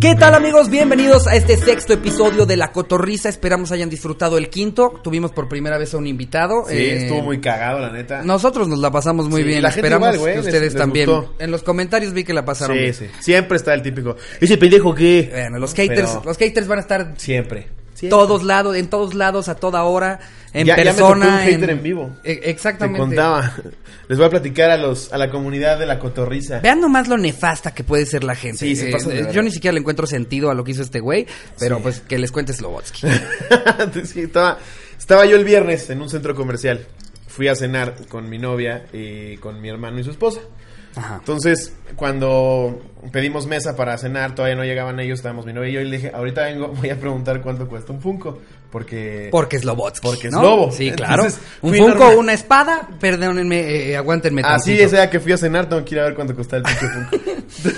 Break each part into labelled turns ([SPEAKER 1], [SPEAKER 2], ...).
[SPEAKER 1] ¿Qué tal amigos? Bienvenidos a este sexto episodio de La Cotorriza. Esperamos hayan disfrutado el quinto. Tuvimos por primera vez a un invitado.
[SPEAKER 2] Sí,
[SPEAKER 1] Eh,
[SPEAKER 2] estuvo muy cagado, la neta.
[SPEAKER 1] Nosotros nos la pasamos muy
[SPEAKER 2] Sí,
[SPEAKER 1] bien.
[SPEAKER 2] la gente
[SPEAKER 1] Esperamos
[SPEAKER 2] igual, güey,
[SPEAKER 1] que
[SPEAKER 2] les-
[SPEAKER 1] ustedes
[SPEAKER 2] les
[SPEAKER 1] también.
[SPEAKER 2] gustó.
[SPEAKER 1] En los comentarios vi que la pasaron.
[SPEAKER 2] sí,
[SPEAKER 1] bien.
[SPEAKER 2] sí. Siempre está el típico. Ese pendejo que.
[SPEAKER 1] Bueno, los haters,
[SPEAKER 2] Pero-
[SPEAKER 1] los haters van a estar
[SPEAKER 2] Siempre. Siempre.
[SPEAKER 1] todos lados, en todos lados, a toda hora, en
[SPEAKER 2] Ya- ya me tocó
[SPEAKER 1] persona.
[SPEAKER 2] un hater en vivo.
[SPEAKER 1] E-
[SPEAKER 2] Te
[SPEAKER 1] exactamente.
[SPEAKER 2] contaba. Les voy a platicar a los a la comunidad de la cotorriza.
[SPEAKER 1] Vean nomás lo nefasta que puede ser la gente. Eh,
[SPEAKER 2] Sí, se pasan de verga.
[SPEAKER 1] yo ni siquiera le encuentro sentido a lo que hizo este güey, pero pues que les cuente Slobotsky.
[SPEAKER 2] Sí, estaba, estaba yo el viernes en un centro comercial. Fui a cenar con mi novia y con mi hermano y su esposa.
[SPEAKER 1] Ajá.
[SPEAKER 2] Entonces, cuando pedimos mesa para cenar, todavía no llegaban ellos, estábamos mi novia y yo, y le dije, ahorita vengo, voy a preguntar cuánto cuesta un Funko, porque...
[SPEAKER 1] Porque Slobotsky.
[SPEAKER 2] Eh, Porque es
[SPEAKER 1] ¿no?
[SPEAKER 2] lobo.
[SPEAKER 1] Sí, claro.
[SPEAKER 2] Entonces,
[SPEAKER 1] un
[SPEAKER 2] fui
[SPEAKER 1] Funko,
[SPEAKER 2] normal.
[SPEAKER 1] una espada, perdónenme, eh, eh, aguántenme.
[SPEAKER 2] Así
[SPEAKER 1] tantito.
[SPEAKER 2] es, que fui a cenar, tengo que ir a ver cuánto costaba el pinche Funko.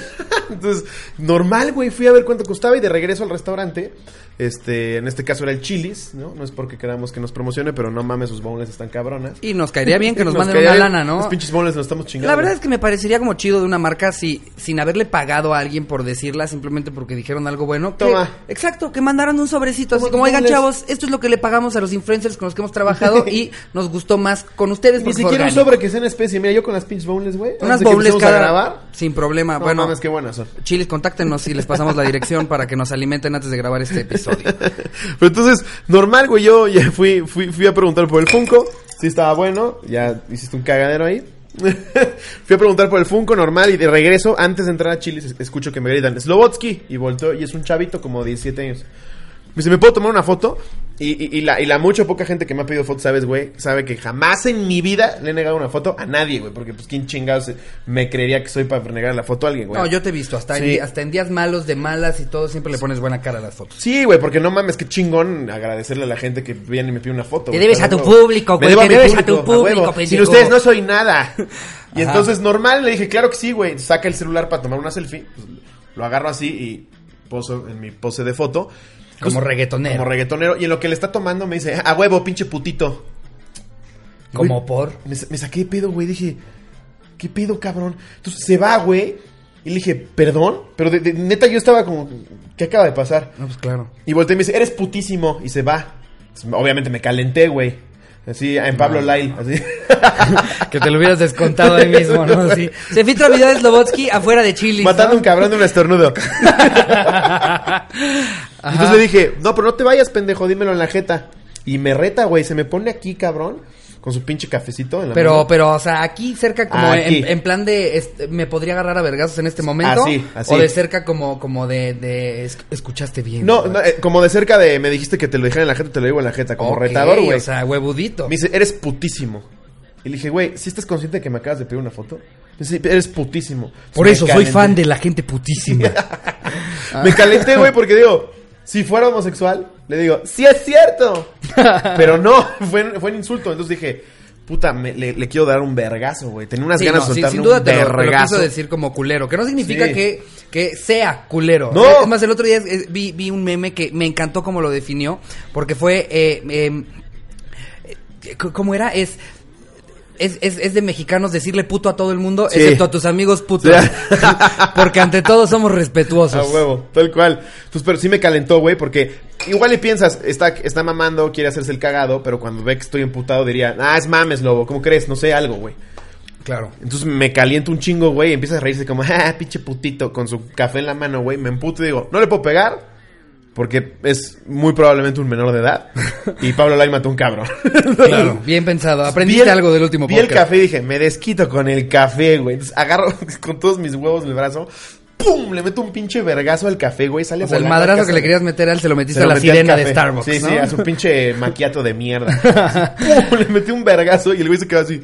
[SPEAKER 2] Entonces, normal, güey, fui a ver cuánto costaba y de regreso al restaurante, este, en este caso era el Chilis, ¿no? No es porque queramos que nos promocione, pero no mames, sus bowls están cabronas.
[SPEAKER 1] Y nos caería bien que nos, manden
[SPEAKER 2] caía
[SPEAKER 1] una
[SPEAKER 2] bien,
[SPEAKER 1] lana, ¿no?
[SPEAKER 2] Los pinches bowls nos estamos chingando.
[SPEAKER 1] La verdad es que me parecería como chido de una marca si, sin haberle pagado a alguien por decirla, simplemente porque dijeron algo bueno. que-
[SPEAKER 2] Toma.
[SPEAKER 1] exacto, que mandaron un sobrecito así
[SPEAKER 2] Toma
[SPEAKER 1] como,
[SPEAKER 2] tus
[SPEAKER 1] oigan
[SPEAKER 2] dobles".
[SPEAKER 1] chavos, esto es lo que le pagamos a los influencers con los que hemos trabajado y nos gustó más con ustedes.
[SPEAKER 2] Ni
[SPEAKER 1] porque fue
[SPEAKER 2] siquiera un
[SPEAKER 1] orgánico".
[SPEAKER 2] sobre que sea en especie. Mira, yo con las pinches bowls, güey. antes
[SPEAKER 1] Unas
[SPEAKER 2] de que
[SPEAKER 1] bowls
[SPEAKER 2] empecemos
[SPEAKER 1] cada...
[SPEAKER 2] a grabar.
[SPEAKER 1] Sin problema.
[SPEAKER 2] No
[SPEAKER 1] bueno,
[SPEAKER 2] mames, qué buenas son.
[SPEAKER 1] chiles, contáctenos y les pasamos la dirección para que nos alimenten antes de grabar este episodio.
[SPEAKER 2] Pero entonces, normal, güey, yo ya fui, fui, fui a preguntar por el Funko. Sí estaba bueno, ya hiciste un cagadero ahí. fui a preguntar por el Funko normal y de regreso, antes de entrar a Chile, escucho que me gritan Slobotsky y volteo y es un chavito como de 17 años. Me dice, ¿me puedo tomar una foto? Y, y- y la, y la mucha o poca gente que me ha pedido fotos, sabes, güey, sabe que jamás en mi vida le he negado una foto a nadie, güey. Porque, pues, ¿quién chingados me creería que soy para negar la foto a alguien, güey?
[SPEAKER 1] No, yo te he visto. Hasta, en,
[SPEAKER 2] Sí.
[SPEAKER 1] di- hasta en días malos, de malas y todo, siempre le pones buena cara a las fotos.
[SPEAKER 2] Sí, güey, porque no mames, qué chingón agradecerle a la gente que viene y me pide una foto.
[SPEAKER 1] Te
[SPEAKER 2] güey.
[SPEAKER 1] debes
[SPEAKER 2] Está
[SPEAKER 1] a tu
[SPEAKER 2] bueno.
[SPEAKER 1] público, güey,
[SPEAKER 2] Me debo
[SPEAKER 1] te
[SPEAKER 2] a mi
[SPEAKER 1] debes a tu
[SPEAKER 2] público, a
[SPEAKER 1] público,
[SPEAKER 2] huevo. Sin
[SPEAKER 1] pendejo.
[SPEAKER 2] ustedes no soy nada. Y
[SPEAKER 1] Ajá.
[SPEAKER 2] entonces, normal, le dije, claro que sí, güey. Saca el celular para tomar una selfie. Pues, lo agarro así y poso en mi pose de foto.
[SPEAKER 1] Como
[SPEAKER 2] Entonces,
[SPEAKER 1] reggaetonero.
[SPEAKER 2] Como reggaetonero. Y en lo que le está tomando me dice, a huevo, pinche putito.
[SPEAKER 1] Como
[SPEAKER 2] Güey,
[SPEAKER 1] por.
[SPEAKER 2] Me, sa- me saqué de pedo, güey. Dije, ¿qué pedo, cabrón? Entonces se va, güey. Y le dije, perdón. Pero de- de- neta, yo estaba como, ¿qué acaba de pasar?
[SPEAKER 1] No, pues claro.
[SPEAKER 2] Y volteé y me dice, eres putísimo. Y se va. Entonces, Obviamente me calenté, güey. Así, en Pablo Lyle, así.
[SPEAKER 1] Que te lo hubieras descontado ahí mismo, ¿no? Sí. Se filtra video de Slobotsky afuera de Chile.
[SPEAKER 2] Matando a un cabrón de un estornudo. Entonces le dije, no, pero no te vayas, pendejo, dímelo en la jeta. Y me reta, güey. Se me pone aquí, cabrón, con su pinche cafecito en la
[SPEAKER 1] Pero,
[SPEAKER 2] mano.
[SPEAKER 1] pero, o sea, aquí cerca como
[SPEAKER 2] Ah, Aquí.
[SPEAKER 1] En, en plan de este, me podría agarrar a vergazos en este momento.
[SPEAKER 2] Así, así.
[SPEAKER 1] O de cerca como, como de, de es- escuchaste bien.
[SPEAKER 2] No, no, eh, como de cerca de, me dijiste que te lo dijera en la jeta, te lo digo en la jeta, como
[SPEAKER 1] Ok,
[SPEAKER 2] retador, güey.
[SPEAKER 1] O sea, huevudito.
[SPEAKER 2] Me dice, eres putísimo. Y le dije, güey, ¿sí estás consciente de que me acabas de pedir una foto? Me dice, eres putísimo.
[SPEAKER 1] Por
[SPEAKER 2] Me
[SPEAKER 1] eso soy
[SPEAKER 2] calenté.
[SPEAKER 1] fan de la gente putísima. Ah.
[SPEAKER 2] Me calenté, güey, porque digo, si fuera homosexual, le digo, sí es cierto. Pero no, fue, fue un insulto. Entonces dije, puta, me- le, le quiero dar un vergazo, güey. Tenía unas
[SPEAKER 1] Sí,
[SPEAKER 2] ganas
[SPEAKER 1] no,
[SPEAKER 2] de
[SPEAKER 1] sin-
[SPEAKER 2] soltarle
[SPEAKER 1] sin duda
[SPEAKER 2] un
[SPEAKER 1] te lo, te lo
[SPEAKER 2] vergazo.
[SPEAKER 1] quiso decir como culero, que no significa
[SPEAKER 2] Sí.
[SPEAKER 1] que, que sea culero.
[SPEAKER 2] No.
[SPEAKER 1] Es más, el otro día eh, vi, vi un meme que me encantó como lo definió, porque fue, eh, em, eh, ¿cómo era? Es... Es, es, es de mexicanos decirle puto a todo el mundo,
[SPEAKER 2] Sí.
[SPEAKER 1] excepto a tus amigos putos.
[SPEAKER 2] Sí.
[SPEAKER 1] Porque ante todo somos respetuosos.
[SPEAKER 2] A huevo, tal cual. Pues, pero sí me calentó, güey, porque igual y piensas, está, está mamando, quiere hacerse el cagado, pero cuando ve que estoy emputado diría, ah, es mames, lobo, ¿cómo crees? No sé, algo, güey.
[SPEAKER 1] Claro.
[SPEAKER 2] Entonces me caliento un chingo, güey, y empieza a reírse como, ah, pinche putito, con su café en la mano, güey. Me emputo y digo, no le puedo pegar, porque es muy probablemente un menor de edad. Y Pablo Lai mató un cabrón.
[SPEAKER 1] Claro. Bien pensado. Aprendiste
[SPEAKER 2] Vi el-
[SPEAKER 1] algo del último
[SPEAKER 2] Vi el
[SPEAKER 1] podcast.
[SPEAKER 2] café y dije, me desquito con el café, güey. Entonces agarro con todos mis huevos mi brazo, ¡pum! Le meto un pinche vergazo al café, güey. Sale
[SPEAKER 1] O sea, el
[SPEAKER 2] volando a
[SPEAKER 1] madrazo
[SPEAKER 2] casa
[SPEAKER 1] que le
[SPEAKER 2] de-
[SPEAKER 1] querías meter a él se lo metiste
[SPEAKER 2] se lo
[SPEAKER 1] a la
[SPEAKER 2] metí al
[SPEAKER 1] sirena de
[SPEAKER 2] café.
[SPEAKER 1] Starbucks.
[SPEAKER 2] Sí,
[SPEAKER 1] ¿no?
[SPEAKER 2] sí, a su pinche maquiato de mierda. ¡Pum! le metí un vergazo y el güey se quedó así.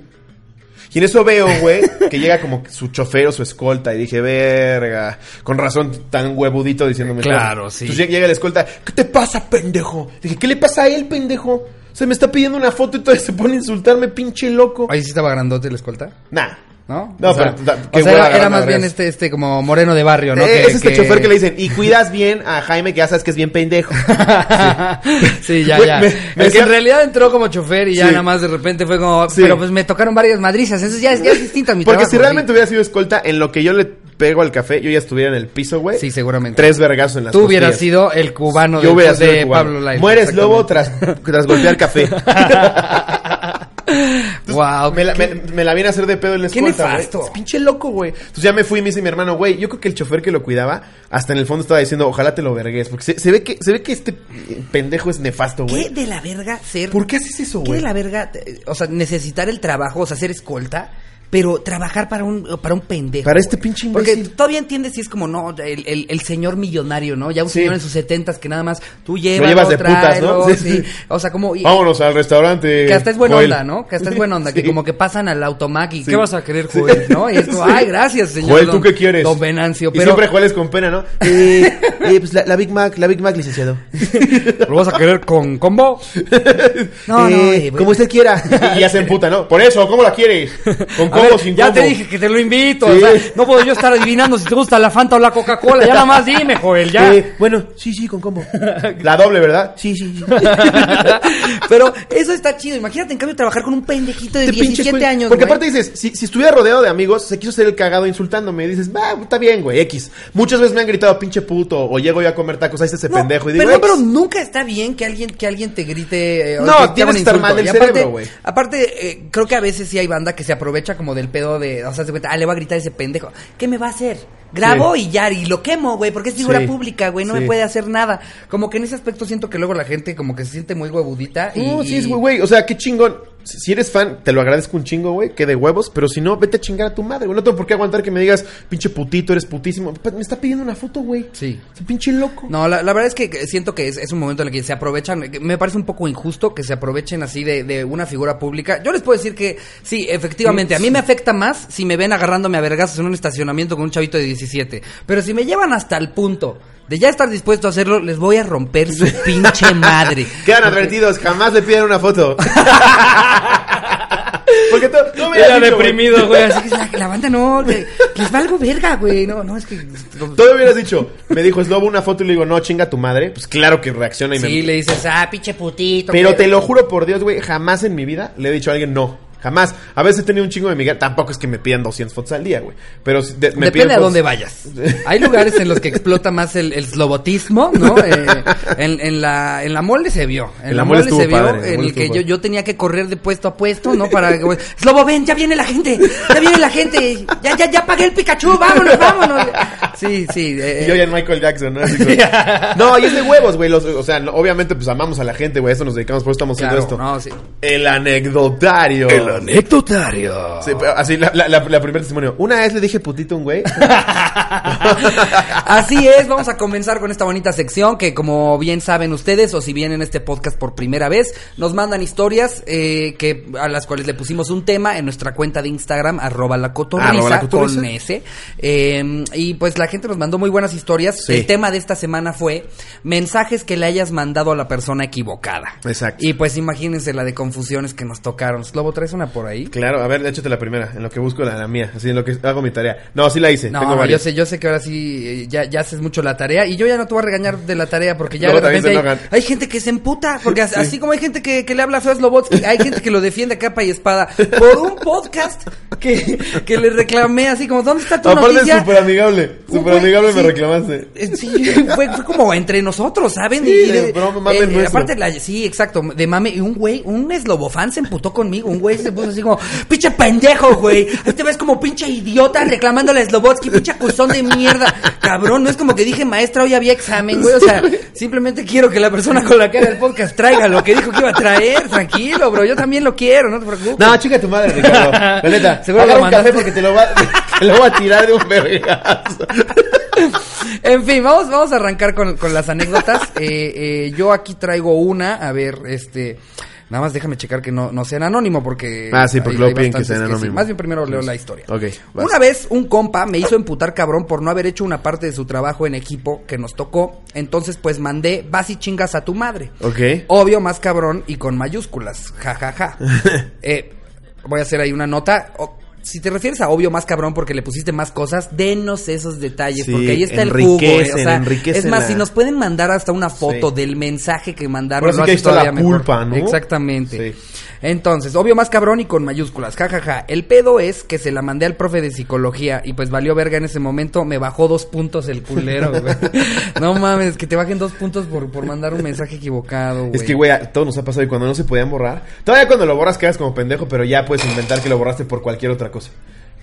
[SPEAKER 2] Y en eso veo, güey, que llega como su chofer o su escolta. Y dije, verga. Con razón, tan huevudito diciéndome.
[SPEAKER 1] Claro, sí.
[SPEAKER 2] Entonces lleg- llega la escolta. ¿Qué te pasa, pendejo? Dije, ¿qué le pasa a él, pendejo? Se me está pidiendo una foto y todavía se pone a insultarme, pinche loco.
[SPEAKER 1] Ahí sí estaba grandote la escolta.
[SPEAKER 2] Nah.
[SPEAKER 1] ¿No?
[SPEAKER 2] No,
[SPEAKER 1] O sea,
[SPEAKER 2] pero da-
[SPEAKER 1] o
[SPEAKER 2] qué
[SPEAKER 1] sea,
[SPEAKER 2] hueva
[SPEAKER 1] era, era
[SPEAKER 2] agarrar
[SPEAKER 1] más bien
[SPEAKER 2] madreas.
[SPEAKER 1] este, este como moreno de barrio, ¿no?
[SPEAKER 2] Eh, es este chofer que le dicen, y cuidas bien a Jaime, que ya sabes que es bien pendejo.
[SPEAKER 1] sí, ya,
[SPEAKER 2] Güey,
[SPEAKER 1] ya.
[SPEAKER 2] me-
[SPEAKER 1] El
[SPEAKER 2] me
[SPEAKER 1] que en
[SPEAKER 2] sa-
[SPEAKER 1] realidad entró como chofer y ya
[SPEAKER 2] Sí.
[SPEAKER 1] nada más de repente fue como.
[SPEAKER 2] Sí.
[SPEAKER 1] Pero pues me tocaron varias madrizas. Eso ya es, ya es distinto a mi
[SPEAKER 2] Porque
[SPEAKER 1] trabajo,
[SPEAKER 2] si
[SPEAKER 1] sí.
[SPEAKER 2] realmente hubiera sido escolta, en lo que yo le pego al café, yo ya estuviera en el piso, güey.
[SPEAKER 1] Sí, seguramente.
[SPEAKER 2] Tres vergazos en las
[SPEAKER 1] Tú hubieras
[SPEAKER 2] costillas.
[SPEAKER 1] sido el cubano
[SPEAKER 2] Yo
[SPEAKER 1] de,
[SPEAKER 2] hubiera sido
[SPEAKER 1] de
[SPEAKER 2] cubano.
[SPEAKER 1] Pablo Lyle.
[SPEAKER 2] Mueres lobo tras, tras golpear café.
[SPEAKER 1] wow.
[SPEAKER 2] me, la, me, me la viene a hacer de pedo el
[SPEAKER 1] Qué
[SPEAKER 2] escolta, güey.
[SPEAKER 1] nefasto.
[SPEAKER 2] Es pinche loco, güey. Entonces ya me fui y me dice mi hermano, güey, yo creo que el chofer que lo cuidaba, hasta en el fondo estaba diciendo, ojalá te lo vergues. Porque se, se ve, que, se ve que este eh, pendejo es nefasto,
[SPEAKER 1] ¿Qué
[SPEAKER 2] güey.
[SPEAKER 1] de la verga ser?
[SPEAKER 2] ¿Por qué haces eso,
[SPEAKER 1] ¿Qué
[SPEAKER 2] güey?
[SPEAKER 1] de la verga? eh, O sea, necesitar el trabajo, o sea, ser escolta, pero trabajar para un, para un pendejo.
[SPEAKER 2] Para
[SPEAKER 1] güey.
[SPEAKER 2] este pinche
[SPEAKER 1] Porque
[SPEAKER 2] imbécil.
[SPEAKER 1] todavía entiendes si es como, no, el, el- el señor millonario, ¿no? Ya un
[SPEAKER 2] Sí.
[SPEAKER 1] señor en sus setentas que nada más tú
[SPEAKER 2] Lo
[SPEAKER 1] llevas,
[SPEAKER 2] llevas de putas, ¿no? Sí, sí.
[SPEAKER 1] O sea, como... y-
[SPEAKER 2] Vámonos al restaurante.
[SPEAKER 1] que hasta es buena
[SPEAKER 2] Joel.
[SPEAKER 1] onda, ¿no? Que hasta es buena onda, que
[SPEAKER 2] Sí.
[SPEAKER 1] como que pasan al automac y
[SPEAKER 2] Sí.
[SPEAKER 1] ¿qué vas a querer, Joel? ¿No? Y es como,
[SPEAKER 2] Sí.
[SPEAKER 1] ay, gracias, señor.
[SPEAKER 2] Joel, ¿tú
[SPEAKER 1] don-
[SPEAKER 2] qué quieres?
[SPEAKER 1] Don Venancio,
[SPEAKER 2] Y
[SPEAKER 1] pero...
[SPEAKER 2] siempre Joel es con pena, ¿no? Eh, eh, pues la, la Big Mac, la Big Mac, licenciado.
[SPEAKER 1] ¿Lo vas a querer con combo? No, no,
[SPEAKER 2] Eh,
[SPEAKER 1] eh,
[SPEAKER 2] como usted quiera. Y ya se emputa, ¿no? Por eso, ¿cómo la quieres? Con
[SPEAKER 1] A
[SPEAKER 2] combo,
[SPEAKER 1] ver,
[SPEAKER 2] sin combo.
[SPEAKER 1] ya te dije que te lo invito.
[SPEAKER 2] Sí.
[SPEAKER 1] O sea, no puedo yo estar adivinando si te gusta la Fanta o la Coca-Cola. Ya nada más dime, Joel, ya.
[SPEAKER 2] Eh, bueno, sí, sí, con combo. La doble, ¿verdad? Sí, sí, sí.
[SPEAKER 1] Pero eso está chido. Imagínate, en cambio, trabajar con un pendejito de
[SPEAKER 2] Este pinche
[SPEAKER 1] 17
[SPEAKER 2] güey.
[SPEAKER 1] años.
[SPEAKER 2] Porque
[SPEAKER 1] güey.
[SPEAKER 2] aparte dices, si, si estuviera rodeado de amigos, se quiso hacer el cagado insultándome. Y dices, "Bah, está bien, güey, X. Muchas veces me han gritado pinche puto, o llego yo a comer tacos, ahí está ese
[SPEAKER 1] No,
[SPEAKER 2] pendejo. Y digo,
[SPEAKER 1] pero, no,
[SPEAKER 2] "X".
[SPEAKER 1] pero nunca está bien que alguien que alguien te grite. eh, o que te
[SPEAKER 2] No,
[SPEAKER 1] haga
[SPEAKER 2] tienes
[SPEAKER 1] un
[SPEAKER 2] que estar
[SPEAKER 1] insulto.
[SPEAKER 2] mal del
[SPEAKER 1] Y aparte-
[SPEAKER 2] cerebro, güey.
[SPEAKER 1] Aparte, eh, creo que a veces sí hay banda que se aprovecha como del pedo de. O sea, se cuenta, ah, le voy a gritar a ese pendejo. ¿Qué me va a hacer? Grabo
[SPEAKER 2] Sí.
[SPEAKER 1] y ya, y lo quemo, güey, porque es figura
[SPEAKER 2] Sí.
[SPEAKER 1] pública, güey, no
[SPEAKER 2] Sí.
[SPEAKER 1] me puede hacer nada. Como que en ese aspecto siento que luego la gente como que se siente muy huevudita. y-
[SPEAKER 2] No, sí, es
[SPEAKER 1] y-
[SPEAKER 2] güey, güey. O sea, qué chingón. Si si eres fan, te lo agradezco un chingo, güey, que de huevos, pero si no, vete a chingar a tu madre, güey. No tengo por qué aguantar que me digas, pinche putito, eres putísimo. Pa- Me está pidiendo una foto, güey.
[SPEAKER 1] Sí.
[SPEAKER 2] Es un pinche loco.
[SPEAKER 1] No, la, la verdad es que que siento que es, es un momento en el que se aprovechan. que Me parece un poco injusto que se aprovechen así de, de una figura pública. Yo les puedo decir que sí, efectivamente, a mí me afecta más si me ven agarrándome a vergazos en un estacionamiento con un chavito de 17. Pero si me llevan hasta el punto de ya estar dispuesto a hacerlo, les voy a romper su pinche madre.
[SPEAKER 2] Quedan advertidos, jamás le piden una foto. Porque tú, tú me
[SPEAKER 3] Era
[SPEAKER 2] has dicho, güey.
[SPEAKER 3] deprimido, güey.
[SPEAKER 1] Así que la, la banda no, le- les valgo verga, güey. No, no, es que.
[SPEAKER 2] Tú me hubieras dicho, me dijo Slobo una foto y le digo, no, chinga tu madre. Pues claro que reacciona y
[SPEAKER 1] Sí,
[SPEAKER 2] me.
[SPEAKER 1] le dices, ah, pinche putito.
[SPEAKER 2] Pero
[SPEAKER 1] güey.
[SPEAKER 2] te lo juro por Dios, güey, jamás en mi vida le he dicho a alguien no. Jamás. A veces he tenido un chingo de miga. Tampoco es que me pidan 200 fotos al día, güey. Pero si de- me piden
[SPEAKER 1] Depende a
[SPEAKER 2] fotos-
[SPEAKER 1] dónde vayas. Hay lugares en los que explota más el, el slobotismo, ¿no? Eh, en, en la, en la mole se vio. En,
[SPEAKER 2] En la
[SPEAKER 1] la
[SPEAKER 2] mole
[SPEAKER 1] mole, se
[SPEAKER 2] estuvo
[SPEAKER 1] vio
[SPEAKER 2] padre, en la
[SPEAKER 1] en
[SPEAKER 2] mole
[SPEAKER 1] el que
[SPEAKER 2] estuvo
[SPEAKER 1] yo,
[SPEAKER 2] padre.
[SPEAKER 1] yo tenía que correr de puesto a puesto, ¿no? Para que, Slobo, ven, ya viene la gente, ya viene la gente, ya, ya, ya pagué el Pikachu, vámonos, vámonos. Sí, sí. eh,
[SPEAKER 2] Y yo ya en Michael Jackson, ¿no? Así como- no, y es de huevos, güey. los- O sea, no, obviamente, pues amamos a la gente, güey. A Eso nos dedicamos, por eso estamos
[SPEAKER 1] claro,
[SPEAKER 2] haciendo esto.
[SPEAKER 1] no, sí.
[SPEAKER 2] El anecdotario.
[SPEAKER 3] Anecdotario.
[SPEAKER 2] Sí, pero así, la, la, la, la primera testimonio. Una vez le dije putito a un güey.
[SPEAKER 1] Así es, vamos a comenzar con esta bonita sección que como bien saben ustedes o si vienen a este podcast por primera vez, nos mandan historias eh, que a las cuales le pusimos un tema en nuestra cuenta de Instagram arroba la cotorrisa,
[SPEAKER 2] Arroba la cotorrisa.
[SPEAKER 1] con S. Eh, y pues la gente nos mandó muy buenas historias.
[SPEAKER 2] Sí.
[SPEAKER 1] El tema de esta semana fue mensajes que le hayas mandado a la persona equivocada.
[SPEAKER 2] Exacto.
[SPEAKER 1] Y pues imagínense la de confusiones que nos tocaron. Slobo, ¿traes una por ahí?
[SPEAKER 2] Claro, a ver, échate la primera, en lo que busco la, la mía, así en lo que hago mi tarea. No, sí la hice,
[SPEAKER 1] No,
[SPEAKER 2] tengo
[SPEAKER 1] no, yo
[SPEAKER 2] varias.
[SPEAKER 1] sé, yo sé que ahora sí eh, ya, ya haces mucho la tarea y yo ya no te voy a regañar de la tarea porque ya
[SPEAKER 2] Luego
[SPEAKER 1] de
[SPEAKER 2] también
[SPEAKER 1] repente
[SPEAKER 2] se
[SPEAKER 1] hay,
[SPEAKER 2] enojan.
[SPEAKER 1] hay gente que se emputa porque as- así como hay gente que, que le habla feo a Slobotsky, hay gente que lo defiende a capa y espada por un podcast que, que le reclamé así como ¿dónde está tu
[SPEAKER 2] Aparte es
[SPEAKER 1] noticia?
[SPEAKER 2] súper amigable,
[SPEAKER 1] Un
[SPEAKER 2] súper
[SPEAKER 1] güey,
[SPEAKER 2] amigable me
[SPEAKER 1] sí.
[SPEAKER 2] reclamaste.
[SPEAKER 1] Eh, Sí, fue, fue como entre nosotros, ¿saben? eh,
[SPEAKER 2] Sí, de broma, mame nuestro.
[SPEAKER 1] aparte, la- sí, exacto, de mame. Y un güey, un eslobofan se emputó conmigo. Un güey se puso así como, pinche pendejo, güey. Ahí te ves como pinche idiota reclamándole a Slobotsky, pinche acusón de mierda. Cabrón, no es como que dije, maestra, hoy había examen, güey. O sea, simplemente quiero que la persona con la que era el podcast traiga lo que dijo que iba a traer. Tranquilo, bro. Yo también lo quiero, no te preocupes.
[SPEAKER 2] No, chica tu madre, Ricardo. La neta,
[SPEAKER 1] Seguro
[SPEAKER 2] agarra
[SPEAKER 1] lo
[SPEAKER 2] un
[SPEAKER 1] mandaste.
[SPEAKER 2] café porque te lo, va, te lo va a tirar de un vergazo.
[SPEAKER 1] En fin, vamos, vamos a arrancar con, con las anécdotas. Eh, eh, yo aquí traigo una, a ver, este. Nada más déjame checar que no, no sean anónimo porque...
[SPEAKER 2] Ah, sí, porque
[SPEAKER 1] hay-
[SPEAKER 2] luego
[SPEAKER 1] hay
[SPEAKER 2] piden que
[SPEAKER 1] bastantes
[SPEAKER 2] sean
[SPEAKER 1] sí.
[SPEAKER 2] anónimo.
[SPEAKER 1] Más bien primero leo la historia.
[SPEAKER 2] Ok, vas.
[SPEAKER 1] Una vez un compa me hizo emputar cabrón por no haber hecho una parte de su trabajo en equipo que nos tocó. Entonces pues mandé, vas y chingas a tu madre.
[SPEAKER 2] Ok.
[SPEAKER 1] Obvio, más cabrón y con mayúsculas. Ja, ja, ja. Eh, voy a hacer ahí una nota. O- si te refieres a obvio más cabrón porque le pusiste más cosas, denos esos detalles,
[SPEAKER 2] Sí,
[SPEAKER 1] porque ahí está el jugo, güey. O
[SPEAKER 2] enriquecen,
[SPEAKER 1] sea, es
[SPEAKER 2] enriquecen
[SPEAKER 1] más,
[SPEAKER 2] la-
[SPEAKER 1] si nos pueden mandar hasta una foto
[SPEAKER 2] Sí.
[SPEAKER 1] del mensaje que mandaron,
[SPEAKER 2] Ahora sí
[SPEAKER 1] lo
[SPEAKER 2] que ahí
[SPEAKER 1] hace
[SPEAKER 2] está la
[SPEAKER 1] todavía mejor.
[SPEAKER 2] culpa, ¿no?
[SPEAKER 1] Exactamente.
[SPEAKER 2] Sí.
[SPEAKER 1] Entonces, obvio más cabrón y con mayúsculas, jajaja. El pedo es que se la mandé al profe de psicología y pues valió verga en ese momento, me bajó dos puntos el culero, güey. No mames, que te bajen dos puntos por, por mandar un mensaje equivocado, güey.
[SPEAKER 2] Es que, güey, a- todo nos ha pasado y cuando no se podían borrar. Todavía cuando lo borras quedas como pendejo, pero ya puedes inventar que lo borraste por cualquier otra cosa.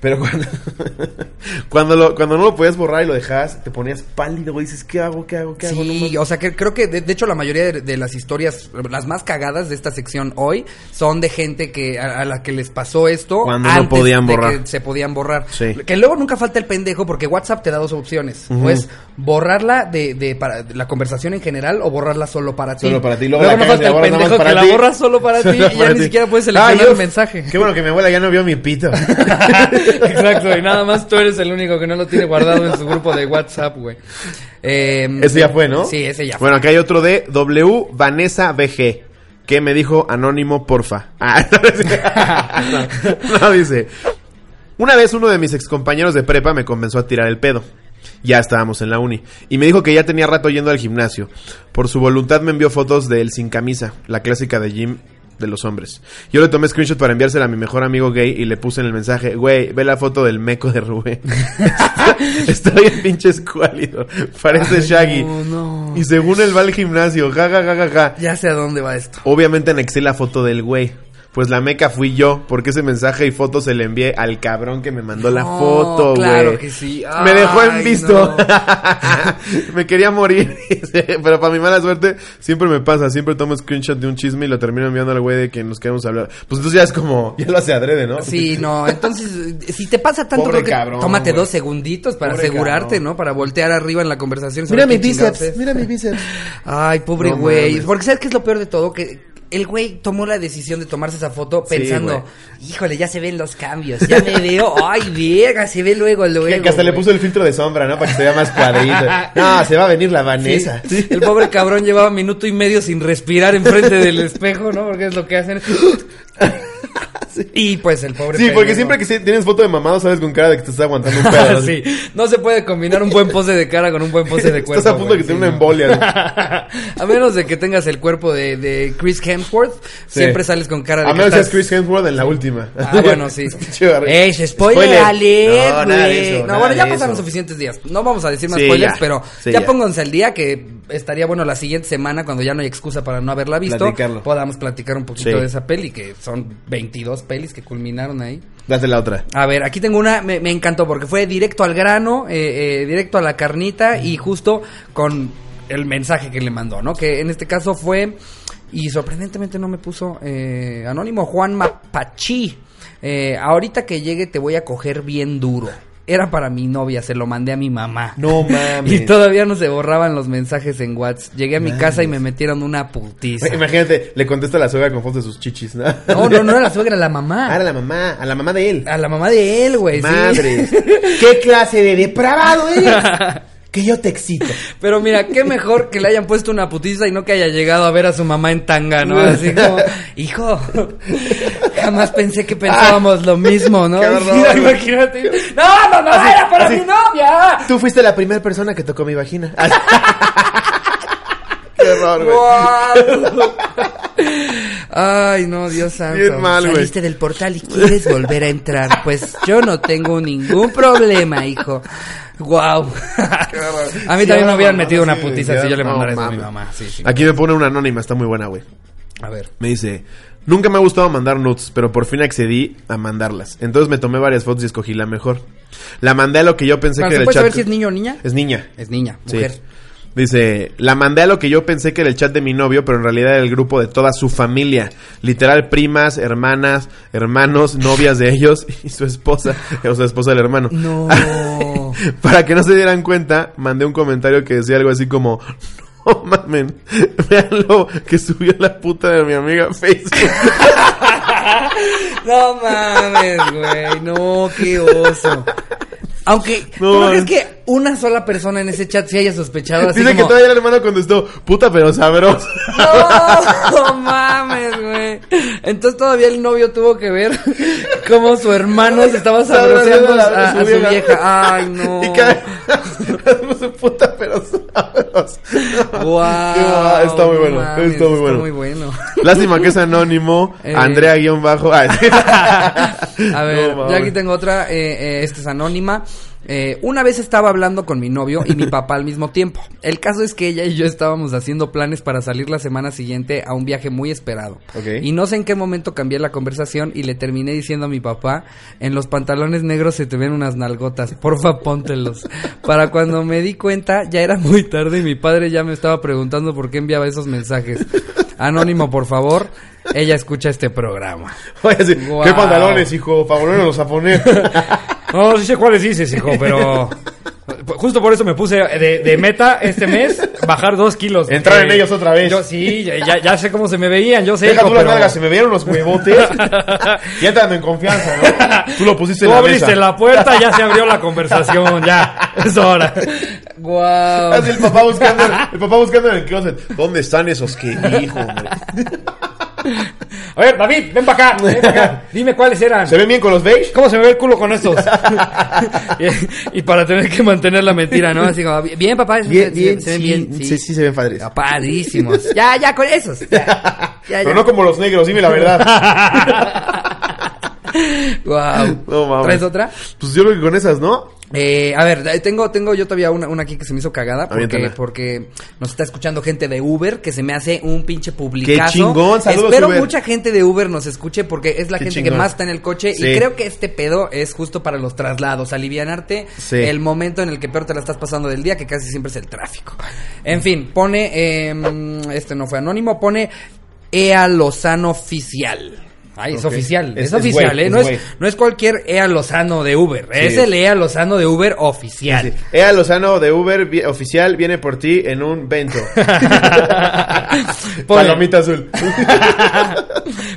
[SPEAKER 2] Pero cuando, cuando, lo, cuando no lo podías borrar y lo dejabas, te ponías pálido, güey. Dices, ¿qué hago? ¿Qué hago? ¿Qué hago? No
[SPEAKER 1] Sí,
[SPEAKER 2] mames.
[SPEAKER 1] o sea, que creo que de, de hecho la mayoría de, de las historias, las más cagadas de esta sección hoy, son de gente que a, a la que les pasó esto
[SPEAKER 2] Cuando no podían
[SPEAKER 1] de
[SPEAKER 2] borrar.
[SPEAKER 1] que se podían borrar.
[SPEAKER 2] Sí.
[SPEAKER 1] Que luego nunca falta el pendejo porque WhatsApp te da dos opciones.
[SPEAKER 2] Ujú.
[SPEAKER 1] Pues borrarla de, de para- de la conversación en general o borrarla solo para ti.
[SPEAKER 2] Solo para ti. Luego,
[SPEAKER 1] Luego,
[SPEAKER 2] la
[SPEAKER 1] no
[SPEAKER 2] cagas
[SPEAKER 1] falta
[SPEAKER 2] y
[SPEAKER 1] el
[SPEAKER 2] la borras nada
[SPEAKER 1] pendejo
[SPEAKER 2] más para
[SPEAKER 1] que la
[SPEAKER 2] ti.
[SPEAKER 1] borra solo para ti
[SPEAKER 2] Solo
[SPEAKER 1] y
[SPEAKER 2] para
[SPEAKER 1] ya
[SPEAKER 2] ti.
[SPEAKER 1] ni siquiera puedes
[SPEAKER 2] Ah,
[SPEAKER 1] seleccionar
[SPEAKER 2] yo-
[SPEAKER 1] el mensaje.
[SPEAKER 2] Qué bueno que mi abuela ya no vio mi pito.
[SPEAKER 1] Exacto, y nada más tú eres el único que no lo tiene guardado en su grupo de WhatsApp, güey. Eh,
[SPEAKER 2] Ese ya fue, ¿no?
[SPEAKER 1] Sí, ese ya fue.
[SPEAKER 2] Bueno, acá hay otro de W Vanessa BG. Que me dijo anónimo, porfa. Ah, no, dice- no, no, dice. Una vez uno de mis excompañeros de prepa me comenzó a tirar el pedo. Ya estábamos en la uni. Y me dijo que ya tenía rato yendo al gimnasio. Por su voluntad me envió fotos de él sin camisa, la clásica de gym de los hombres. Yo le tomé screenshot para enviársela a mi mejor amigo gay y le puse en el mensaje, güey, ve la foto del meco de Rubén. Está bien pinche escuálido. Parece Shaggy.
[SPEAKER 1] no, no.
[SPEAKER 2] Y según él va al gimnasio, ja, ja, ja, ja, ja.
[SPEAKER 1] Ya sé a dónde va esto.
[SPEAKER 2] Obviamente anexé la foto del güey. Pues la meca fui yo, porque ese mensaje y foto se le envié al cabrón que me mandó la
[SPEAKER 1] No,
[SPEAKER 2] foto, güey.
[SPEAKER 1] claro que sí.
[SPEAKER 2] me dejó en
[SPEAKER 1] Ay,
[SPEAKER 2] visto. me quería morir. dice, Pero para mi mala suerte, siempre me pasa. Siempre tomo screenshot de un chisme y lo termino enviando al güey de que nos queremos hablar. Pues entonces ya es como, ya lo hace adrede, ¿no?
[SPEAKER 1] Sí, no, entonces, eh, si te pasa tanto,
[SPEAKER 2] Pobre
[SPEAKER 1] creo que
[SPEAKER 2] cabrón,
[SPEAKER 1] tómate
[SPEAKER 2] güey.
[SPEAKER 1] dos segunditos para
[SPEAKER 2] Pobre
[SPEAKER 1] asegurarte,
[SPEAKER 2] cabrón.
[SPEAKER 1] ¿no? Para voltear arriba en la conversación.
[SPEAKER 2] Mira
[SPEAKER 1] saber
[SPEAKER 2] mi
[SPEAKER 1] qué chingados eh.
[SPEAKER 2] bíceps,
[SPEAKER 1] es.
[SPEAKER 2] mira mi bíceps.
[SPEAKER 1] Ay, pobre
[SPEAKER 2] No
[SPEAKER 1] güey.
[SPEAKER 2] mames.
[SPEAKER 1] Porque ¿sabes qué es lo peor de todo? Que el güey tomó la decisión de tomarse esa foto
[SPEAKER 2] Sí,
[SPEAKER 1] pensando, híjole, ya se ven los cambios, ya me veo, ay, verga, se ve luego,
[SPEAKER 2] Que,
[SPEAKER 1] luego.
[SPEAKER 2] que hasta le
[SPEAKER 1] güey".
[SPEAKER 2] puso el filtro de sombra, ¿no? Para que se vea más cuadrito. No, se va a venir la
[SPEAKER 1] Sí,
[SPEAKER 2] Vanessa.
[SPEAKER 1] El pobre cabrón llevaba minuto y medio sin respirar enfrente del espejo, ¿no? Porque es lo que hacen. Y pues el pobre
[SPEAKER 2] Sí, porque
[SPEAKER 1] pendejo.
[SPEAKER 2] siempre que se- tienes foto de mamado sabes con cara de que te estás aguantando un pedo.
[SPEAKER 1] sí, no se puede combinar un buen pose de cara con un buen pose de cuerpo.
[SPEAKER 2] Estás a punto
[SPEAKER 1] güey,
[SPEAKER 2] de que
[SPEAKER 1] sí,
[SPEAKER 2] te dé una
[SPEAKER 1] no.
[SPEAKER 2] embolia.
[SPEAKER 1] A menos de que tengas el cuerpo de, de Chris Hemsworth,
[SPEAKER 2] Sí.
[SPEAKER 1] siempre sales con cara de
[SPEAKER 2] A
[SPEAKER 1] que
[SPEAKER 2] menos que
[SPEAKER 1] estás-
[SPEAKER 2] seas Chris Hemsworth en la última.
[SPEAKER 1] Ah, bueno, sí. Eh.
[SPEAKER 2] Pinche barriga.
[SPEAKER 1] Ey, spoiler, alert,
[SPEAKER 2] No,
[SPEAKER 1] güey.
[SPEAKER 2] nada de eso,
[SPEAKER 1] No,
[SPEAKER 2] nada
[SPEAKER 1] bueno, ya
[SPEAKER 2] de
[SPEAKER 1] pasaron
[SPEAKER 2] eso.
[SPEAKER 1] suficientes días. No vamos a decir más
[SPEAKER 2] Sí,
[SPEAKER 1] spoilers,
[SPEAKER 2] ya.
[SPEAKER 1] pero
[SPEAKER 2] Sí,
[SPEAKER 1] ya,
[SPEAKER 2] ya.
[SPEAKER 1] pónganse al día que estaría bueno la siguiente semana, cuando ya no hay excusa para no haberla visto,
[SPEAKER 2] Platicarlo.
[SPEAKER 1] podamos platicar un poquito
[SPEAKER 2] Sí.
[SPEAKER 1] de esa peli, que son 22 pelis que culminaron ahí.
[SPEAKER 2] Date la otra.
[SPEAKER 1] A ver, aquí tengo una, me, me encantó porque fue directo al grano, eh, eh, directo a la carnita y justo con el mensaje que le mandó, ¿no? Que en este caso fue, y sorprendentemente no me puso eh, anónimo, Juan Mapachi. Eh, ahorita que llegue te voy a coger bien duro. Era para mi novia, se lo mandé a mi mamá.
[SPEAKER 2] No mames.
[SPEAKER 1] Y todavía no se borraban los mensajes en WhatsApp. Llegué a mi casa y me metieron una putiza.
[SPEAKER 2] Imagínate, le contesta a la suegra con fotos de sus chichis, ¿no?
[SPEAKER 1] No, no, no era la suegra, la mamá.
[SPEAKER 2] Ah, era la mamá, a la mamá de él.
[SPEAKER 1] A la mamá de él, güey. sí.
[SPEAKER 2] Madres. ¿Qué clase de depravado eres? que yo te excito.
[SPEAKER 1] Pero mira, qué mejor que le hayan puesto una putiza y no que haya llegado a ver a su mamá en tanga, ¿no? Así como, hijo, jamás pensé que pensábamos lo mismo, ¿no?
[SPEAKER 2] Qué horror.
[SPEAKER 1] Mira, imagínate. No, mamá, era para
[SPEAKER 2] así.
[SPEAKER 1] mi novia.
[SPEAKER 2] Tú fuiste la primera persona que tocó mi vagina. Ah, Qué horror, güey.
[SPEAKER 1] Guau. Ay, no, Dios santo.
[SPEAKER 2] Bien mal, güey.
[SPEAKER 1] Saliste del portal y quieres volver a entrar. Pues yo no tengo ningún problema, hijo. Wow. A mí también
[SPEAKER 2] Sí,
[SPEAKER 1] me
[SPEAKER 2] ahora
[SPEAKER 1] hubieran
[SPEAKER 2] mamá,
[SPEAKER 1] metido una
[SPEAKER 2] sí,
[SPEAKER 1] putiza
[SPEAKER 2] ya,
[SPEAKER 1] si yo le
[SPEAKER 2] no,
[SPEAKER 1] mandara eso a mi
[SPEAKER 2] mames.
[SPEAKER 1] mamá. Sí, sí.
[SPEAKER 2] Aquí me pone una anónima, está muy buena, güey.
[SPEAKER 1] A ver.
[SPEAKER 2] Me dice, nunca me ha gustado mandar nudes, pero por fin accedí a mandarlas. Entonces me tomé varias fotos y escogí la mejor. La mandé a lo que yo pensé
[SPEAKER 1] Bueno, ¿Se
[SPEAKER 2] que era el
[SPEAKER 1] puede
[SPEAKER 2] chat.
[SPEAKER 1] saber si es niño o niña?
[SPEAKER 2] Es niña.
[SPEAKER 1] Es niña,
[SPEAKER 2] Sí.
[SPEAKER 1] mujer.
[SPEAKER 2] Dice, la mandé a lo que yo pensé que era el chat de mi novio, pero en realidad era el grupo de toda su familia. Literal, primas, hermanas, hermanos, novias de ellos y su esposa, o sea, esposa del hermano.
[SPEAKER 1] No.
[SPEAKER 2] Para que no se dieran cuenta, mandé un comentario que decía algo así como... No mamen, vean lo que subió la puta de mi amiga a Facebook.
[SPEAKER 1] No mames, güey. No, qué oso. Aunque,
[SPEAKER 2] No,
[SPEAKER 1] ¿tú no crees
[SPEAKER 2] mames.
[SPEAKER 1] que una sola persona en ese chat se haya sospechado así
[SPEAKER 2] Dice que
[SPEAKER 1] como,
[SPEAKER 2] todavía el hermano contestó, puta pero sabroso.
[SPEAKER 1] No, no mames, güey. güey. Entonces todavía el novio tuvo que ver cómo su hermano se estaba
[SPEAKER 2] Estaba
[SPEAKER 1] sabroseando
[SPEAKER 2] abrazando
[SPEAKER 1] a,
[SPEAKER 2] a la-
[SPEAKER 1] a su vieja. Ay, no.
[SPEAKER 2] Y cae. su puta, pero sabros.
[SPEAKER 1] Guau,
[SPEAKER 2] Ah, está muy
[SPEAKER 1] no
[SPEAKER 2] bueno.
[SPEAKER 1] mames,
[SPEAKER 2] está muy bueno.
[SPEAKER 1] Está muy bueno.
[SPEAKER 2] Lástima que es anónimo.
[SPEAKER 1] Eh.
[SPEAKER 2] Andrea guión bajo. Ah, sí.
[SPEAKER 1] A ver,
[SPEAKER 2] No,
[SPEAKER 1] yo aquí
[SPEAKER 2] mames.
[SPEAKER 1] tengo otra, eh, eh, esta es anónima. Eh, una vez estaba hablando con mi novio y mi papá al mismo tiempo. El caso es que ella y yo estábamos haciendo planes para salir la semana siguiente a un viaje muy esperado.
[SPEAKER 2] Ok.
[SPEAKER 1] Y no sé en qué momento cambié la conversación y le terminé diciendo a mi papá, en los pantalones negros se te ven unas nalgotas, porfa póntelos. Para cuando me di cuenta ya era muy tarde y mi padre ya me estaba preguntando por qué enviaba esos mensajes. Anónimo, por favor, ella escucha este programa.
[SPEAKER 2] Oye, sí,
[SPEAKER 1] Guau.
[SPEAKER 2] ¿Qué pantalones, hijo? Favolones los a poner.
[SPEAKER 4] No, sí sé cuáles dices, hijo, pero. Justo por eso me puse de, de meta este mes bajar dos kilos.
[SPEAKER 2] Entrar en
[SPEAKER 4] porque
[SPEAKER 2] ellos otra vez.
[SPEAKER 4] Yo sí, ya- ya, ya sé cómo se me veían, yo sé.
[SPEAKER 2] Deja
[SPEAKER 4] hijo,
[SPEAKER 2] tú las
[SPEAKER 4] pero-
[SPEAKER 2] nalgas, se me vieron los huevotes. y entrando en confianza, ¿no? Tú lo pusiste
[SPEAKER 4] Tú
[SPEAKER 2] en la
[SPEAKER 4] abriste
[SPEAKER 2] mesa.
[SPEAKER 4] la puerta, ya se abrió la conversación, ya. Es hora.
[SPEAKER 1] Guau.
[SPEAKER 2] Así Ah, el papá buscando, el papá buscando en el closet. ¿Dónde están esos que hijo? hombre?
[SPEAKER 4] A ver, David, ven para acá, ven pa' acá. Dime cuáles eran.
[SPEAKER 2] ¿Se ven bien con los beige?
[SPEAKER 4] ¿Cómo se me ve el culo con estos?
[SPEAKER 1] y, y para tener que mantener la mentira, ¿no? Así como, bien, papá. se- se- se ven bien, sí.
[SPEAKER 2] se ven padres.
[SPEAKER 1] Ah, Padrísimos. Ya, ya, con esos. Ya, ya, ya.
[SPEAKER 2] Pero no como los negros, dime la verdad.
[SPEAKER 1] Guau.
[SPEAKER 2] No mames.
[SPEAKER 1] ¿Traes otra?
[SPEAKER 2] Pues yo creo que con esas, ¿no?
[SPEAKER 1] Eh, a ver, eh, tengo, tengo yo todavía una, una aquí que se me hizo cagada porque,
[SPEAKER 2] Aviéntala.
[SPEAKER 1] porque nos está escuchando gente de Uber que se me hace un pinche publicazo.
[SPEAKER 2] Qué chingón, saludos,
[SPEAKER 1] Espero
[SPEAKER 2] Uber.
[SPEAKER 1] mucha gente de Uber nos escuche porque es la
[SPEAKER 2] Qué
[SPEAKER 1] gente que
[SPEAKER 2] chingón.
[SPEAKER 1] más está en el coche y
[SPEAKER 2] Sí.
[SPEAKER 1] creo que este pedo es justo para los traslados, alivianarte
[SPEAKER 2] Sí.
[SPEAKER 1] el momento en el que peor te la estás pasando del día que casi siempre es el tráfico. En fin, pone, eh, este no fue anónimo, pone Ea Lozano Oficial. Ay, es
[SPEAKER 2] Ok.
[SPEAKER 1] oficial, es,
[SPEAKER 2] Es- es
[SPEAKER 1] oficial,
[SPEAKER 2] güey,
[SPEAKER 1] ¿eh?
[SPEAKER 2] es
[SPEAKER 1] no,
[SPEAKER 2] güey.
[SPEAKER 1] es, no es cualquier Ea Lozano de Uber, es
[SPEAKER 2] Sí.
[SPEAKER 1] el Lea Lozano de Uber oficial.
[SPEAKER 2] Ea Lozano de Uber vi- oficial viene por ti en un vento.
[SPEAKER 1] Ponle.
[SPEAKER 2] Palomita azul.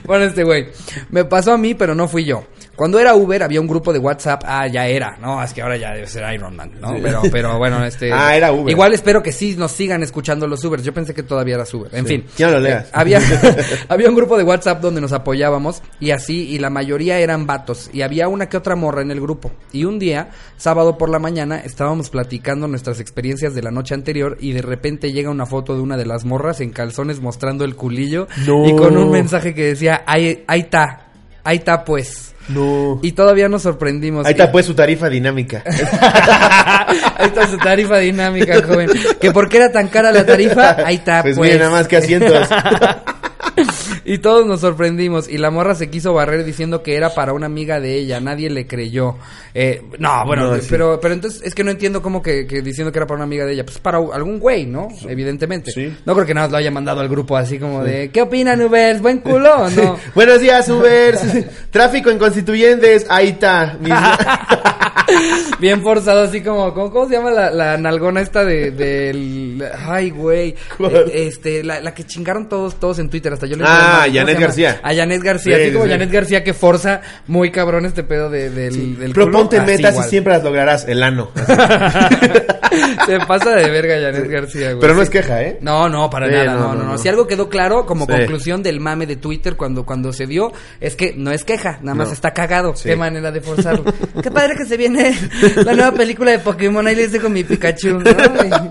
[SPEAKER 1] Bueno, este güey. Me pasó a mí, pero no fui yo. Cuando era Uber había un grupo de WhatsApp. Ah, ya era. No, es que ahora ya debe ser Iron Man, ¿no? Pero, pero bueno, este.
[SPEAKER 2] Ah, era Uber.
[SPEAKER 1] Igual espero que sí nos sigan escuchando los Ubers. Yo pensé que todavía era Uber. En fin.
[SPEAKER 2] Ya no lo leas.
[SPEAKER 1] Eh, Había, había un grupo de WhatsApp donde nos apoyábamos y así, y la mayoría eran vatos. Y había una que otra morra en el grupo. Y un día, sábado por la mañana, estábamos platicando nuestras experiencias de la noche anterior y de repente llega una foto de una de las morras en calzones mostrando el culillo
[SPEAKER 2] No.
[SPEAKER 1] y con un mensaje que decía, ahí ahí está, ahí está pues.
[SPEAKER 2] No.
[SPEAKER 1] Y todavía nos sorprendimos.
[SPEAKER 2] Ahí está pues su tarifa dinámica.
[SPEAKER 1] Ahí está su tarifa dinámica, joven. Que porque era tan cara la tarifa, ahí está
[SPEAKER 2] Pues
[SPEAKER 1] pues.
[SPEAKER 2] mira, nada más que asientos.
[SPEAKER 1] Y todos nos sorprendimos. Y la morra se quiso barrer diciendo que era para una amiga de ella. Nadie le creyó. Eh, no, bueno,
[SPEAKER 2] No, sí.
[SPEAKER 1] pero, pero entonces es que no entiendo cómo que, que diciendo que era para una amiga de ella. Pues para u- algún güey, ¿no? Evidentemente.
[SPEAKER 2] Sí.
[SPEAKER 1] No creo que nada más lo haya mandado al grupo así como de, ¿qué opinan, Ubers? ¿Buen culo o no?
[SPEAKER 2] Buenos días, Uber. Tráfico en constituyentes. Ahí está. Mis-
[SPEAKER 1] Bien forzado, así como, ¿cómo, cómo se llama la, la nalgona esta de, del, ay, güey,
[SPEAKER 2] ¿Cuál?
[SPEAKER 1] Eh, este, la, la que chingaron todos, todos en Twitter, hasta yo le
[SPEAKER 2] Ah,
[SPEAKER 1] entré al mar. ¿Cómo
[SPEAKER 2] Janet
[SPEAKER 1] se llama?
[SPEAKER 2] García.
[SPEAKER 1] A Janet García,
[SPEAKER 2] Sí,
[SPEAKER 1] así como
[SPEAKER 2] sí, sí.
[SPEAKER 1] Janet García que forza muy cabrón este pedo de, del, del culo.
[SPEAKER 2] Proponte
[SPEAKER 1] Así
[SPEAKER 2] metas
[SPEAKER 1] igual.
[SPEAKER 2] y siempre las lograrás. El ano.
[SPEAKER 1] Se pasa de verga Janet García, güey.
[SPEAKER 2] Pero no
[SPEAKER 1] Sí.
[SPEAKER 2] es queja, ¿eh?
[SPEAKER 1] No, no, para
[SPEAKER 2] Sí,
[SPEAKER 1] nada, no no, no, Si algo quedó claro como
[SPEAKER 2] Sí.
[SPEAKER 1] conclusión del mame de Twitter cuando, cuando se dio, es que no es queja, nada más
[SPEAKER 2] No.
[SPEAKER 1] está cagado.
[SPEAKER 2] Sí.
[SPEAKER 1] Qué manera de forzarlo. Qué padre que se viene la nueva película de Pokémon, ahí les dejo mi Pikachu, ¿no?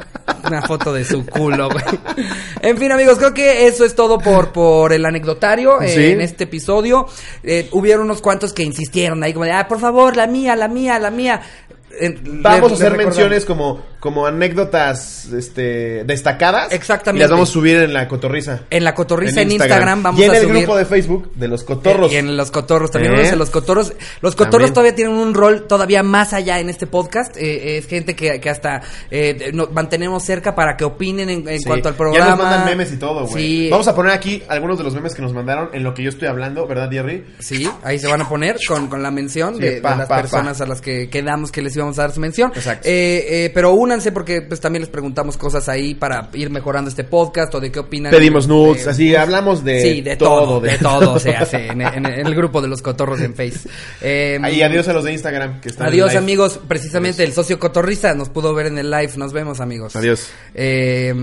[SPEAKER 1] Y Una foto de su culo, güey. En fin, amigos, creo que eso es todo por, por el anecdotario eh,
[SPEAKER 2] Sí.
[SPEAKER 1] en este episodio. Eh, hubieron unos cuantos que insistieron ahí como de, ah, por favor, la mía, la mía, la mía. Eh,
[SPEAKER 2] Vamos
[SPEAKER 1] le-
[SPEAKER 2] a hacer
[SPEAKER 1] le recordamos.
[SPEAKER 2] menciones como, como anécdotas este, destacadas.
[SPEAKER 1] Exactamente.
[SPEAKER 2] Y las vamos a subir en la cotorriza.
[SPEAKER 1] En la cotorriza en Instagram, vamos
[SPEAKER 2] y en
[SPEAKER 1] a
[SPEAKER 2] el
[SPEAKER 1] subir.
[SPEAKER 2] grupo de Facebook de los cotorros.
[SPEAKER 1] Y en los cotorros también.
[SPEAKER 2] ¿Eh?
[SPEAKER 1] vamos a los cotorros. Los cotorros
[SPEAKER 2] También.
[SPEAKER 1] todavía tienen un rol todavía más allá en este podcast. Eh, es gente que, que hasta eh, nos mantenemos cerca para que opinen en, en
[SPEAKER 2] Sí.
[SPEAKER 1] cuanto al programa.
[SPEAKER 2] Ya nos mandan memes y todo, güey.
[SPEAKER 1] Sí.
[SPEAKER 2] Vamos a poner aquí algunos de los memes que nos mandaron en lo que yo estoy hablando, ¿verdad, Jerry?
[SPEAKER 1] Sí, ahí se van a poner con, con la mención
[SPEAKER 2] Sí,
[SPEAKER 1] de, de
[SPEAKER 2] pa,
[SPEAKER 1] las
[SPEAKER 2] pa, pa.
[SPEAKER 1] personas a las que quedamos que les íbamos a dar su mención.
[SPEAKER 2] Exacto.
[SPEAKER 1] Eh, eh, pero únanse porque pues también les preguntamos cosas ahí para ir mejorando este podcast o de qué opinan.
[SPEAKER 2] Pedimos
[SPEAKER 1] de-
[SPEAKER 2] nudes,
[SPEAKER 1] de-
[SPEAKER 2] así hablamos de,
[SPEAKER 1] sí, de todo, de, todo se hace en, en- en el grupo de los cotorros en Face. Eh,
[SPEAKER 2] Y adiós a los de Instagram que están en
[SPEAKER 1] Adiós
[SPEAKER 2] live.
[SPEAKER 1] amigos, precisamente el socio cotorriza nos pudo ver en el live, nos vemos amigos.
[SPEAKER 2] Adiós.
[SPEAKER 1] Eh,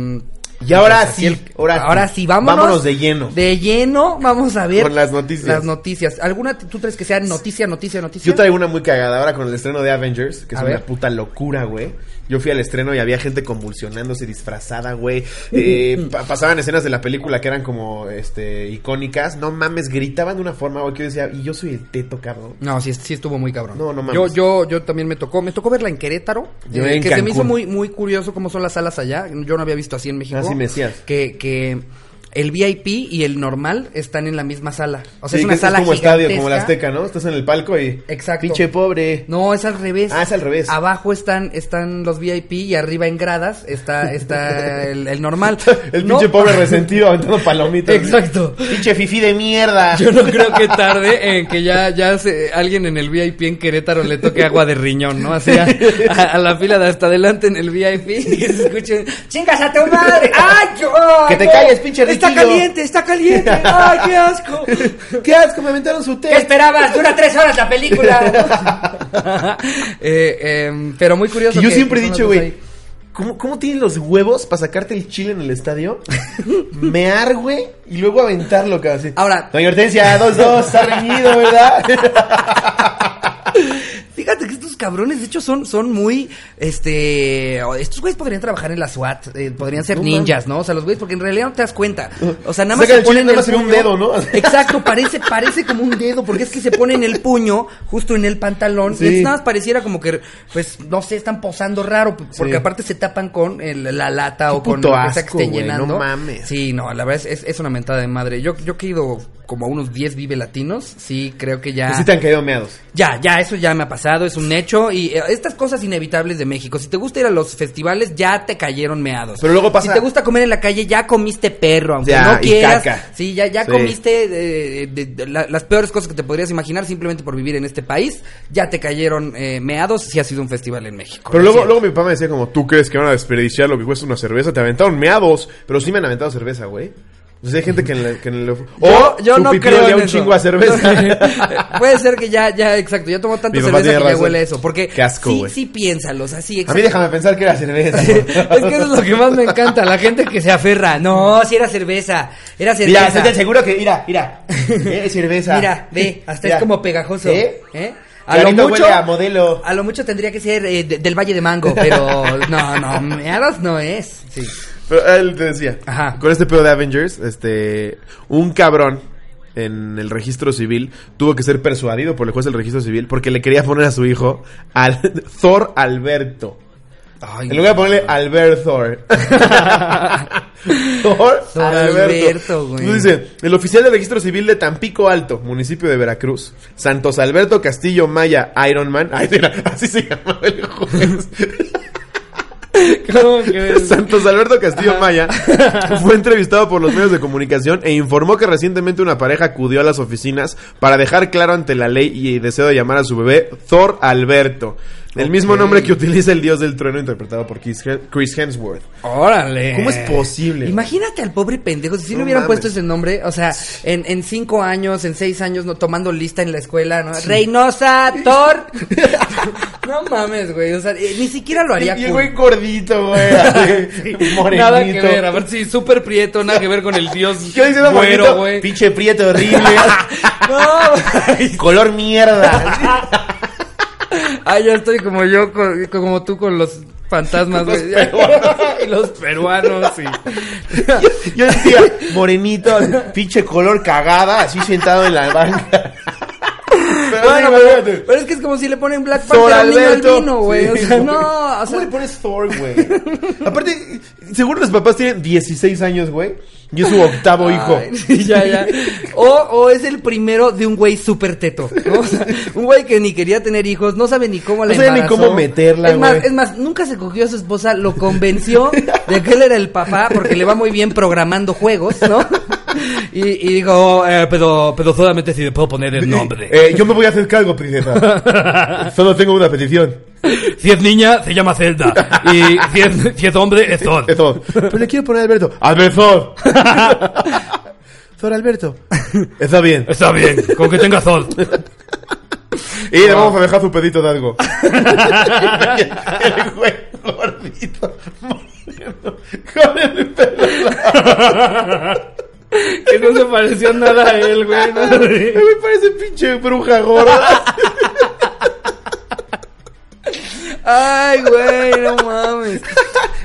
[SPEAKER 2] Y ahora
[SPEAKER 1] Así
[SPEAKER 2] sí,
[SPEAKER 1] el-
[SPEAKER 2] ahora,
[SPEAKER 1] sí, vámonos.
[SPEAKER 2] Vámonos de lleno.
[SPEAKER 1] De lleno, vamos a ver.
[SPEAKER 2] Con las noticias.
[SPEAKER 1] Las noticias. ¿Alguna t- tú crees que sea noticia, noticia, noticia?
[SPEAKER 2] Yo traigo una muy cagada ahora con el estreno de Avengers, que es
[SPEAKER 1] A
[SPEAKER 2] una
[SPEAKER 1] ver.
[SPEAKER 2] puta locura, güey. Yo fui al estreno y había gente convulsionándose, disfrazada, güey. Eh, pa- pasaban escenas de la película que eran como este icónicas. No mames, gritaban de una forma, güey, que yo decía, y yo soy el teto, cabrón.
[SPEAKER 1] No, sí, sí estuvo muy cabrón.
[SPEAKER 2] No, no mames.
[SPEAKER 1] Yo, yo, yo también me tocó, me tocó verla en Querétaro,
[SPEAKER 2] Yo
[SPEAKER 1] eh,
[SPEAKER 2] en
[SPEAKER 1] que se me hizo
[SPEAKER 2] Cancún.
[SPEAKER 1] muy, muy curioso cómo son las salas allá. Yo no había visto así en México.
[SPEAKER 2] Ah, sí me decías.
[SPEAKER 1] Que, que el VIP y el normal están en la misma sala. O sea, es
[SPEAKER 2] Sí, que
[SPEAKER 1] una sala
[SPEAKER 2] como
[SPEAKER 1] gigantesca.
[SPEAKER 2] estadio, como la Azteca, ¿no? Estás en el palco y.
[SPEAKER 1] Exacto.
[SPEAKER 2] Pinche pobre.
[SPEAKER 1] No, es al revés.
[SPEAKER 2] Ah, es al revés.
[SPEAKER 1] Abajo están, están los VIP y arriba en gradas está, está el, el normal.
[SPEAKER 2] El
[SPEAKER 1] No.
[SPEAKER 2] pinche pobre resentido aventando palomitas.
[SPEAKER 1] Exacto.
[SPEAKER 2] Pinche fifi de mierda.
[SPEAKER 1] Yo no creo que tarde en que ya, ya se- alguien en el VIP en Querétaro le toque agua de riñón, ¿no? Así a, a- a la fila de hasta adelante en el VIP y que se escuchen, ¡chingas a tu madre! ¡Ay, qué- ay,
[SPEAKER 2] Que te
[SPEAKER 1] no!
[SPEAKER 2] calles, pinche
[SPEAKER 1] ¡Está
[SPEAKER 2] riquillo!
[SPEAKER 1] caliente, está caliente! ¡Ay, qué asco!
[SPEAKER 2] ¡Qué asco! Me aventaron su
[SPEAKER 1] ¿Qué
[SPEAKER 2] té.
[SPEAKER 1] esperabas? Dura tres horas la película. Eh, em, pero muy curioso.
[SPEAKER 2] Que yo
[SPEAKER 1] que-
[SPEAKER 2] siempre he
[SPEAKER 1] que son
[SPEAKER 2] dicho,
[SPEAKER 1] los dos
[SPEAKER 2] güey.
[SPEAKER 1] ahí.
[SPEAKER 2] ¿Cómo, ¿Cómo tienen los huevos para sacarte el chile en el estadio? Mear, güey, y luego aventarlo, cabrón. así.
[SPEAKER 1] Ahora-
[SPEAKER 2] Doña Hortensia, 2-2, está reñido, ¿verdad?
[SPEAKER 1] Fíjate que estos cabrones, de hecho, son, son muy, este, o- estos güeyes podrían trabajar en la SWAT, eh, podrían ser
[SPEAKER 2] No,
[SPEAKER 1] ninjas, ¿no? O sea, los güeyes, porque en realidad no te das cuenta. O sea, nada más
[SPEAKER 2] Saca
[SPEAKER 1] se
[SPEAKER 2] el chile,
[SPEAKER 1] ponen
[SPEAKER 2] nada
[SPEAKER 1] el
[SPEAKER 2] más se ve un
[SPEAKER 1] puño.
[SPEAKER 2] dedo, ¿no?
[SPEAKER 1] Exacto, parece, parece como un dedo, porque es que se ponen el puño justo en el pantalón.
[SPEAKER 2] Sí.
[SPEAKER 1] Y entonces nada más pareciera como que, pues, no sé, están posando raro, porque
[SPEAKER 2] Sí.
[SPEAKER 1] aparte se tapan con el- la lata o con
[SPEAKER 2] puto
[SPEAKER 1] lo que sea que
[SPEAKER 2] asco,
[SPEAKER 1] estén
[SPEAKER 2] güey, no
[SPEAKER 1] llenando.
[SPEAKER 2] mames.
[SPEAKER 1] Sí, no, la verdad es, es, es una mentada de madre. Yo, yo que he ido como a unos 10 vive latinos, sí, creo que ya.
[SPEAKER 2] Y sí te han caído meados.
[SPEAKER 1] Ya, ya, eso ya me ha pasado, es un hecho. Y eh, estas cosas inevitables de México. Si te gusta ir a los festivales, ya te cayeron meados.
[SPEAKER 2] Pero luego pasa-
[SPEAKER 1] Si te gusta comer en la calle, ya comiste perro, aunque
[SPEAKER 2] Ya,
[SPEAKER 1] no
[SPEAKER 2] y
[SPEAKER 1] quieras.
[SPEAKER 2] caca.
[SPEAKER 1] Sí, ya, ya
[SPEAKER 2] Sí.
[SPEAKER 1] comiste eh, de- de la- las peores cosas que te podrías imaginar simplemente por vivir en este país. Ya te cayeron eh, meados si ha sido un festival en México.
[SPEAKER 2] Pero
[SPEAKER 1] Lo
[SPEAKER 2] luego,
[SPEAKER 1] siento.
[SPEAKER 2] luego mi papá me decía como, ¿tú crees que van a desperdiciar lo que cuesta una cerveza? Te aventaron meados, pero sí me han aventado cerveza, güey. O sea, hay gente que en la- que en el...
[SPEAKER 1] Yo, yo
[SPEAKER 2] su
[SPEAKER 1] no
[SPEAKER 2] pipí
[SPEAKER 1] creo
[SPEAKER 2] olía
[SPEAKER 1] en
[SPEAKER 2] un
[SPEAKER 1] eso.
[SPEAKER 2] chingo a cerveza.
[SPEAKER 1] Puede ser que ya, ya, exacto, ya tomó tanta
[SPEAKER 2] Mi papá
[SPEAKER 1] cerveza que
[SPEAKER 2] tiene
[SPEAKER 1] ya
[SPEAKER 2] razón.
[SPEAKER 1] huele a eso. Porque
[SPEAKER 2] Qué asco,
[SPEAKER 1] sí,
[SPEAKER 2] güey.
[SPEAKER 1] sí piénsalo, o sea, sí,
[SPEAKER 2] a mí
[SPEAKER 1] exacto.
[SPEAKER 2] déjame pensar que era cerveza.
[SPEAKER 1] es que eso es lo que más me encanta, la gente que se aferra. No, si era cerveza, era
[SPEAKER 2] Mira,
[SPEAKER 1] cerveza.
[SPEAKER 2] estoy tan seguro que, mira, mira, eh, es cerveza.
[SPEAKER 1] Mira, ve, hasta
[SPEAKER 2] Mira.
[SPEAKER 1] es como pegajoso.
[SPEAKER 2] ¿Eh?
[SPEAKER 1] ¿Eh?
[SPEAKER 2] Y ahorita huele a modelo.
[SPEAKER 1] a lo mucho tendría que ser eh, de- del Valle de Mango, pero no, no, meados no es. Sí.
[SPEAKER 2] Pero él te decía,
[SPEAKER 1] Ajá.
[SPEAKER 2] con este pedo de Avengers, este, un cabrón en el registro civil tuvo que ser persuadido por el juez del registro civil porque le quería poner a su hijo al Thor Alberto.
[SPEAKER 1] Ay,
[SPEAKER 2] En lugar de ponerle Albert Thor. Thor,
[SPEAKER 1] Thor Alberto, güey.
[SPEAKER 2] Entonces dice, el oficial del registro civil de Tampico Alto, municipio de Veracruz, Santos Alberto Castillo Maya Ironman. Ay, mira, así se llamaba el juez.
[SPEAKER 4] ¿Cómo que es?
[SPEAKER 2] Santos Alberto Castillo Maya fue entrevistado por los medios de comunicación e informó que recientemente una pareja acudió a las oficinas para dejar claro ante la ley y deseo de llamar a su bebé Thor Alberto, el mismo nombre que utiliza el dios del trueno interpretado por Chris Hem- Chris Hemsworth.
[SPEAKER 4] Órale.
[SPEAKER 2] ¿Cómo es
[SPEAKER 1] Eh,
[SPEAKER 2] posible?
[SPEAKER 1] Imagínate al pobre pendejo, si sí le
[SPEAKER 2] No
[SPEAKER 1] hubieran
[SPEAKER 2] mames.
[SPEAKER 1] puesto ese nombre, o sea, en, en cinco años, en seis años, no tomando lista en la escuela, ¿no? Reynosa, Thor. no mames, güey, o sea, eh, ni siquiera lo haría
[SPEAKER 2] Y el
[SPEAKER 1] cool.
[SPEAKER 2] güey gordito, güey. así, morenito.
[SPEAKER 4] Nada que ver, a ver si súper prieto, nada que ver con el dios
[SPEAKER 2] ¿Qué dice el
[SPEAKER 4] güero,
[SPEAKER 2] gordito?
[SPEAKER 4] güey.
[SPEAKER 2] Pinche prieto horrible.
[SPEAKER 1] No, güey.
[SPEAKER 2] color mierda.
[SPEAKER 1] Ah, ya estoy como yo, con- como tú con los fantasmas, güey.
[SPEAKER 4] Y los peruanos, sí.
[SPEAKER 2] Yo decía, morenito, pinche color cagada, así sentado en la banca. Pero
[SPEAKER 1] Bueno,
[SPEAKER 2] sí,
[SPEAKER 1] pero,
[SPEAKER 2] imagínate.
[SPEAKER 1] pero es que es como si le ponen Black
[SPEAKER 2] Thor
[SPEAKER 1] Panther al niño
[SPEAKER 2] Alberto.
[SPEAKER 1] albino, güey. O
[SPEAKER 2] Sí,
[SPEAKER 1] sea, no, o
[SPEAKER 2] ¿Cómo
[SPEAKER 1] sea,
[SPEAKER 2] le pones Thor, güey? Aparte, seguro los papás tienen 16 años, güey. Y es su octavo hijo.
[SPEAKER 1] Ay, sí, ya, ya. O, o es el primero de un güey súper teto. ¿no? O sea, un güey que ni quería tener hijos, no sabe ni cómo la
[SPEAKER 2] No sabe ni
[SPEAKER 1] embarazó.
[SPEAKER 2] cómo meterla,
[SPEAKER 1] Es más,
[SPEAKER 2] güey.
[SPEAKER 1] es más, nunca se cogió a su esposa, lo convenció de que él era el papá porque le va muy bien programando juegos, ¿no?
[SPEAKER 4] Y, y digo, eh, pero, pero solamente si le puedo poner el nombre.
[SPEAKER 2] Eh, yo me voy a hacer cargo, princesa. Solo tengo una petición.
[SPEAKER 4] Si es niña, se llama Zelda. Y si es, si es hombre, es Thor.
[SPEAKER 2] Es Thor. Pero le quiero poner Alberto. ¡Alberto! Thor Alberto. Está bien.
[SPEAKER 4] Está bien, con que tenga Thor.
[SPEAKER 2] Y le vamos a dejar su pedito de algo. el güey gordito. diciendo? Con el pelo
[SPEAKER 4] Que no se pareció nada a él, güey.
[SPEAKER 2] largo. Me parece pinche bruja gorda.
[SPEAKER 1] Ay, güey, no mames.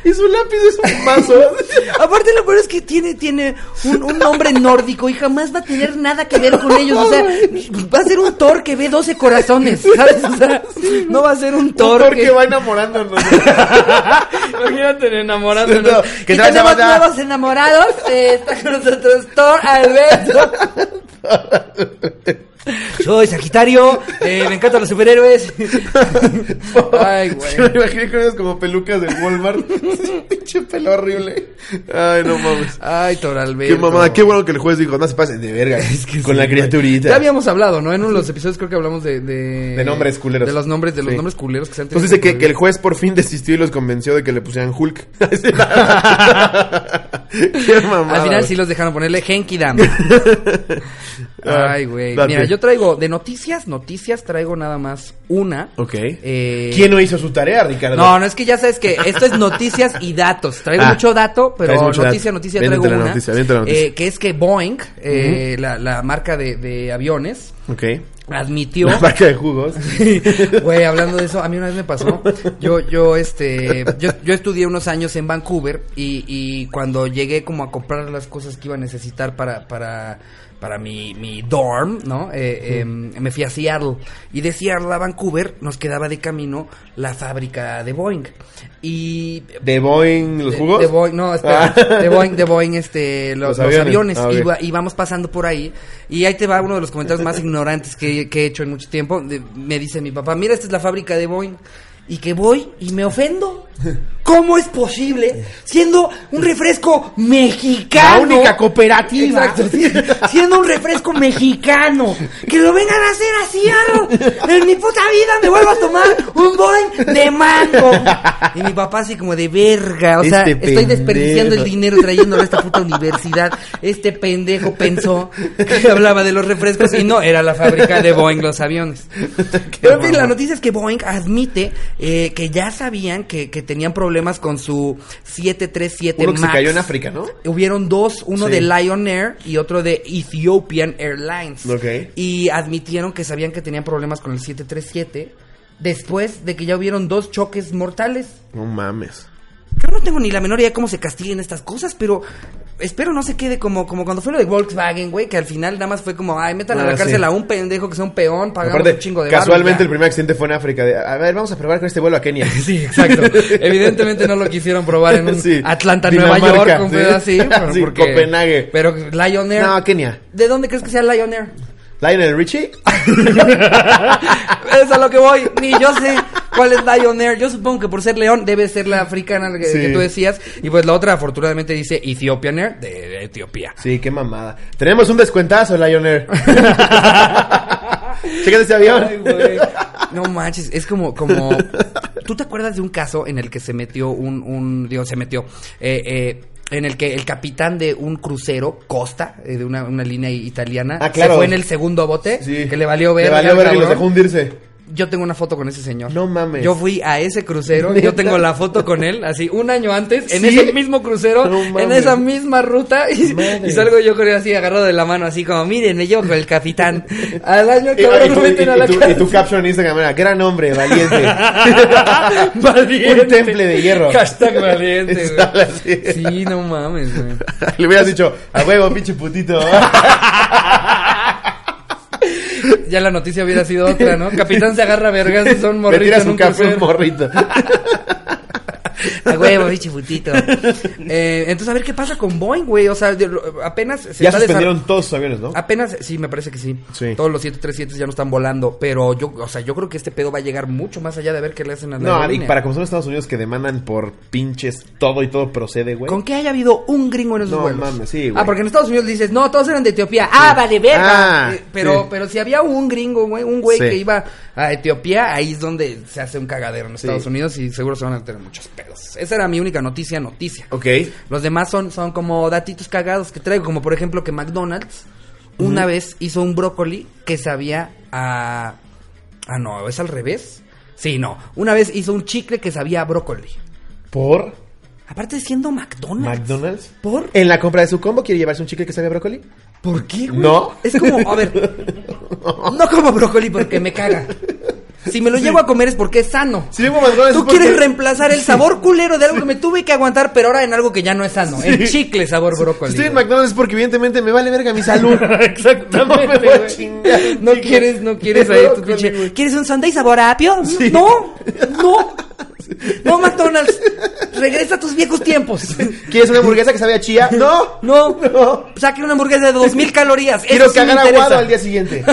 [SPEAKER 2] Y su lápiz es un mazo.
[SPEAKER 1] Aparte lo peor es que tiene, tiene un, un nombre nórdico y jamás va a tener nada que ver con ellos. O sea, va a ser un Thor que ve 12 corazones, ¿sabes? O sea, no va a ser un Thor,
[SPEAKER 2] Porque
[SPEAKER 1] que...
[SPEAKER 2] va enamorándonos.
[SPEAKER 4] Imagínate enamorándonos.
[SPEAKER 2] No,
[SPEAKER 1] Que
[SPEAKER 2] que trae la
[SPEAKER 1] tenemos
[SPEAKER 2] banda-
[SPEAKER 1] nuevos enamorados. eh, está con nosotros Thor Alberto. Soy Sagitario. eh, me encantan los superhéroes. Ay, güey.
[SPEAKER 2] Sí, me imaginé con esas como pelucas del Walmart. Ese pinche pelo horrible. Ay, no mames.
[SPEAKER 1] Ay, Thor Alberto.
[SPEAKER 2] Qué mamada, qué bueno que el juez dijo, no se pasen de verga con la criaturita.
[SPEAKER 1] Ya habíamos hablado, ¿no? En uno de los episodios creo que hablamos de... De,
[SPEAKER 2] De nombres culeros.
[SPEAKER 1] De los nombres, de los
[SPEAKER 2] Sí.
[SPEAKER 1] nombres culeros que se han tenido
[SPEAKER 2] Entonces dice que,
[SPEAKER 1] poner.
[SPEAKER 2] que el juez por fin desistió y los convenció de que le pusieran Hulk. qué mamada.
[SPEAKER 1] Al final
[SPEAKER 2] güey.
[SPEAKER 1] sí los dejaron ponerle Genki Dam. Ay, güey.
[SPEAKER 2] Ah, Date.
[SPEAKER 1] Mira, yo traigo de noticias, noticias traigo nada más una.
[SPEAKER 2] Ok.
[SPEAKER 1] Eh,
[SPEAKER 2] ¿Quién no hizo su tarea, Ricardo?
[SPEAKER 1] No, no, es que ya sabes que esto es noticias y datos. Traigo
[SPEAKER 2] Ah,
[SPEAKER 1] mucho dato, pero
[SPEAKER 2] traes mucho
[SPEAKER 1] noticia,
[SPEAKER 2] dato.
[SPEAKER 1] noticia
[SPEAKER 2] Véndete
[SPEAKER 1] traigo
[SPEAKER 2] la
[SPEAKER 1] una.
[SPEAKER 2] noticia, véndete la noticia.
[SPEAKER 1] eh, que es que Boeing, eh, la, la marca de, de aviones,
[SPEAKER 2] Ok.
[SPEAKER 1] admitió...
[SPEAKER 2] La marca de jugos.
[SPEAKER 1] Güey, hablando de eso, a mí una vez me pasó. Yo, yo, este, yo, yo estudié unos años en Vancouver y, y cuando llegué como a comprar las cosas que iba a necesitar para, para, para mi, mi dorm, ¿no? Eh, eh, me fui a Seattle y de Seattle a Vancouver nos quedaba de camino la fábrica de Boeing y
[SPEAKER 2] ¿De Boeing los
[SPEAKER 1] de-
[SPEAKER 2] jugos?
[SPEAKER 1] De, Boeing, no, espera.
[SPEAKER 2] Ah.
[SPEAKER 1] De Boeing, de Boeing, este, los, los
[SPEAKER 2] Los
[SPEAKER 1] aviones.
[SPEAKER 2] aviones. Ah, ok.
[SPEAKER 1] Iba- y vamos pasando por ahí. Y ahí te va uno de los comentarios más ignorantes que, que he hecho en mucho tiempo. De- me dice mi papá, mira, esta es la fábrica de Boeing. Y que voy y me ofendo. ¿Cómo es posible, siendo un refresco mexicano?
[SPEAKER 2] La única cooperativa.
[SPEAKER 1] Exacto, sí, siendo un refresco mexicano. Que lo vengan a hacer así, Aro. En mi puta vida me vuelvo a tomar un Boeing de mango. Y mi papá así como de verga. O sea,
[SPEAKER 2] Este
[SPEAKER 1] estoy desperdiciando el
[SPEAKER 2] pendejo.
[SPEAKER 1] dinero trayéndolo a esta puta universidad. Este pendejo pensó que hablaba de los refrescos y no, era la fábrica de Boeing los aviones. Pero en fin, la noticia es que Boeing admite eh, que ya sabían que, que tenían problemas con su 737
[SPEAKER 2] Uno que se
[SPEAKER 1] MAX.
[SPEAKER 2] cayó en África, ¿no?
[SPEAKER 1] Hubieron dos, uno
[SPEAKER 2] Sí.
[SPEAKER 1] de Lion Air y otro de Ethiopian Airlines.
[SPEAKER 2] Ok.
[SPEAKER 1] Y admitieron que sabían que tenían problemas con el 737 después de que ya hubieron dos choques mortales.
[SPEAKER 2] No mames.
[SPEAKER 1] Yo no tengo ni la menor idea de cómo se castiguen estas cosas, pero espero no se quede como, como cuando fue lo de Volkswagen, güey, que al final nada más fue como, ay, metan a la
[SPEAKER 2] Ah,
[SPEAKER 1] cárcel
[SPEAKER 2] sí.
[SPEAKER 1] a un pendejo que sea un peón, pagamos
[SPEAKER 2] Aparte,
[SPEAKER 1] un chingo de barro,
[SPEAKER 2] casualmente
[SPEAKER 1] ya".
[SPEAKER 2] el primer accidente fue en África. De, a ver, vamos a probar con este vuelo a Kenia.
[SPEAKER 1] Sí, exacto. Evidentemente no lo quisieron probar en un
[SPEAKER 2] Sí.
[SPEAKER 1] Atlanta, Nueva
[SPEAKER 2] Dinamarca,
[SPEAKER 1] York, un
[SPEAKER 2] sí.
[SPEAKER 1] pedo así. pero
[SPEAKER 2] Sí,
[SPEAKER 1] porque-
[SPEAKER 2] Copenhague.
[SPEAKER 1] Pero Lion Air.
[SPEAKER 2] No, Kenia.
[SPEAKER 1] ¿De dónde crees que sea Lion Air?
[SPEAKER 2] Lionel Richie.
[SPEAKER 1] es a lo que voy. Ni yo sé cuál es Lion Air. Yo supongo que por ser león debe ser la africana que,
[SPEAKER 2] Sí.
[SPEAKER 1] que tú decías. Y pues la otra afortunadamente dice Ethiopian Air de, de Etiopía.
[SPEAKER 2] Sí, qué mamada. Tenemos un descuentazo, Lion Air. Chécate este avión.
[SPEAKER 1] Ay, güey. No manches, es como, como. ¿Tú te acuerdas de un caso en el que se metió un, un digo, se metió, eh, eh, en el que el capitán de un crucero, Costa, eh, de una, una línea italiana,
[SPEAKER 2] Ah, claro.
[SPEAKER 1] se fue en el segundo bote,
[SPEAKER 2] Sí.
[SPEAKER 1] que le valió ver.
[SPEAKER 2] Le valió ver y los dejó hundirse.
[SPEAKER 1] Yo tengo una foto con ese señor.
[SPEAKER 2] No mames.
[SPEAKER 1] Yo fui a ese crucero,
[SPEAKER 2] ¿Neta?
[SPEAKER 1] yo tengo la foto con él, así un año antes, en
[SPEAKER 2] ¿Sí?
[SPEAKER 1] ese mismo crucero,
[SPEAKER 2] No
[SPEAKER 1] en
[SPEAKER 2] mames.
[SPEAKER 1] esa misma ruta, y,
[SPEAKER 2] Madre.
[SPEAKER 1] y salgo yo con él así agarrado de la mano, así como, miren, me llevo con el capitán. Al año
[SPEAKER 2] Y,
[SPEAKER 1] que ahora
[SPEAKER 2] y
[SPEAKER 1] lo
[SPEAKER 2] tu, y-
[SPEAKER 1] meten a la
[SPEAKER 2] y tu- y tu
[SPEAKER 1] cárcel.
[SPEAKER 2] caption en Instagram era gran hombre, valiente.
[SPEAKER 1] Valiente.
[SPEAKER 2] Un temple de hierro.
[SPEAKER 1] Hashtag valiente,
[SPEAKER 2] Sale
[SPEAKER 1] güey.
[SPEAKER 2] así.
[SPEAKER 1] Sí, no mames, güey.
[SPEAKER 2] Le hubieras dicho, a huevo, pinche putito.
[SPEAKER 1] Ya la noticia hubiera sido otra, ¿no? Capitán se agarra a vergas y son
[SPEAKER 2] Le
[SPEAKER 1] morritos
[SPEAKER 2] tiras
[SPEAKER 1] en
[SPEAKER 2] un
[SPEAKER 1] un
[SPEAKER 2] café a un
[SPEAKER 1] crucero.
[SPEAKER 2] morrito.
[SPEAKER 1] A huevo, bicho putito. Eh, entonces, a ver qué pasa con Boeing, güey. O sea, de- lo- apenas se
[SPEAKER 2] ya
[SPEAKER 1] está desa-
[SPEAKER 2] suspendieron todos sus aviones, ¿no?
[SPEAKER 1] Apenas, sí, me parece que sí.
[SPEAKER 2] Sí.
[SPEAKER 1] Todos los 737 ya no están volando, pero yo, o sea, yo creo que este pedo va a llegar mucho más allá de ver qué le hacen a la
[SPEAKER 2] No, y
[SPEAKER 1] aerolínea.
[SPEAKER 2] para como son Estados Unidos que demandan por pinches todo y todo procede, güey.
[SPEAKER 1] Con que haya habido un gringo en esos
[SPEAKER 2] No,
[SPEAKER 1] vuelos.
[SPEAKER 2] mames, sí, güey.
[SPEAKER 1] ah, porque en Estados Unidos dices, no, todos eran de Etiopía. Ah, vale, verga.
[SPEAKER 2] Ah,
[SPEAKER 1] Eh, pero,
[SPEAKER 2] sí.
[SPEAKER 1] pero si había un gringo, güey, un güey
[SPEAKER 2] Sí.
[SPEAKER 1] que iba a Etiopía, ahí es donde se hace un cagadero en Estados
[SPEAKER 2] Sí.
[SPEAKER 1] Unidos y seguro se van a tener muchos pedos. Esa era mi única noticia, noticia.
[SPEAKER 2] Ok.
[SPEAKER 1] Los demás son, son como datitos cagados que traigo, como por ejemplo que McDonald's una vez hizo un brócoli que sabía a... Ah, no, es al revés. Sí, no. Una vez hizo un chicle que sabía a brócoli.
[SPEAKER 2] ¿Por?
[SPEAKER 1] Aparte siendo McDonald's.
[SPEAKER 2] McDonald's.
[SPEAKER 1] ¿Por?
[SPEAKER 2] En la compra de su combo quiere llevarse un chicle que sabe a brócoli.
[SPEAKER 1] ¿Por qué, güey?
[SPEAKER 2] No.
[SPEAKER 1] Es como, a ver, no como brócoli porque me caga. Si me lo llevo a comer es porque es sano.
[SPEAKER 2] Si digo McDonald's
[SPEAKER 1] Tú
[SPEAKER 2] es porque-
[SPEAKER 1] quieres reemplazar el sabor culero de algo que me tuve que aguantar, pero ahora en algo que ya no es sano. En chicle sabor brócoli.
[SPEAKER 2] Estoy en
[SPEAKER 1] güey.
[SPEAKER 2] McDonald's porque evidentemente me vale verga mi salud. no me
[SPEAKER 4] Exactamente,
[SPEAKER 2] voy a
[SPEAKER 4] güey.
[SPEAKER 2] chingar.
[SPEAKER 1] No
[SPEAKER 2] Chicle
[SPEAKER 1] quieres, no quieres
[SPEAKER 2] de
[SPEAKER 1] ahí tu
[SPEAKER 2] brócoli,
[SPEAKER 1] pinche.
[SPEAKER 2] güey.
[SPEAKER 1] ¿Quieres un sundae sabor a apio? No, no. No, McDonald's. Regresa a tus viejos tiempos.
[SPEAKER 2] ¿Quieres una hamburguesa que sabe a chía? No.
[SPEAKER 1] No.
[SPEAKER 2] No.
[SPEAKER 1] Saque una hamburguesa de 2000 calorías. Eso
[SPEAKER 2] Quiero
[SPEAKER 1] sí me
[SPEAKER 2] cagar
[SPEAKER 1] interesa.
[SPEAKER 2] aguado al día siguiente.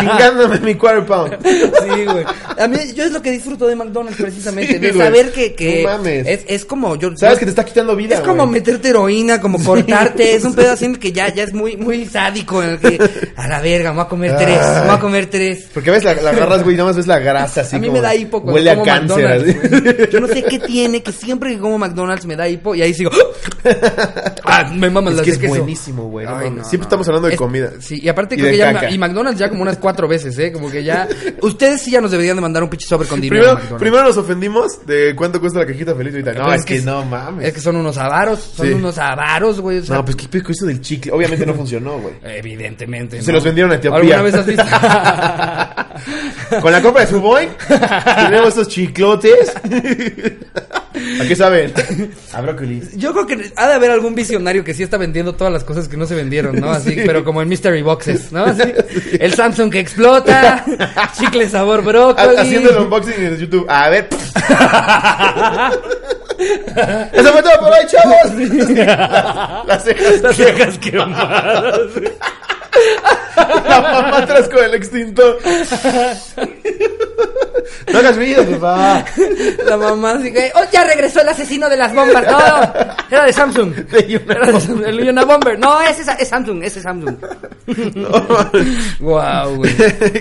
[SPEAKER 2] Chingándome mi quarter pound.
[SPEAKER 1] Sí, güey. A mí, yo es lo que disfruto de McDonald's precisamente.
[SPEAKER 2] Sí,
[SPEAKER 1] de
[SPEAKER 2] güey.
[SPEAKER 1] saber que. que
[SPEAKER 2] No mames.
[SPEAKER 1] Es, es como. Yo,
[SPEAKER 2] Sabes
[SPEAKER 1] yo-
[SPEAKER 2] que te está quitando vida.
[SPEAKER 1] Es como
[SPEAKER 2] güey.
[SPEAKER 1] meterte heroína, como cortarte. Es un pedo así en el que ya, ya es muy, muy sádico. En el que. A la verga, me voy a comer tres. Me voy a comer tres.
[SPEAKER 2] Porque ves la, la agarras, güey, y nada más ves la grasa así.
[SPEAKER 1] a mí
[SPEAKER 2] como
[SPEAKER 1] me da hipo cuando
[SPEAKER 2] Huele a
[SPEAKER 1] como
[SPEAKER 2] cáncer.
[SPEAKER 1] McDonald's,
[SPEAKER 2] así.
[SPEAKER 1] güey. Yo no sé qué tiene, que siempre que como McDonald's me da hipo y ahí sigo. Ah, me maman
[SPEAKER 2] Es
[SPEAKER 1] las
[SPEAKER 2] que
[SPEAKER 1] de
[SPEAKER 2] es
[SPEAKER 1] queso.
[SPEAKER 2] buenísimo, güey. no
[SPEAKER 1] Ay,
[SPEAKER 2] mames.
[SPEAKER 1] no,
[SPEAKER 2] Siempre
[SPEAKER 1] no.
[SPEAKER 2] estamos hablando de
[SPEAKER 1] Es-
[SPEAKER 2] comida.
[SPEAKER 1] Sí, y aparte
[SPEAKER 2] Y
[SPEAKER 1] creo
[SPEAKER 2] de
[SPEAKER 1] que ya.
[SPEAKER 2] caca.
[SPEAKER 1] Y McDonald's ya como unas cuatro veces, ¿eh? Como que ya. Ustedes sí ya nos deberían de mandar un pinche sobre con dinero. a
[SPEAKER 2] Primero,
[SPEAKER 1] McDonald's.
[SPEAKER 2] primero nos ofendimos de cuánto cuesta la cajita feliz ahorita. No,
[SPEAKER 1] Pero
[SPEAKER 2] es que, no mames.
[SPEAKER 1] Es que son unos avaros, son
[SPEAKER 2] Sí.
[SPEAKER 1] unos avaros, güey. o sea,
[SPEAKER 2] No, pues qué pico eso del chicle. Obviamente no funcionó, güey.
[SPEAKER 1] Evidentemente.
[SPEAKER 2] Se
[SPEAKER 1] ¿no?
[SPEAKER 2] los vendieron a Etiopía.
[SPEAKER 1] ¿Alguna vez has visto?
[SPEAKER 2] Con la compra de su boy, tenemos estos chiclotes. ¿A qué saben? A brócoli.
[SPEAKER 1] Yo creo que ha de haber algún visionario que sí está vendiendo todas las cosas que no se vendieron, ¿no? Así, pero como en Mystery Boxes, ¿no? Así, el Samsung que explota, chicle sabor
[SPEAKER 2] Ha-
[SPEAKER 1] brócoli.
[SPEAKER 2] Haciendo el unboxing en YouTube. A ver. Eso fue todo por hoy, chavos.
[SPEAKER 1] Ah.
[SPEAKER 2] Las, las cejas.
[SPEAKER 4] Las cejas quemadas.
[SPEAKER 2] La mamá atrás con el extintor. No hagas ruido, papá.
[SPEAKER 1] La mamá así que, ¡oh, ya regresó el asesino de las bombas! ¡No! Era de Samsung.
[SPEAKER 2] Y una
[SPEAKER 1] Era de Samsung, el Yuna Bomber. No, ese es, es Samsung, ese es Samsung. Wow, güey.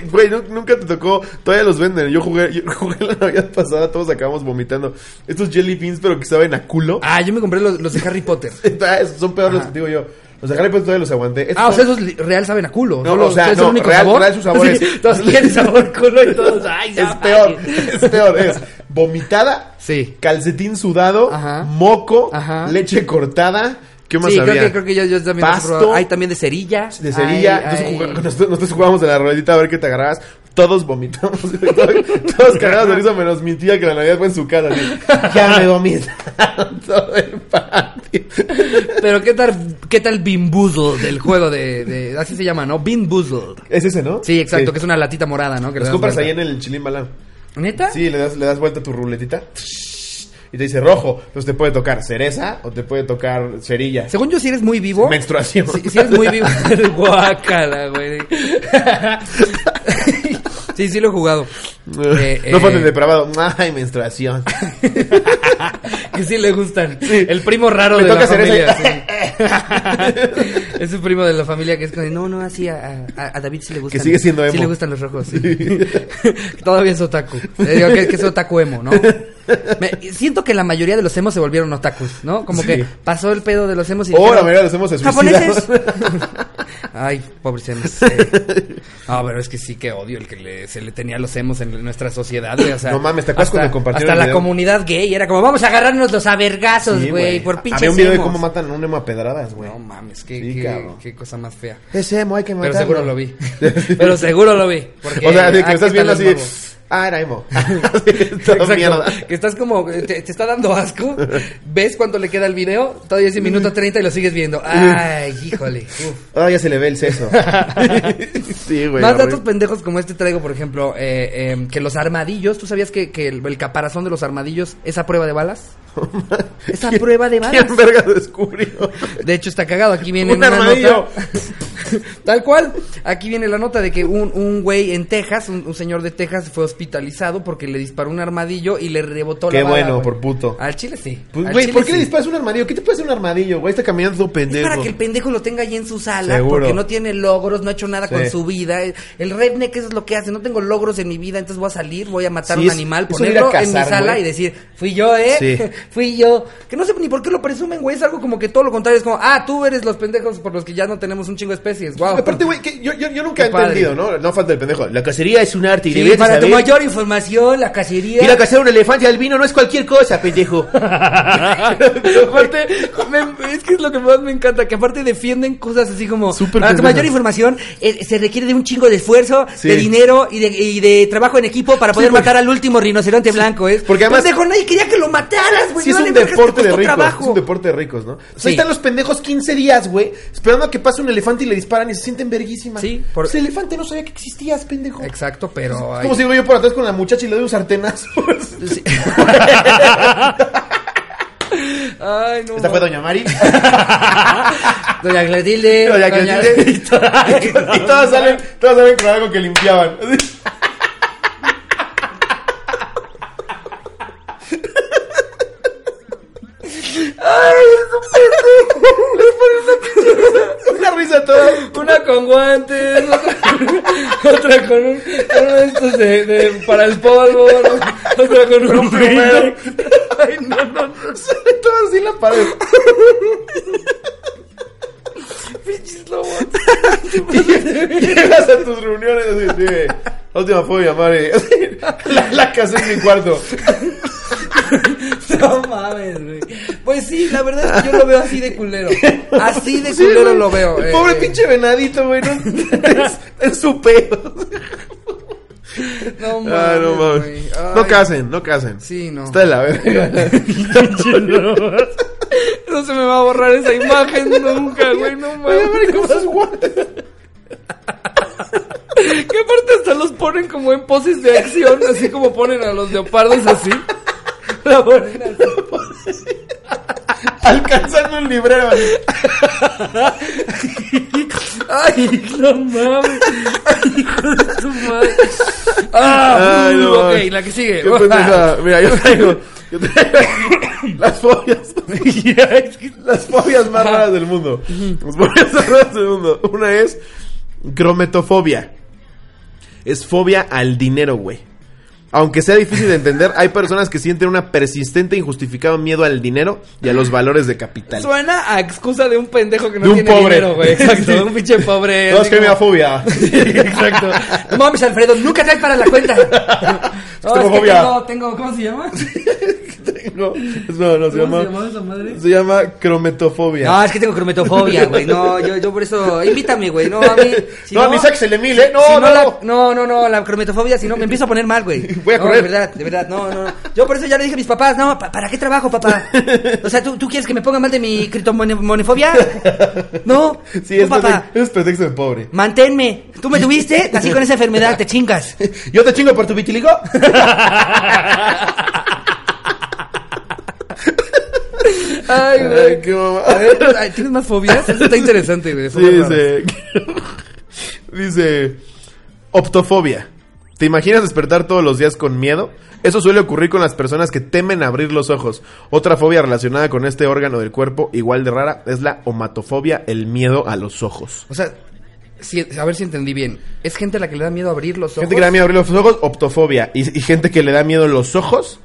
[SPEAKER 2] Güey, nu- nunca te tocó. Todavía los venden. Yo jugué, yo jugué la Navidad pasada. Todos acabamos vomitando. Estos jelly beans, pero que saben a culo.
[SPEAKER 1] Ah, yo me compré los, los de Harry Potter.
[SPEAKER 2] Ah, esos Son peores los que digo yo. Los de Harry Potter todavía los aguanté. Estos
[SPEAKER 1] Ah, o sea,
[SPEAKER 2] son-
[SPEAKER 1] esos li- real saben a culo.
[SPEAKER 2] No,
[SPEAKER 1] Solo-
[SPEAKER 2] o sea,
[SPEAKER 1] es el
[SPEAKER 2] no,
[SPEAKER 1] único
[SPEAKER 2] real-
[SPEAKER 1] sabor.
[SPEAKER 2] real su sabor
[SPEAKER 1] Sí,
[SPEAKER 2] es-
[SPEAKER 1] todos quieren sabor culo y todos, ¡ay,
[SPEAKER 2] es
[SPEAKER 1] ya ah,
[SPEAKER 2] peor.
[SPEAKER 1] vale.
[SPEAKER 2] Es peor. Es vomitada.
[SPEAKER 1] Sí.
[SPEAKER 2] Calcetín sudado.
[SPEAKER 1] Ajá.
[SPEAKER 2] Moco.
[SPEAKER 1] Ajá.
[SPEAKER 2] Leche cortada. ¿Qué más
[SPEAKER 1] Sí,
[SPEAKER 2] había?
[SPEAKER 1] creo que, creo que yo, yo también
[SPEAKER 2] Pasto.
[SPEAKER 1] los he probado. Hay también de cerilla.
[SPEAKER 2] de cerilla.
[SPEAKER 1] Hay-
[SPEAKER 2] Entonces
[SPEAKER 1] hay-
[SPEAKER 2] jugá- nosotros, nosotros jugábamos de la ruedita a ver qué te agarrabas. Todos vomitamos. güey, todos, todos cagados de risa, menos mi tía que la Navidad fue en su casa. así, ya me vomitaron todo el patio.
[SPEAKER 1] Pero qué tal, qué tal Bean Boozled, el juego de, de- así se llama, ¿no? Bean Boozled.
[SPEAKER 2] Es ese, ¿no?
[SPEAKER 1] Sí, exacto, que es una latita morada, ¿no? Que le
[SPEAKER 2] Los
[SPEAKER 1] das
[SPEAKER 2] compras ahí
[SPEAKER 1] vuelta.
[SPEAKER 2] en el Chilimbalán.
[SPEAKER 1] ¿Neta?
[SPEAKER 2] Sí, le das, le das vuelta a tu ruletita. Y te dice rojo. Entonces te puede tocar cereza o te puede tocar cerilla.
[SPEAKER 1] Según yo, si eres muy vivo.
[SPEAKER 2] Menstruación.
[SPEAKER 1] Si, si eres muy vivo. Guácala, güey. sí, sí lo he jugado. Eh,
[SPEAKER 2] no
[SPEAKER 1] eh,
[SPEAKER 2] fue el depravado. Ay, menstruación.
[SPEAKER 1] que sí le gustan. El primo raro
[SPEAKER 2] Le
[SPEAKER 1] de
[SPEAKER 2] toca
[SPEAKER 1] la
[SPEAKER 2] hacer
[SPEAKER 1] familia.
[SPEAKER 2] ese-
[SPEAKER 1] sí. es un primo de la familia que es como, de, no, no, así a, a- a David sí le gustan.
[SPEAKER 2] sigue siendo
[SPEAKER 1] Sí
[SPEAKER 2] emo.
[SPEAKER 1] le gustan los rojos. sí. Todavía es otaku. Eh, digo, que, que es otaku emo, ¿no? Me- siento que la mayoría de los emos se volvieron otakus, ¿no? Como
[SPEAKER 2] Sí.
[SPEAKER 1] que pasó el pedo de los emos y...
[SPEAKER 2] O
[SPEAKER 1] dijeron,
[SPEAKER 2] la mayoría de los emos se suicidaron".
[SPEAKER 1] ¡Japoneses! Ay, pobres emos. eh. No, pero es que sí que odio el que le- se le tenía a los emos en nuestra sociedad, güey. O sea,
[SPEAKER 2] No mames, ¿te acuerdas
[SPEAKER 1] hasta-
[SPEAKER 2] cuando compartieron
[SPEAKER 1] Hasta
[SPEAKER 2] el
[SPEAKER 1] la
[SPEAKER 2] video?
[SPEAKER 1] comunidad gay era como, vamos a agarrarnos los avergazos,
[SPEAKER 2] Sí,
[SPEAKER 1] güey, por pinches
[SPEAKER 2] Había un video de
[SPEAKER 1] emos".
[SPEAKER 2] cómo matan a un emo a pedradas, güey.
[SPEAKER 1] No mames, qué,
[SPEAKER 2] Sí,
[SPEAKER 1] qué-
[SPEAKER 2] cabrón.
[SPEAKER 1] qué cosa más fea.
[SPEAKER 2] Ese emo hay que
[SPEAKER 1] Pero
[SPEAKER 2] matarlo.
[SPEAKER 1] seguro lo vi. Pero seguro lo vi. porque-
[SPEAKER 2] o sea, de
[SPEAKER 1] ah,
[SPEAKER 2] que lo estás
[SPEAKER 1] ¿qué tal
[SPEAKER 2] viendo
[SPEAKER 1] los
[SPEAKER 2] así.
[SPEAKER 1] morros?
[SPEAKER 2] Ah, era emo. Así, todo
[SPEAKER 1] Exacto.
[SPEAKER 2] mierda.
[SPEAKER 1] Que estás como, eh, te, te está dando asco. Ves cuánto le queda el video. Todavía es el
[SPEAKER 2] Mm.
[SPEAKER 1] minuto 30 y lo sigues viendo. Ay, híjole. Uf.
[SPEAKER 2] Ahora ya se le ve el seso. sí, güey.
[SPEAKER 1] Más
[SPEAKER 2] horrible.
[SPEAKER 1] datos pendejos como este traigo, por ejemplo, eh, eh, que los armadillos. ¿Tú sabías que, que el, el caparazón de los armadillos es a prueba de balas? es a prueba de balas.
[SPEAKER 2] ¿Quién verga descubrió?
[SPEAKER 1] De hecho, está cagado. Aquí viene
[SPEAKER 2] Un
[SPEAKER 1] una
[SPEAKER 2] armadillo.
[SPEAKER 1] nota. Tal cual. Aquí viene la nota de que un, un güey en Texas, un, un señor de Texas, fue hospitalizado porque le disparó un armadillo y le rebotó
[SPEAKER 2] Qué
[SPEAKER 1] la bala.
[SPEAKER 2] bueno,
[SPEAKER 1] güey.
[SPEAKER 2] por puto.
[SPEAKER 1] Al chile sí.
[SPEAKER 2] Pues,
[SPEAKER 1] Al
[SPEAKER 2] güey,
[SPEAKER 1] chile
[SPEAKER 2] ¿por qué le
[SPEAKER 1] sí.
[SPEAKER 2] disparas un armadillo? ¿Qué te puede hacer un armadillo, güey? Este Está caminando todo
[SPEAKER 1] Es
[SPEAKER 2] pendejo.
[SPEAKER 1] para que el pendejo lo tenga ahí en su sala,
[SPEAKER 2] Seguro.
[SPEAKER 1] porque no tiene logros, no ha hecho nada
[SPEAKER 2] Sí.
[SPEAKER 1] con su vida. El- El redneck eso es lo que hace, no tengo logros en mi vida, entonces voy a salir, voy a matar
[SPEAKER 2] Sí,
[SPEAKER 1] un
[SPEAKER 2] es-
[SPEAKER 1] animal,
[SPEAKER 2] eso de ir a
[SPEAKER 1] ponerlo en mi
[SPEAKER 2] cazar,
[SPEAKER 1] sala
[SPEAKER 2] güey.
[SPEAKER 1] y decir, fui yo, ¿eh?
[SPEAKER 2] Sí.
[SPEAKER 1] fui yo. Que no sé ni por qué lo presumen, güey, es algo como que todo lo contrario, es como, ah, tú eres los pendejos por los que ya no tenemos un chingo de especies, especies, wow.
[SPEAKER 2] Aparte, güey, que yo, yo, yo nunca he
[SPEAKER 1] Qué padre.
[SPEAKER 2] entendido, ¿no? No falta el pendejo. La cacería es un arte y
[SPEAKER 1] Sí,
[SPEAKER 2] deberías de
[SPEAKER 1] para tu
[SPEAKER 2] saber.
[SPEAKER 1] mayor información, la cacería.
[SPEAKER 2] Ir a cazar un elefante al vino no es cualquier cosa, pendejo.
[SPEAKER 1] aparte, me- es que es lo que más me encanta, que aparte defienden cosas así como...
[SPEAKER 2] Súper
[SPEAKER 1] a tu
[SPEAKER 2] pendejas.
[SPEAKER 1] mayor información eh, se requiere de un chingo de esfuerzo,
[SPEAKER 2] Sí.
[SPEAKER 1] de dinero y de, y de trabajo en equipo para poder matar al último rinoceronte blanco, ¿eh?
[SPEAKER 2] Porque además-
[SPEAKER 1] Pendejo, nadie quería que lo mataras, güey.
[SPEAKER 2] Sí,
[SPEAKER 1] no
[SPEAKER 2] es
[SPEAKER 1] le
[SPEAKER 2] un
[SPEAKER 1] vergas, te
[SPEAKER 2] deporte de
[SPEAKER 1] costó
[SPEAKER 2] ricos.
[SPEAKER 1] trabajo.
[SPEAKER 2] Es un deporte de ricos, ¿no? Entonces,
[SPEAKER 1] Sí.
[SPEAKER 2] Ahí están los pendejos 15 días, güey, esperando a que pase un elefante y le disparan y se sienten verguísimas.
[SPEAKER 1] Sí, por-
[SPEAKER 2] Ese elefante no sabía que existías, pendejo.
[SPEAKER 1] Exacto, pero...
[SPEAKER 2] Es como si voy yo por atrás con la muchacha y le doy un sartenazo.
[SPEAKER 1] Sí. Ay, no.
[SPEAKER 2] Esta fue Doña Mari.
[SPEAKER 1] Doña Clotilde.
[SPEAKER 2] Doña Clotilde.
[SPEAKER 1] Y todas-
[SPEAKER 2] y todas salen, todas salen con algo que limpiaban. Una risa toda.
[SPEAKER 1] Una con guantes, otra, otra con un, con uno de estos de, de- para el polvo, ¿no? otra con un,
[SPEAKER 2] plumero.
[SPEAKER 1] Ay, no, no, no.
[SPEAKER 2] Sale toda así en la pared.
[SPEAKER 1] pinches lobos.
[SPEAKER 2] Llegas a tus reuniones y dices, "Dime, la última puedo llamar. eh". La, la casé en mi cuarto.
[SPEAKER 1] No mames, güey. Pues sí, la verdad es que yo lo veo así de culero. Así de
[SPEAKER 2] Sí,
[SPEAKER 1] culero
[SPEAKER 2] güey.
[SPEAKER 1] lo veo.
[SPEAKER 2] El
[SPEAKER 1] eh,
[SPEAKER 2] pobre
[SPEAKER 1] eh.
[SPEAKER 2] pinche venadito, güey. ¿no? Es, es su pedo.
[SPEAKER 1] No mames.
[SPEAKER 2] Ah, no mames.
[SPEAKER 1] güey. Ay,
[SPEAKER 2] No casen, no casen.
[SPEAKER 1] Sí, no.
[SPEAKER 2] Está de la verga.
[SPEAKER 1] No se me va a borrar esa imagen nunca, güey. No
[SPEAKER 2] Oye,
[SPEAKER 1] mames.
[SPEAKER 2] madre, ¿cómo estás guantes?
[SPEAKER 1] Que aparte hasta los ponen como en poses de acción, así como ponen a los leopardos así. La ponen así.
[SPEAKER 2] Alcanzando un librero. así.
[SPEAKER 1] Ay, no mames. Ay, hijo de tu madre. Ah,
[SPEAKER 2] Ay, no
[SPEAKER 1] mm, ok,
[SPEAKER 2] mames.
[SPEAKER 1] la que sigue.
[SPEAKER 2] Qué pendejada. Mira, yo traigo. Yo traigo aquí las fobias. Las fobias más raras del mundo. Las fobias más raras del mundo. Una es crometofobia. Es fobia al dinero, güey. Aunque sea difícil de entender, hay personas que sienten una persistente e injustificado miedo al dinero y a los valores de capital.
[SPEAKER 1] Suena a excusa de un pendejo que no
[SPEAKER 2] De un
[SPEAKER 1] tiene
[SPEAKER 2] pobre.
[SPEAKER 1] dinero, güey. Exacto,
[SPEAKER 2] Sí.
[SPEAKER 1] un pinche pobre.
[SPEAKER 2] No, es
[SPEAKER 1] así
[SPEAKER 2] que me da
[SPEAKER 1] como-
[SPEAKER 2] fobia.
[SPEAKER 1] Exacto. No mames, Alfredo, nunca traes para la cuenta. No,
[SPEAKER 2] tengo
[SPEAKER 1] es que
[SPEAKER 2] fobia.
[SPEAKER 1] tengo, tengo, ¿cómo se llama?
[SPEAKER 2] No, no,
[SPEAKER 1] ¿Cómo
[SPEAKER 2] no, se
[SPEAKER 1] se
[SPEAKER 2] llama.
[SPEAKER 1] llamaba esa madre? Ah,
[SPEAKER 2] Se llama crometofobia.
[SPEAKER 1] No, es que tengo crometofobia, güey. No, yo, yo por eso. Invítame, güey. No, a mí. si
[SPEAKER 2] no, a mí sáquese el Emil, ¿eh? No,
[SPEAKER 1] si
[SPEAKER 2] no,
[SPEAKER 1] no, la-
[SPEAKER 2] no.
[SPEAKER 1] no, no, no, la crometofobia, si no, me empiezo a poner mal, güey.
[SPEAKER 2] Voy a
[SPEAKER 1] No,
[SPEAKER 2] correr.
[SPEAKER 1] de verdad, de verdad, no, no. no. Yo por eso ya le dije a mis papás, no, pa- ¿para qué trabajo, papá? O sea, ¿tú, tú quieres que me ponga mal de mi criptomonefobia? No,
[SPEAKER 2] Sí,
[SPEAKER 1] no,
[SPEAKER 2] es,
[SPEAKER 1] papá.
[SPEAKER 2] pretexto, es pretexto de pobre.
[SPEAKER 1] Manténme. Tú me tuviste, así con esa enfermedad, te chingas.
[SPEAKER 2] Yo te chingo por tu vitiligo.
[SPEAKER 1] Ay,
[SPEAKER 2] Ay, qué mamá.
[SPEAKER 1] A ver, ay, ¿tienes más fobias? Eso está interesante, güey.
[SPEAKER 2] Sí,
[SPEAKER 1] fobias raras.
[SPEAKER 2] dice. dice. Optofobia. ¿Te imaginas despertar todos los días con miedo? Eso suele ocurrir con las personas que temen abrir los ojos. Otra fobia relacionada con este órgano del cuerpo, igual de rara, es la homatofobia, el miedo a los ojos.
[SPEAKER 1] O sea, si- a ver si entendí bien. Es gente a la que le da miedo abrir los ojos.
[SPEAKER 2] Gente que le da miedo abrir los ojos, optofobia. Y, y gente que le da miedo los ojos,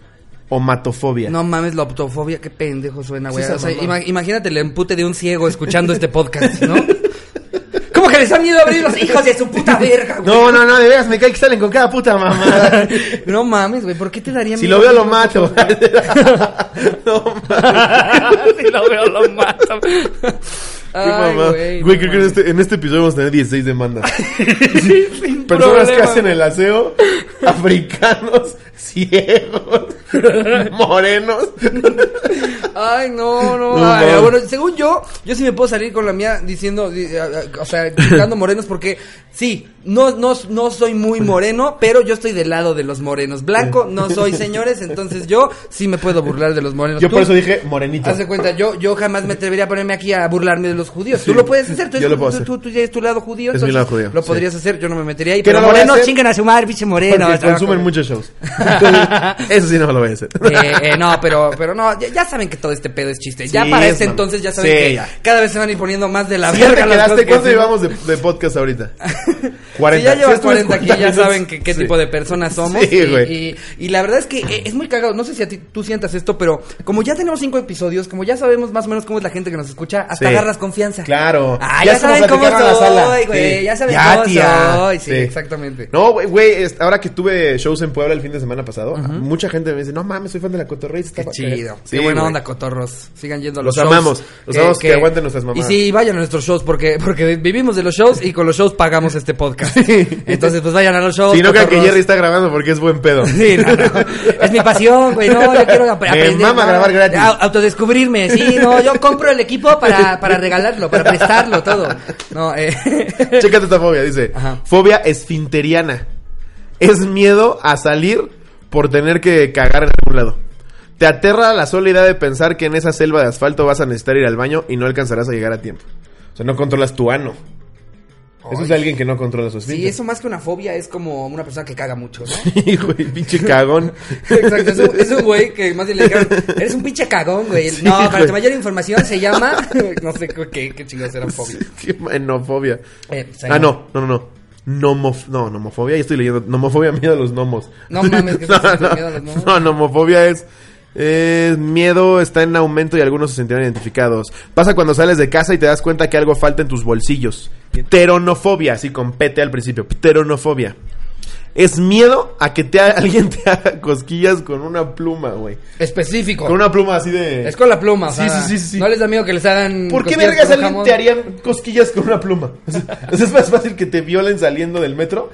[SPEAKER 2] homatofobia.
[SPEAKER 1] No mames, la optofobia, qué pendejo suena, güey.
[SPEAKER 2] Sí,
[SPEAKER 1] o sea,
[SPEAKER 2] esa
[SPEAKER 1] ima- imagínate el empute de un ciego escuchando este podcast, ¿no? ¿Cómo que les han miedo a abrir los hijos de su puta verga, güey?
[SPEAKER 2] No, no, no, de veras me cae que salen con cada puta mamada.
[SPEAKER 1] No mames, güey, ¿por qué te daría
[SPEAKER 2] Si
[SPEAKER 1] miedo?
[SPEAKER 2] lo veo lo
[SPEAKER 1] abrir los
[SPEAKER 2] mato. no mames.
[SPEAKER 4] si lo veo, lo mato.
[SPEAKER 1] ojos?
[SPEAKER 2] Qué
[SPEAKER 1] Ay,
[SPEAKER 2] mamá.
[SPEAKER 1] güey. no
[SPEAKER 2] Güey, creo que en
[SPEAKER 1] mames.
[SPEAKER 2] este, en este episodio vamos a tener 16 demandas.
[SPEAKER 4] Sin
[SPEAKER 2] Personas que
[SPEAKER 4] problema.
[SPEAKER 2] hacen el aseo, africanos, ciegos, morenos.
[SPEAKER 1] Ay, no, no.
[SPEAKER 2] No
[SPEAKER 1] ay,
[SPEAKER 2] mames.
[SPEAKER 1] bueno, según yo, yo sí me puedo salir con la mía diciendo, di- a- a- o sea, quitando morenos porque sí, no, no, no soy muy moreno, pero yo estoy del lado de los morenos. Blanco no soy, señores, entonces yo sí me puedo burlar de los morenos.
[SPEAKER 2] Yo por
[SPEAKER 1] Tú-
[SPEAKER 2] eso dije morenito.
[SPEAKER 1] Haz de cuenta, yo, yo jamás me atrevería a ponerme aquí a burlarme de los judíos. Tú lo puedes hacer, tú,
[SPEAKER 2] Yo lo puedo
[SPEAKER 1] tú,
[SPEAKER 2] hacer.
[SPEAKER 1] tú- tú tienes tu lado judío.
[SPEAKER 2] Es mi
[SPEAKER 1] entonces
[SPEAKER 2] lado judío,
[SPEAKER 1] Lo
[SPEAKER 2] sí.
[SPEAKER 1] podrías hacer, yo no me metería ahí.
[SPEAKER 2] Que
[SPEAKER 1] Pero
[SPEAKER 2] no lo voy a
[SPEAKER 1] moreno,
[SPEAKER 2] hacer
[SPEAKER 1] chingan a su madre, pinche moreno.
[SPEAKER 2] Porque
[SPEAKER 1] trabajo.
[SPEAKER 2] consumen muchos shows. Entonces, eso sí no lo voy a hacer.
[SPEAKER 1] Eh, eh, no, pero, pero no, ya, ya saben que todo este pedo es chiste. Ya
[SPEAKER 2] Sí,
[SPEAKER 1] para
[SPEAKER 2] es
[SPEAKER 1] este
[SPEAKER 2] mam-
[SPEAKER 1] entonces ya saben
[SPEAKER 2] Sí,
[SPEAKER 1] que
[SPEAKER 2] ya.
[SPEAKER 1] cada vez se van a ir poniendo más de la
[SPEAKER 2] Ya te
[SPEAKER 1] verga las cosas
[SPEAKER 2] quedaste,
[SPEAKER 1] que
[SPEAKER 2] ¿cuánto
[SPEAKER 1] hacemos.
[SPEAKER 2] llevamos de, de podcast ahorita?
[SPEAKER 1] Si ya llevas
[SPEAKER 2] estuvimos
[SPEAKER 1] 40 aquí, ya
[SPEAKER 2] minutos.
[SPEAKER 1] saben que- qué
[SPEAKER 2] Sí.
[SPEAKER 1] tipo de personas somos.
[SPEAKER 2] Sí,
[SPEAKER 1] y,
[SPEAKER 2] güey.
[SPEAKER 1] y- y la verdad es que eh, es muy cagado. No sé si a ti tú sientas esto, pero como ya tenemos cinco episodios, como ya sabemos más o menos cómo es la gente que nos escucha, hasta
[SPEAKER 2] Sí.
[SPEAKER 1] agarras confianza.
[SPEAKER 2] Claro.
[SPEAKER 1] Ah, ya,
[SPEAKER 2] Ya es como
[SPEAKER 1] saben cómo
[SPEAKER 2] platicar en la sala.
[SPEAKER 1] soy, güey.
[SPEAKER 2] Sí.
[SPEAKER 1] Ya saben
[SPEAKER 2] Ya,
[SPEAKER 1] cómo
[SPEAKER 2] tía.
[SPEAKER 1] soy. Sí,
[SPEAKER 2] Sí.
[SPEAKER 1] exactamente.
[SPEAKER 2] No, güey, güey, es- ahora que tuve shows en Puebla el fin de semana pasado, mucha gente me dice, no mames, soy fan de la Cotorrey.
[SPEAKER 1] Qué chido. Qué buena onda, cotorros. Sigan yendo a los,
[SPEAKER 2] Los
[SPEAKER 1] shows.
[SPEAKER 2] amamos. Los amamos, que aguanten nuestras mamadas.
[SPEAKER 1] Y sí, vayan a nuestros shows porque, porque vivimos de los shows y con los shows pagamos este podcast. Entonces, pues vayan a los shows.
[SPEAKER 2] Si no crean que
[SPEAKER 1] cotorros.
[SPEAKER 2] Jerry está grabando porque es buen pedo.
[SPEAKER 1] Sí, no, no. Es mi pasión, güey. No, yo quiero ap-
[SPEAKER 2] Me
[SPEAKER 1] aprender.
[SPEAKER 2] mama
[SPEAKER 1] no,
[SPEAKER 2] grabar
[SPEAKER 1] no.
[SPEAKER 2] gratis.
[SPEAKER 1] Au- autodescubrirme. Sí, no, yo compro el equipo para, para regalarlo, para prestarlo todo. No, eh.
[SPEAKER 2] Chécate esta fobia, dice.
[SPEAKER 1] Ajá.
[SPEAKER 2] Fobia esfinteriana. Es miedo a salir por tener que cagar en algún lado. Te aterra la sola idea de pensar que en esa selva de asfalto vas a necesitar ir al baño y no alcanzarás a llegar a tiempo. O sea, no controlas tu ano. Eso es alguien que no controla sus
[SPEAKER 1] Sí,
[SPEAKER 2] esfínter.
[SPEAKER 1] eso más que una fobia es como una persona que caga mucho, ¿no?
[SPEAKER 2] Sí, güey, pinche cagón.
[SPEAKER 1] Exacto, es un, es un güey que más bien le dijeron, eres un pinche cagón, güey.
[SPEAKER 2] Sí,
[SPEAKER 1] no, para
[SPEAKER 2] güey.
[SPEAKER 1] tu mayor información se llama, no sé qué, qué, qué chingados eran fobias.
[SPEAKER 2] Qué Enofobia.
[SPEAKER 1] Eh, pues, ahí
[SPEAKER 2] Ah, no, no, no, no. Nomof no, nomofobia, ya estoy leyendo. Nomofobia, miedo a los gnomos.
[SPEAKER 1] No mames, que estás con miedo a los gnomos.
[SPEAKER 2] No, nomofobia es. Es miedo, está en aumento y algunos se sentirán identificados. Pasa cuando sales de casa y te das cuenta que algo falta en tus bolsillos. Pteronofobia, así con PT al principio. Pteronofobia. Es miedo a que te ha- alguien te haga cosquillas con una pluma, güey.
[SPEAKER 1] Específico.
[SPEAKER 2] Con una pluma así de.
[SPEAKER 1] Es con la pluma, o
[SPEAKER 2] Sí,
[SPEAKER 1] sea,
[SPEAKER 2] sí, sí, sí, sí.
[SPEAKER 1] No les da miedo que les hagan.
[SPEAKER 2] ¿Por qué
[SPEAKER 1] cosquillas
[SPEAKER 2] vergas
[SPEAKER 1] con un
[SPEAKER 2] alguien
[SPEAKER 1] jamón?
[SPEAKER 2] te harían cosquillas con una pluma? O sea, o sea, es más fácil que te violen saliendo del metro,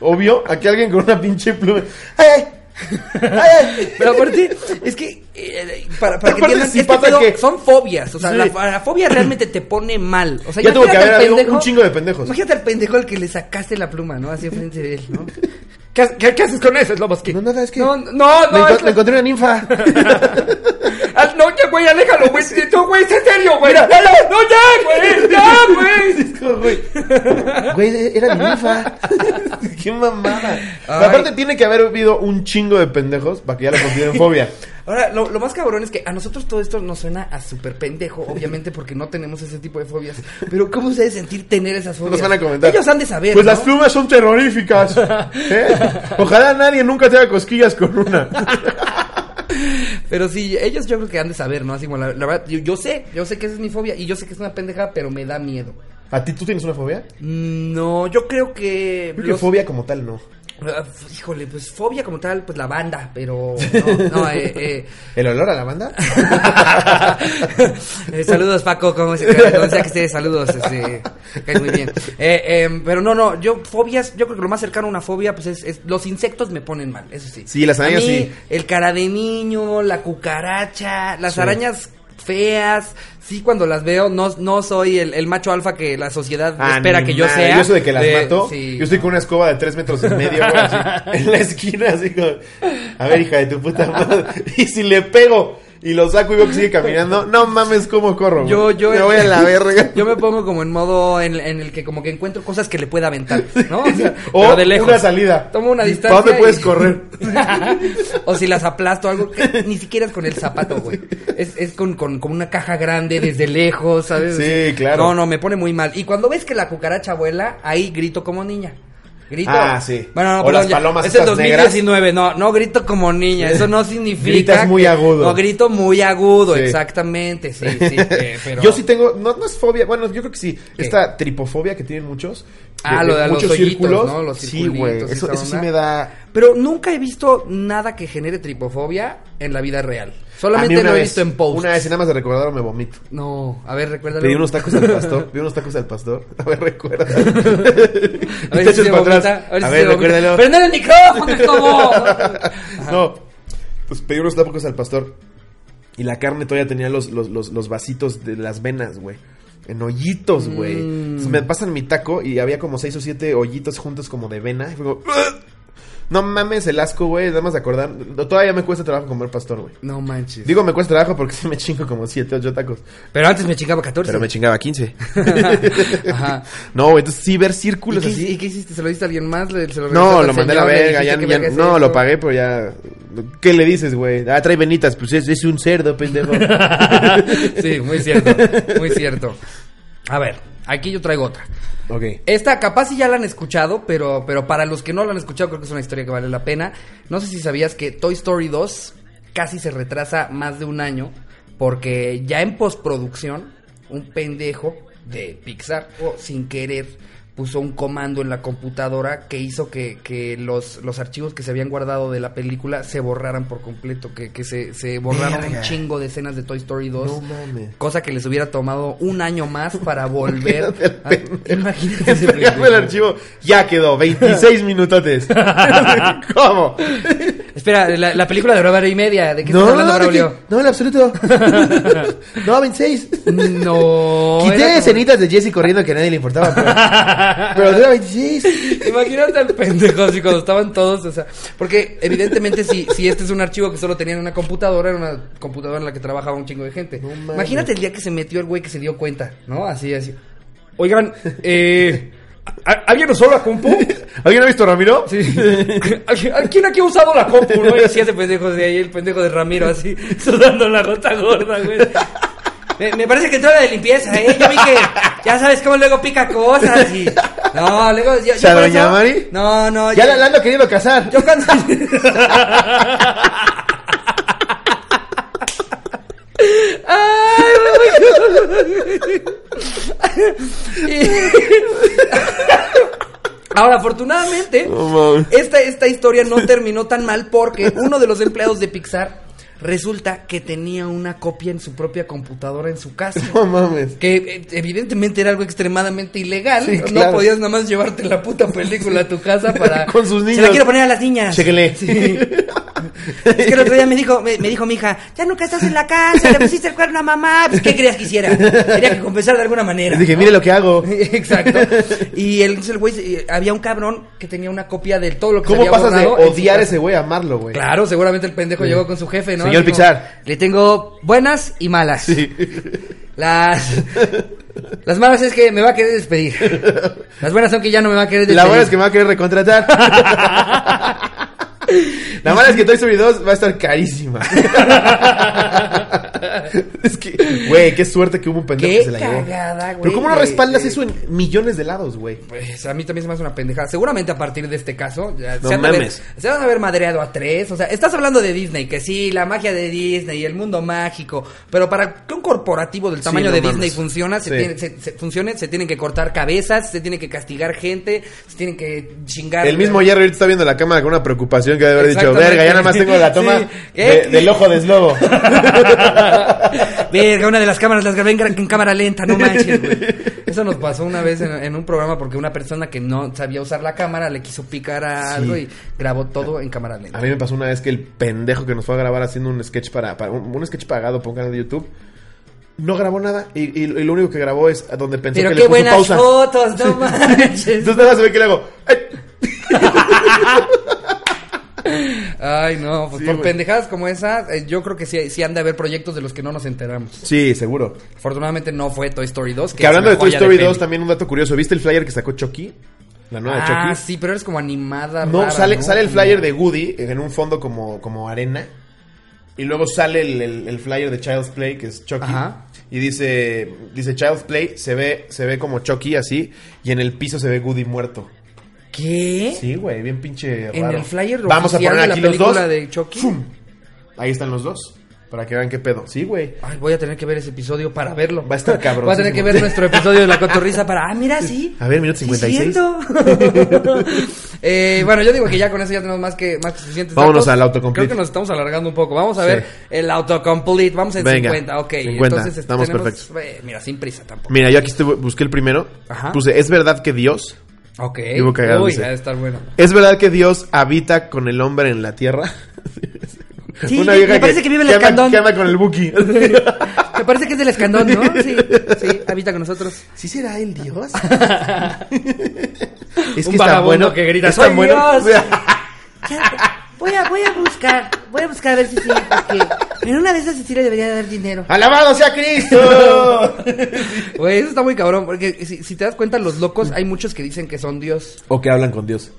[SPEAKER 2] obvio, a que alguien con una pinche pluma. ¡Ay, ay! ¡Ay, ay!
[SPEAKER 1] Pero aparte, es que eh, para, para que
[SPEAKER 2] Aparte,
[SPEAKER 1] entiendan,
[SPEAKER 2] sí
[SPEAKER 1] este
[SPEAKER 2] pasa
[SPEAKER 1] pedo
[SPEAKER 2] que-
[SPEAKER 1] son fobias. O sea,
[SPEAKER 2] Sí.
[SPEAKER 1] la, la fobia realmente te pone mal. O sea,
[SPEAKER 2] Ya tuvo que
[SPEAKER 1] imagínate
[SPEAKER 2] haber
[SPEAKER 1] al
[SPEAKER 2] habido un chingo de pendejos.
[SPEAKER 1] Imagínate al pendejo al que le sacaste la pluma, ¿no? Así frente de él, ¿no?
[SPEAKER 4] ¿Qué, qué, qué haces con eso, Sloboski?
[SPEAKER 2] No, nada, es que.
[SPEAKER 1] No, no,
[SPEAKER 2] me,
[SPEAKER 1] no.
[SPEAKER 2] enco-
[SPEAKER 1] es
[SPEAKER 2] me
[SPEAKER 1] la-
[SPEAKER 2] encontré una ninfa.
[SPEAKER 1] Ah, no, ya, güey, aléjalo, güey. No, güey, es en serio, güey.
[SPEAKER 2] Mira.
[SPEAKER 1] Ya, No, ya, güey, ya, güey.
[SPEAKER 2] Hijo, güey. Güey, era mi ninfa. ¡Qué mamada! Pero
[SPEAKER 1] Ay.
[SPEAKER 2] aparte, tiene que haber habido un chingo de pendejos para que ya la consideren fobia.
[SPEAKER 1] Ahora, lo, lo más cabrón es que a nosotros todo esto nos suena a súper pendejo, obviamente, porque no tenemos ese tipo de fobias. Pero, ¿cómo se debe sentir tener esas
[SPEAKER 2] No
[SPEAKER 1] fobias?
[SPEAKER 2] Nos van a comentar.
[SPEAKER 1] Ellos han de saber.
[SPEAKER 2] Pues
[SPEAKER 1] ¿no?
[SPEAKER 2] las plumas son terroríficas. ¿eh? Ojalá nadie nunca te haga cosquillas con una.
[SPEAKER 1] Pero sí, ellos yo creo que han de saber, ¿no? Así como la, la verdad, yo, yo sé, yo sé que esa es mi fobia y yo sé que es una pendeja, pero me da miedo.
[SPEAKER 2] ¿A ti tú tienes una fobia?
[SPEAKER 1] Mm, No, yo creo que.
[SPEAKER 2] Creo que
[SPEAKER 1] los-
[SPEAKER 2] fobia como tal no.
[SPEAKER 1] Ah, f- Híjole, pues fobia como tal, pues la banda, pero. No, no, eh, eh.
[SPEAKER 2] ¿El olor a la banda?
[SPEAKER 1] Eh, saludos, Paco, como se- como sea que esté, saludos, este, caes muy bien. Eh, eh, pero no, no, yo fobias, yo creo que lo más cercano a una fobia, pues es, es- los insectos me ponen mal, eso sí.
[SPEAKER 2] Sí, las arañas
[SPEAKER 1] A mí,
[SPEAKER 2] sí.
[SPEAKER 1] El cara de niño, la cucaracha, las arañas feas, sí cuando las veo, no, no soy el, el macho alfa que la sociedad
[SPEAKER 2] Ah,
[SPEAKER 1] espera que yo
[SPEAKER 2] Animal.
[SPEAKER 1] sea.
[SPEAKER 2] Yo eso de que las mato.
[SPEAKER 1] sí,
[SPEAKER 2] yo estoy con una escoba de tres metros y medio, güey, así, en la esquina, así como. A ver, hija de tu puta madre. Y si le pego y lo saco y veo que sigue caminando, no mames cómo corro. güey.
[SPEAKER 1] Yo, yo,
[SPEAKER 2] Me voy a la verga.
[SPEAKER 1] Yo me pongo como en modo en, en el que como que encuentro cosas que le pueda aventar, ¿no? O, sea,
[SPEAKER 2] O
[SPEAKER 1] pero de lejos.
[SPEAKER 2] una salida.
[SPEAKER 1] Tomo una
[SPEAKER 2] ¿Para
[SPEAKER 1] distancia.
[SPEAKER 2] dónde
[SPEAKER 1] y-
[SPEAKER 2] puedes correr?
[SPEAKER 1] o si las aplasto algo que ni siquiera es con el zapato, güey. Es, es con, con, con una caja grande desde lejos, ¿sabes?
[SPEAKER 2] Sí,
[SPEAKER 1] Así.
[SPEAKER 2] claro.
[SPEAKER 1] No, no, me pone muy mal. Y cuando ves que la cucaracha vuela, ahí grito como niña. Grito.
[SPEAKER 2] Ah, sí.
[SPEAKER 1] Bueno, no,
[SPEAKER 2] O
[SPEAKER 1] perdón,
[SPEAKER 2] las
[SPEAKER 1] ya.
[SPEAKER 2] palomas
[SPEAKER 1] Es el
[SPEAKER 2] estas
[SPEAKER 1] 2019. No, no grito como niña. Eso no significa.
[SPEAKER 2] Gritas muy
[SPEAKER 1] que-
[SPEAKER 2] agudo.
[SPEAKER 1] No, grito muy agudo,
[SPEAKER 2] Sí.
[SPEAKER 1] exactamente. Sí, sí. eh, pero...
[SPEAKER 2] Yo sí tengo, no, no es fobia, bueno, yo creo que sí,
[SPEAKER 1] ¿Qué?
[SPEAKER 2] esta tripofobia que tienen muchos.
[SPEAKER 1] Ah, lo de los hoyitos, ¿no? Los
[SPEAKER 2] sí, güey,
[SPEAKER 1] circulitos y
[SPEAKER 2] eso,
[SPEAKER 1] esa
[SPEAKER 2] eso sí
[SPEAKER 1] onda.
[SPEAKER 2] me da...
[SPEAKER 1] Pero nunca he visto nada que genere tripofobia en la vida real.
[SPEAKER 2] A mí
[SPEAKER 1] Solamente
[SPEAKER 2] una
[SPEAKER 1] lo he
[SPEAKER 2] vez,
[SPEAKER 1] visto en posts.
[SPEAKER 2] Una vez, y nada más de recordarlo me vomito.
[SPEAKER 1] No, a ver, recuérdalo.
[SPEAKER 2] Pedí unos tacos al pastor, pedí unos tacos al pastor. A ver, recuerda.
[SPEAKER 1] A ver si se vomita, a ver si se vomita. ¡Prende el micrófono, como!
[SPEAKER 2] no, pues pedí unos tacos al pastor. Y la carne todavía tenía los, los, los, los vasitos de las venas, güey. En hoyitos, güey.
[SPEAKER 1] Mm.
[SPEAKER 2] Entonces me pasan mi taco y había como seis o siete hoyitos juntos como de vena. Y fue como, No mames el asco, güey. Nada más de acordar. Todavía me cuesta trabajo comer pastor, güey.
[SPEAKER 1] No manches.
[SPEAKER 2] Digo, me cuesta trabajo porque sí me chingo como 7, 8 tacos.
[SPEAKER 1] Pero antes me chingaba 14.
[SPEAKER 2] Pero me chingaba 15.
[SPEAKER 1] Ajá.
[SPEAKER 2] No, güey, entonces sí ver
[SPEAKER 1] ¿Y,
[SPEAKER 2] círculos
[SPEAKER 1] qué,
[SPEAKER 2] así.
[SPEAKER 1] hici- y qué hiciste? ¿Se lo diste a alguien más? ¿Le- se lo regresaste
[SPEAKER 2] No,
[SPEAKER 1] al
[SPEAKER 2] lo mandé a la
[SPEAKER 1] señor? ¿Le
[SPEAKER 2] verga, ya,
[SPEAKER 1] dijiste que
[SPEAKER 2] ya-
[SPEAKER 1] verga es
[SPEAKER 2] no,
[SPEAKER 1] esto?
[SPEAKER 2] lo pagué, pero ya... ¿Qué le dices, güey? Ah, trae venitas, pues es, es un cerdo, pendejo.
[SPEAKER 1] sí, muy cierto, muy cierto. A ver, aquí yo traigo otra.
[SPEAKER 2] ok.
[SPEAKER 1] Esta capaz si ya la han escuchado, pero, pero para los que no la han escuchado creo que es una historia que vale la pena. No sé si sabías que Toy Story 2 casi se retrasa más de un año porque ya en postproducción un pendejo de Pixar o sin querer puso un comando en la computadora que hizo que, que los, los archivos que se habían guardado de la película se borraran por completo, que, que se, se borraron
[SPEAKER 2] Verga.
[SPEAKER 1] un chingo de escenas de Toy Story 2.
[SPEAKER 2] No mames.
[SPEAKER 1] Cosa que les hubiera tomado un año más para volver.
[SPEAKER 2] Imagínate al
[SPEAKER 1] a-
[SPEAKER 2] pendejo.
[SPEAKER 1] Ah, Imagínate ese
[SPEAKER 2] Entregame el
[SPEAKER 1] pendejo.
[SPEAKER 2] archivo. Ya quedó, 26 minutotes. ¿Cómo?
[SPEAKER 1] Espera, la, la película de hora y media. ¿De qué
[SPEAKER 2] No,
[SPEAKER 1] estás hablando,
[SPEAKER 2] de que-
[SPEAKER 1] Braulio?
[SPEAKER 2] no, en absoluto. no, 26.
[SPEAKER 1] No. era
[SPEAKER 2] Quité
[SPEAKER 1] como-
[SPEAKER 2] escenitas de Jesse corriendo que a nadie le importaba. Pero, pero dura 26.
[SPEAKER 1] Imagínate al pendejo así cuando estaban todos, o sea, porque evidentemente si, si este es un archivo que solo tenía en una computadora, era una computadora en la que trabajaba un chingo de gente.
[SPEAKER 2] No mames.
[SPEAKER 1] Imagínate el día que se metió el güey que se dio cuenta, ¿no? Así, así.
[SPEAKER 4] Oigan, eh, ¿a- ¿alguien usó la compu?
[SPEAKER 2] ¿Alguien ha visto Ramiro?
[SPEAKER 4] Sí.
[SPEAKER 1] ¿A- a ¿Quién aquí ha usado la compu, no? Y así ese pendejo de ahí, el pendejo de Ramiro, así, sudando la gota gorda, güey. Me, me parece que entró la de limpieza, ¿eh? Yo vi que, ya sabes cómo luego pica cosas y... No, luego... Yo, yo
[SPEAKER 2] ¿Se
[SPEAKER 1] por
[SPEAKER 2] adueñó,
[SPEAKER 1] eso-
[SPEAKER 2] Mari?
[SPEAKER 1] No, no.
[SPEAKER 2] Ya
[SPEAKER 1] yo-
[SPEAKER 2] la, la ando queriendo casar.
[SPEAKER 1] Yo cuando... Ay, güey. Ahora, afortunadamente,
[SPEAKER 2] Oh,
[SPEAKER 1] esta, esta historia no terminó tan mal porque uno de los empleados de Pixar resulta que tenía una copia en su propia computadora en su casa.
[SPEAKER 2] No mames.
[SPEAKER 1] Que eh, evidentemente era algo extremadamente ilegal.
[SPEAKER 2] Sí,
[SPEAKER 1] no
[SPEAKER 2] claro.
[SPEAKER 1] podías nada más llevarte la puta película a tu casa para.
[SPEAKER 2] Con sus
[SPEAKER 1] Se la
[SPEAKER 2] niños.
[SPEAKER 1] quiero poner a las niñas.
[SPEAKER 2] Chéquele.
[SPEAKER 1] Es que el otro día me dijo, me, me dijo mi hija, ya nunca estás en la casa, le pusiste el cuerno a mamá. Pues, ¿Qué creías que hiciera? Tenía que compensar de alguna manera.
[SPEAKER 2] Les dije,
[SPEAKER 1] ¿no?
[SPEAKER 2] mire lo que hago.
[SPEAKER 1] Exacto. Y el, el güey, eh, había un cabrón que tenía una copia de todo lo que se
[SPEAKER 2] ¿Cómo
[SPEAKER 1] había
[SPEAKER 2] pasas de
[SPEAKER 1] borrado en su
[SPEAKER 2] odiar a
[SPEAKER 1] casa.
[SPEAKER 2] ese güey a amarlo, güey?
[SPEAKER 1] Claro, seguramente el pendejo llegó con su jefe, ¿no?
[SPEAKER 2] Señor
[SPEAKER 1] Dijo,
[SPEAKER 2] Pixar.
[SPEAKER 1] Le tengo buenas y malas.
[SPEAKER 2] Sí.
[SPEAKER 1] Las, las malas es que me va a querer despedir. Las buenas son que ya no me va a querer despedir.
[SPEAKER 2] La buena es que me va a querer recontratar. La mala es que Toy Story 2 va a estar carísima. es que, güey, qué suerte que hubo un pendejo
[SPEAKER 1] Qué
[SPEAKER 2] que se la llevó.
[SPEAKER 1] cagada, güey.
[SPEAKER 2] Pero ¿cómo no
[SPEAKER 1] de-
[SPEAKER 2] respaldas
[SPEAKER 1] de-
[SPEAKER 2] eso en millones de lados, güey?
[SPEAKER 1] Pues a mí también se me hace una pendejada. Seguramente a partir de este caso ya
[SPEAKER 2] No
[SPEAKER 1] se, han de haber-
[SPEAKER 2] mames.
[SPEAKER 1] se van a haber madreado a tres. O sea, estás hablando de Disney, que sí, la magia de Disney, el mundo mágico. Pero para que un corporativo del tamaño
[SPEAKER 2] no
[SPEAKER 1] de
[SPEAKER 2] mames.
[SPEAKER 1] Disney funciona, se
[SPEAKER 2] Sí.
[SPEAKER 1] tiene- se- se- funcione, se tienen que cortar cabezas, se tiene que castigar gente, se tienen que chingar.
[SPEAKER 2] El mismo Jerry ahorita está viendo la cámara con una preocupación que debe haber dicho,
[SPEAKER 1] Exactamente.
[SPEAKER 2] verga, ya nada más tengo la toma
[SPEAKER 1] Sí.
[SPEAKER 2] de-
[SPEAKER 1] ¿Qué?
[SPEAKER 2] del ojo de Slobo.
[SPEAKER 1] Verga, una de las cámaras las grabé en, gra- en cámara lenta, no manches, güey. Eso nos pasó una vez en, en un programa porque una persona que no sabía usar la cámara le quiso picar a
[SPEAKER 2] Sí.
[SPEAKER 1] algo y grabó todo en cámara
[SPEAKER 2] A
[SPEAKER 1] lenta.
[SPEAKER 2] mí me pasó una vez que el pendejo que nos fue a grabar haciendo un sketch para, para un, un sketch pagado por un canal de YouTube no grabó nada y, y- y lo único que grabó es a donde pensó
[SPEAKER 1] Pero
[SPEAKER 2] que
[SPEAKER 1] qué
[SPEAKER 2] le puso
[SPEAKER 1] buenas
[SPEAKER 2] pausa.
[SPEAKER 1] fotos, no manches.
[SPEAKER 2] Entonces nada más se ve que le hago. ¡ay!
[SPEAKER 1] Ay, no, pues
[SPEAKER 2] Sí,
[SPEAKER 1] por
[SPEAKER 2] güey.
[SPEAKER 1] pendejadas como esas, eh, yo creo que sí, sí han de haber proyectos de los que no nos enteramos.
[SPEAKER 2] Sí, seguro.
[SPEAKER 1] Afortunadamente no fue Toy Story 2.
[SPEAKER 2] Que hablando de Toy Story 2,
[SPEAKER 1] también.
[SPEAKER 2] también un dato curioso. ¿Viste el flyer que sacó Chucky? La nueva
[SPEAKER 1] Ah,
[SPEAKER 2] Chucky.
[SPEAKER 1] sí, pero eres como animada.
[SPEAKER 2] No,
[SPEAKER 1] rara,
[SPEAKER 2] sale,
[SPEAKER 1] ¿no?
[SPEAKER 2] sale el
[SPEAKER 1] Como-
[SPEAKER 2] flyer de Woody en un fondo como, como arena. Y luego sale el, el- el flyer de Child's Play, que es Chucky.
[SPEAKER 1] Ajá.
[SPEAKER 2] Y dice, dice Child's Play, se ve, se ve como Chucky así, y en el piso se ve Woody muerto.
[SPEAKER 1] ¿Qué?
[SPEAKER 2] Sí, güey, bien pinche
[SPEAKER 1] En
[SPEAKER 2] raro.
[SPEAKER 1] el flyer
[SPEAKER 2] Vamos a
[SPEAKER 1] oficial
[SPEAKER 2] poner
[SPEAKER 1] de la
[SPEAKER 2] aquí los dos.
[SPEAKER 1] película de Chucky.
[SPEAKER 2] ¡Fum! Ahí están los dos, para que vean qué pedo. Sí, güey.
[SPEAKER 1] Ay, voy a tener que ver ese episodio para verlo.
[SPEAKER 2] Va a estar cabrón.
[SPEAKER 1] Voy a tener que ver nuestro episodio de La Cotorrisa para. Ah, mira, sí.
[SPEAKER 2] A ver, minuto
[SPEAKER 1] Sí,
[SPEAKER 2] 56.
[SPEAKER 1] cierto. Eh, bueno, yo digo que ya con eso ya tenemos más que, más que suficientes.
[SPEAKER 2] Vámonos
[SPEAKER 1] datos.
[SPEAKER 2] al autocomplete.
[SPEAKER 1] Creo que nos estamos alargando un poco. Vamos a
[SPEAKER 2] Sí.
[SPEAKER 1] ver el autocomplete. Vamos en
[SPEAKER 2] Venga,
[SPEAKER 1] 50. Ok,
[SPEAKER 2] 50.
[SPEAKER 1] entonces este,
[SPEAKER 2] Estamos
[SPEAKER 1] tenemos-
[SPEAKER 2] perfectos.
[SPEAKER 1] eh, mira, sin prisa tampoco.
[SPEAKER 2] Mira, yo aquí estuve- busqué el primero.
[SPEAKER 1] Ajá.
[SPEAKER 2] Puse, ¿es verdad que Dios?
[SPEAKER 1] Ok.
[SPEAKER 2] Estuvo cagado
[SPEAKER 1] Uy,
[SPEAKER 2] ese.
[SPEAKER 1] ha de estar bueno.
[SPEAKER 2] ¿Es verdad que Dios habita con el hombre en la tierra?
[SPEAKER 1] Sí, me parece que vive en el
[SPEAKER 2] anda-
[SPEAKER 1] Candón.
[SPEAKER 2] que anda con el Buki.
[SPEAKER 1] Me parece que es del escandón, ¿no? Sí, sí, habita con nosotros.
[SPEAKER 2] ¿Sí será el Dios? es
[SPEAKER 4] Un vagabundo que grita,
[SPEAKER 2] ¿es tan
[SPEAKER 4] "¡Soy
[SPEAKER 2] bueno?"
[SPEAKER 4] Dios!
[SPEAKER 2] O sea,
[SPEAKER 1] Voy a, voy a buscar, voy a buscar a ver si sí, porque en una de esas sí le debería dar dinero.
[SPEAKER 2] ¡Alabado sea Cristo!
[SPEAKER 1] Güey, eso está muy cabrón, porque si, si te das cuenta, los
[SPEAKER 2] Mm.
[SPEAKER 1] locos, hay muchos que dicen que son Dios.
[SPEAKER 2] o que hablan con Dios.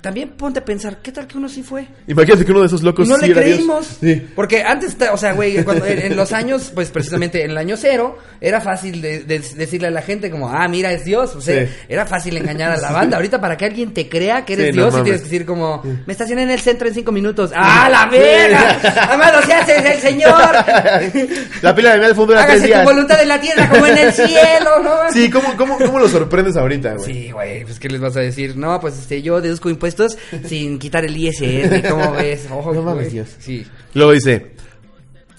[SPEAKER 1] También ponte a pensar, ¿qué tal que uno sí fue?
[SPEAKER 2] Imagínate que uno de esos locos
[SPEAKER 1] no
[SPEAKER 2] sí
[SPEAKER 1] le
[SPEAKER 2] era Dios.
[SPEAKER 1] creímos.
[SPEAKER 2] Sí.
[SPEAKER 1] Porque antes, ta- o sea, güey, cuando- en, en los años, pues precisamente en el año cero, era fácil de, de- decirle a la gente como, ah, mira, es Dios. O sea,
[SPEAKER 2] Sí.
[SPEAKER 1] era fácil engañar a la banda. Ahorita para que alguien te crea que eres
[SPEAKER 2] Sí, no
[SPEAKER 1] Dios y
[SPEAKER 2] mames.
[SPEAKER 1] tienes que decir como, me estacioné en el centro en cinco minutos. ¡Ah, la verga! ¡Amado se hace el Señor!
[SPEAKER 2] La pila de miel del fondo era tres
[SPEAKER 1] Hágase tu
[SPEAKER 2] días.
[SPEAKER 1] voluntad en la tierra como en el cielo, ¿no?
[SPEAKER 2] Sí, ¿cómo, cómo, ¿cómo lo sorprendes ahorita, güey?
[SPEAKER 1] Sí, güey, pues ¿qué les vas a decir? No, pues este, yo deduzco impuestos sin quitar el ISR, ¿cómo ves? Ojo,
[SPEAKER 2] No mames,
[SPEAKER 1] güey.
[SPEAKER 2] Dios.
[SPEAKER 1] Sí.
[SPEAKER 2] Luego dice,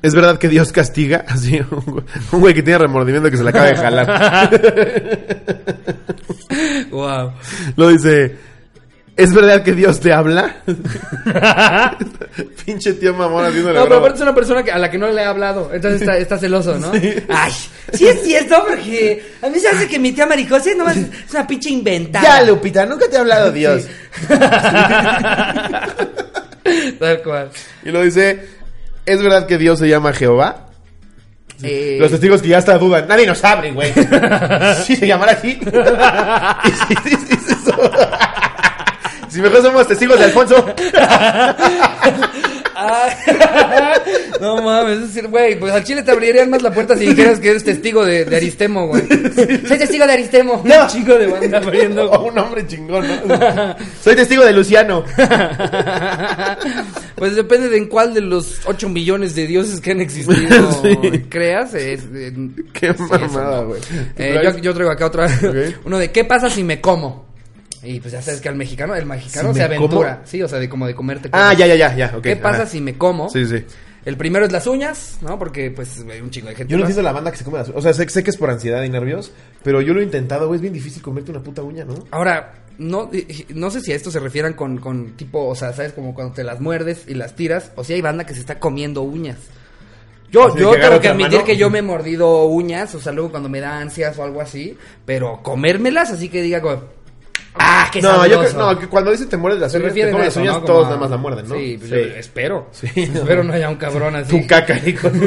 [SPEAKER 2] ¿es verdad que Dios castiga? Así, un güey- un güey que tiene remordimiento que se le acaba de jalar.
[SPEAKER 1] Wow.
[SPEAKER 2] Luego dice, ¿es verdad que Dios te habla? Pinche tío mamón haciendo
[SPEAKER 1] No, pero aparte es una persona que, a la que no le ha hablado, entonces está, está celoso, ¿no? Ay, sí es cierto, porque a mí se hace que mi tía Maricosia nomás es una pinche inventada.
[SPEAKER 2] Ya, Lupita, nunca te ha hablado Dios.
[SPEAKER 1] Tal cual.
[SPEAKER 2] Y luego dice, ¿es verdad que Dios se llama Jehová?
[SPEAKER 1] Eh,
[SPEAKER 2] Los testigos que ya hasta dudan. Nadie nos abre, güey. Si se llamara así. Y si- si- si- si- si- Si mejor somos testigos de Alfonso.
[SPEAKER 1] ay, no mames, es decir, güey, pues al chile te abrirían más la puerta si dijeras que eres testigo de, de Aristemo, güey. Soy testigo de Aristemo. Un chico de banda abriendo.
[SPEAKER 2] O un hombre chingón, ¿no? Soy testigo de Luciano.
[SPEAKER 1] Pues depende de en cuál de los 8 millones de dioses que han existido
[SPEAKER 2] Sí.
[SPEAKER 1] creas. es- en-
[SPEAKER 2] Qué
[SPEAKER 1] sí, eso,
[SPEAKER 2] mamada,
[SPEAKER 1] ¿no?
[SPEAKER 2] güey.
[SPEAKER 1] Eh, yo, yo traigo acá otra.
[SPEAKER 2] Ok.
[SPEAKER 1] Uno de ¿qué pasa si me como? Y pues ya sabes que al mexicano, el mexicano
[SPEAKER 2] ¿Si
[SPEAKER 1] se
[SPEAKER 2] me
[SPEAKER 1] aventura.
[SPEAKER 2] como?
[SPEAKER 1] Sí, o sea, de como de comerte
[SPEAKER 2] Ah,
[SPEAKER 1] cosas.
[SPEAKER 2] ya, ya, ya, ya. ok,
[SPEAKER 1] ¿Qué pasa
[SPEAKER 2] ajá.
[SPEAKER 1] si me como?
[SPEAKER 2] Sí, sí.
[SPEAKER 1] El primero es las uñas, ¿no? Porque pues güey, un chico de gente.
[SPEAKER 2] Yo no
[SPEAKER 1] más.
[SPEAKER 2] entiendo la banda que se come las uñas. O sea, sé, sé que es por ansiedad y nervios, pero yo lo he intentado, güey. Es bien difícil comerte una puta uña, ¿no?
[SPEAKER 1] Ahora, no, eh, no sé si a esto se refieran con, con tipo, o sea, ¿sabes? Como cuando te las muerdes y las tiras, o si hay banda que se está comiendo uñas. Yo,
[SPEAKER 2] Así de
[SPEAKER 1] yo
[SPEAKER 2] que
[SPEAKER 1] tengo
[SPEAKER 2] agarras
[SPEAKER 1] que
[SPEAKER 2] la
[SPEAKER 1] admitir
[SPEAKER 2] mano.
[SPEAKER 1] que yo me he mordido uñas, o sea, luego cuando me da ansias o algo así, pero comérmelas así que diga como, ¡ah, qué
[SPEAKER 2] No, yo
[SPEAKER 1] sabroso!
[SPEAKER 2] creo, no, que cuando dicen te muerdes las
[SPEAKER 1] se
[SPEAKER 2] uñas, te
[SPEAKER 1] refieren a
[SPEAKER 2] comes las
[SPEAKER 1] eso,
[SPEAKER 2] uñas,
[SPEAKER 1] ¿no? Como
[SPEAKER 2] todos
[SPEAKER 1] a-
[SPEAKER 2] nada más la muerden, ¿no?
[SPEAKER 1] Sí, pues, yo espero. espero no haya un cabrón así.
[SPEAKER 2] Tu caca ahí con,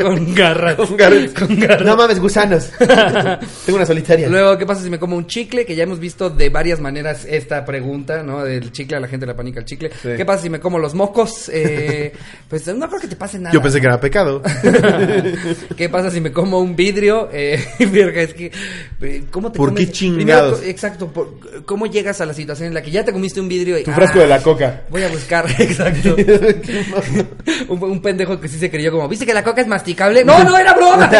[SPEAKER 1] con garras.
[SPEAKER 2] Con garras.
[SPEAKER 1] Con garras.
[SPEAKER 2] No mames, gusanos. Tengo una solitaria.
[SPEAKER 1] Luego, ¿qué pasa si me como un chicle? Que ya hemos visto de varias maneras esta pregunta, ¿no? Del chicle, a la gente le panica el chicle.
[SPEAKER 2] Sí.
[SPEAKER 1] ¿Qué pasa si me como los mocos? Eh, pues no creo que te pase nada.
[SPEAKER 2] Yo pensé que era pecado.
[SPEAKER 1] ¿Qué pasa si me como un vidrio? Eh, verga, es que. eh, ¿Cómo te
[SPEAKER 2] ¿Por
[SPEAKER 1] comes?
[SPEAKER 2] qué
[SPEAKER 1] Primero,
[SPEAKER 2] chingados?
[SPEAKER 1] co- exacto. por- ¿Cómo llegas a la situación en la que ya te comiste un vidrio y.
[SPEAKER 2] Tu frasco de
[SPEAKER 1] "Ah,
[SPEAKER 2] la coca.
[SPEAKER 1] Voy a buscar, exacto. un, un pendejo que sí se creyó como, ¿viste que la coca es masticable? No, no, era broma,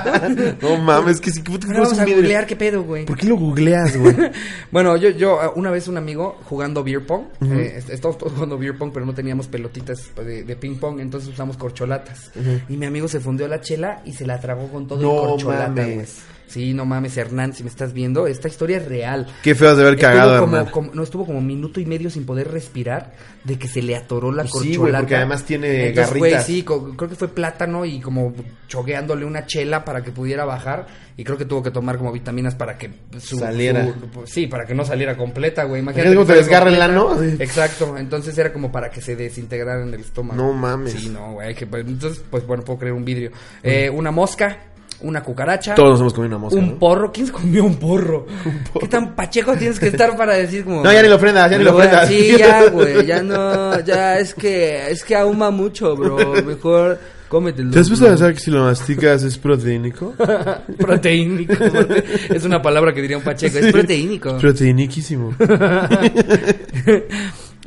[SPEAKER 1] pendejo.
[SPEAKER 2] No mames, que si que
[SPEAKER 1] Ahora vamos a googlear qué pedo, güey.
[SPEAKER 2] ¿Por qué lo googleas, güey?
[SPEAKER 1] Bueno, yo, yo eh, una vez un amigo jugando beer pong, eh, est- estábamos todos jugando beer pong, pero no teníamos pelotitas de, de ping pong, entonces usamos corcholatas. Y mi amigo se fundió la chela y se la tragó con todo
[SPEAKER 2] No
[SPEAKER 1] el corcholata,
[SPEAKER 2] mames.
[SPEAKER 1] güey. Sí, no mames, Hernán, si me estás viendo, esta historia es real.
[SPEAKER 2] Qué feo has de haber
[SPEAKER 1] Estuvo
[SPEAKER 2] cagado,
[SPEAKER 1] como-
[SPEAKER 2] hermano.
[SPEAKER 1] como- no estuvo como minuto y medio sin poder respirar de que se le atoró la
[SPEAKER 2] Pues sí,
[SPEAKER 1] corcholata.
[SPEAKER 2] güey, porque además tiene
[SPEAKER 1] Entonces,
[SPEAKER 2] garritas.
[SPEAKER 1] Güey, sí, co- creo que fue plátano y como chogueándole una chela para que pudiera bajar y creo que tuvo que tomar como vitaminas para que su-
[SPEAKER 2] Saliera.
[SPEAKER 1] su- sí, para que no saliera completa, güey. Imagínate
[SPEAKER 2] Imagínate cómo
[SPEAKER 1] que
[SPEAKER 2] te
[SPEAKER 1] sale
[SPEAKER 2] desgarra el
[SPEAKER 1] completa.
[SPEAKER 2] ano.
[SPEAKER 1] Exacto, entonces era como para que se desintegrara en el estómago.
[SPEAKER 2] No mames.
[SPEAKER 1] Sí, no, güey. que- pues, entonces, pues bueno, puedo creer un vidrio. Eh, una mosca, una cucaracha.
[SPEAKER 2] Todos nos hemos comido una mosca.
[SPEAKER 1] Un
[SPEAKER 2] ¿no?
[SPEAKER 1] porro, ¿quién se comió un porro? ¿Qué tan pacheco tienes que estar para decir como
[SPEAKER 2] No, ya ni lo ofrendas, ya ni lo
[SPEAKER 1] voy a-
[SPEAKER 2] ofrendas.
[SPEAKER 1] Sí, ya, güey, ya no, ya es que es que ahuma mucho, bro. Mejor cómetelo.
[SPEAKER 2] ¿Te has puesto a
[SPEAKER 1] bro.
[SPEAKER 2] pensar que si lo masticas es proteínico?
[SPEAKER 1] proteínico. prote- Es una palabra que diría un pacheco, es proteínico.
[SPEAKER 2] Proteiniquísimo.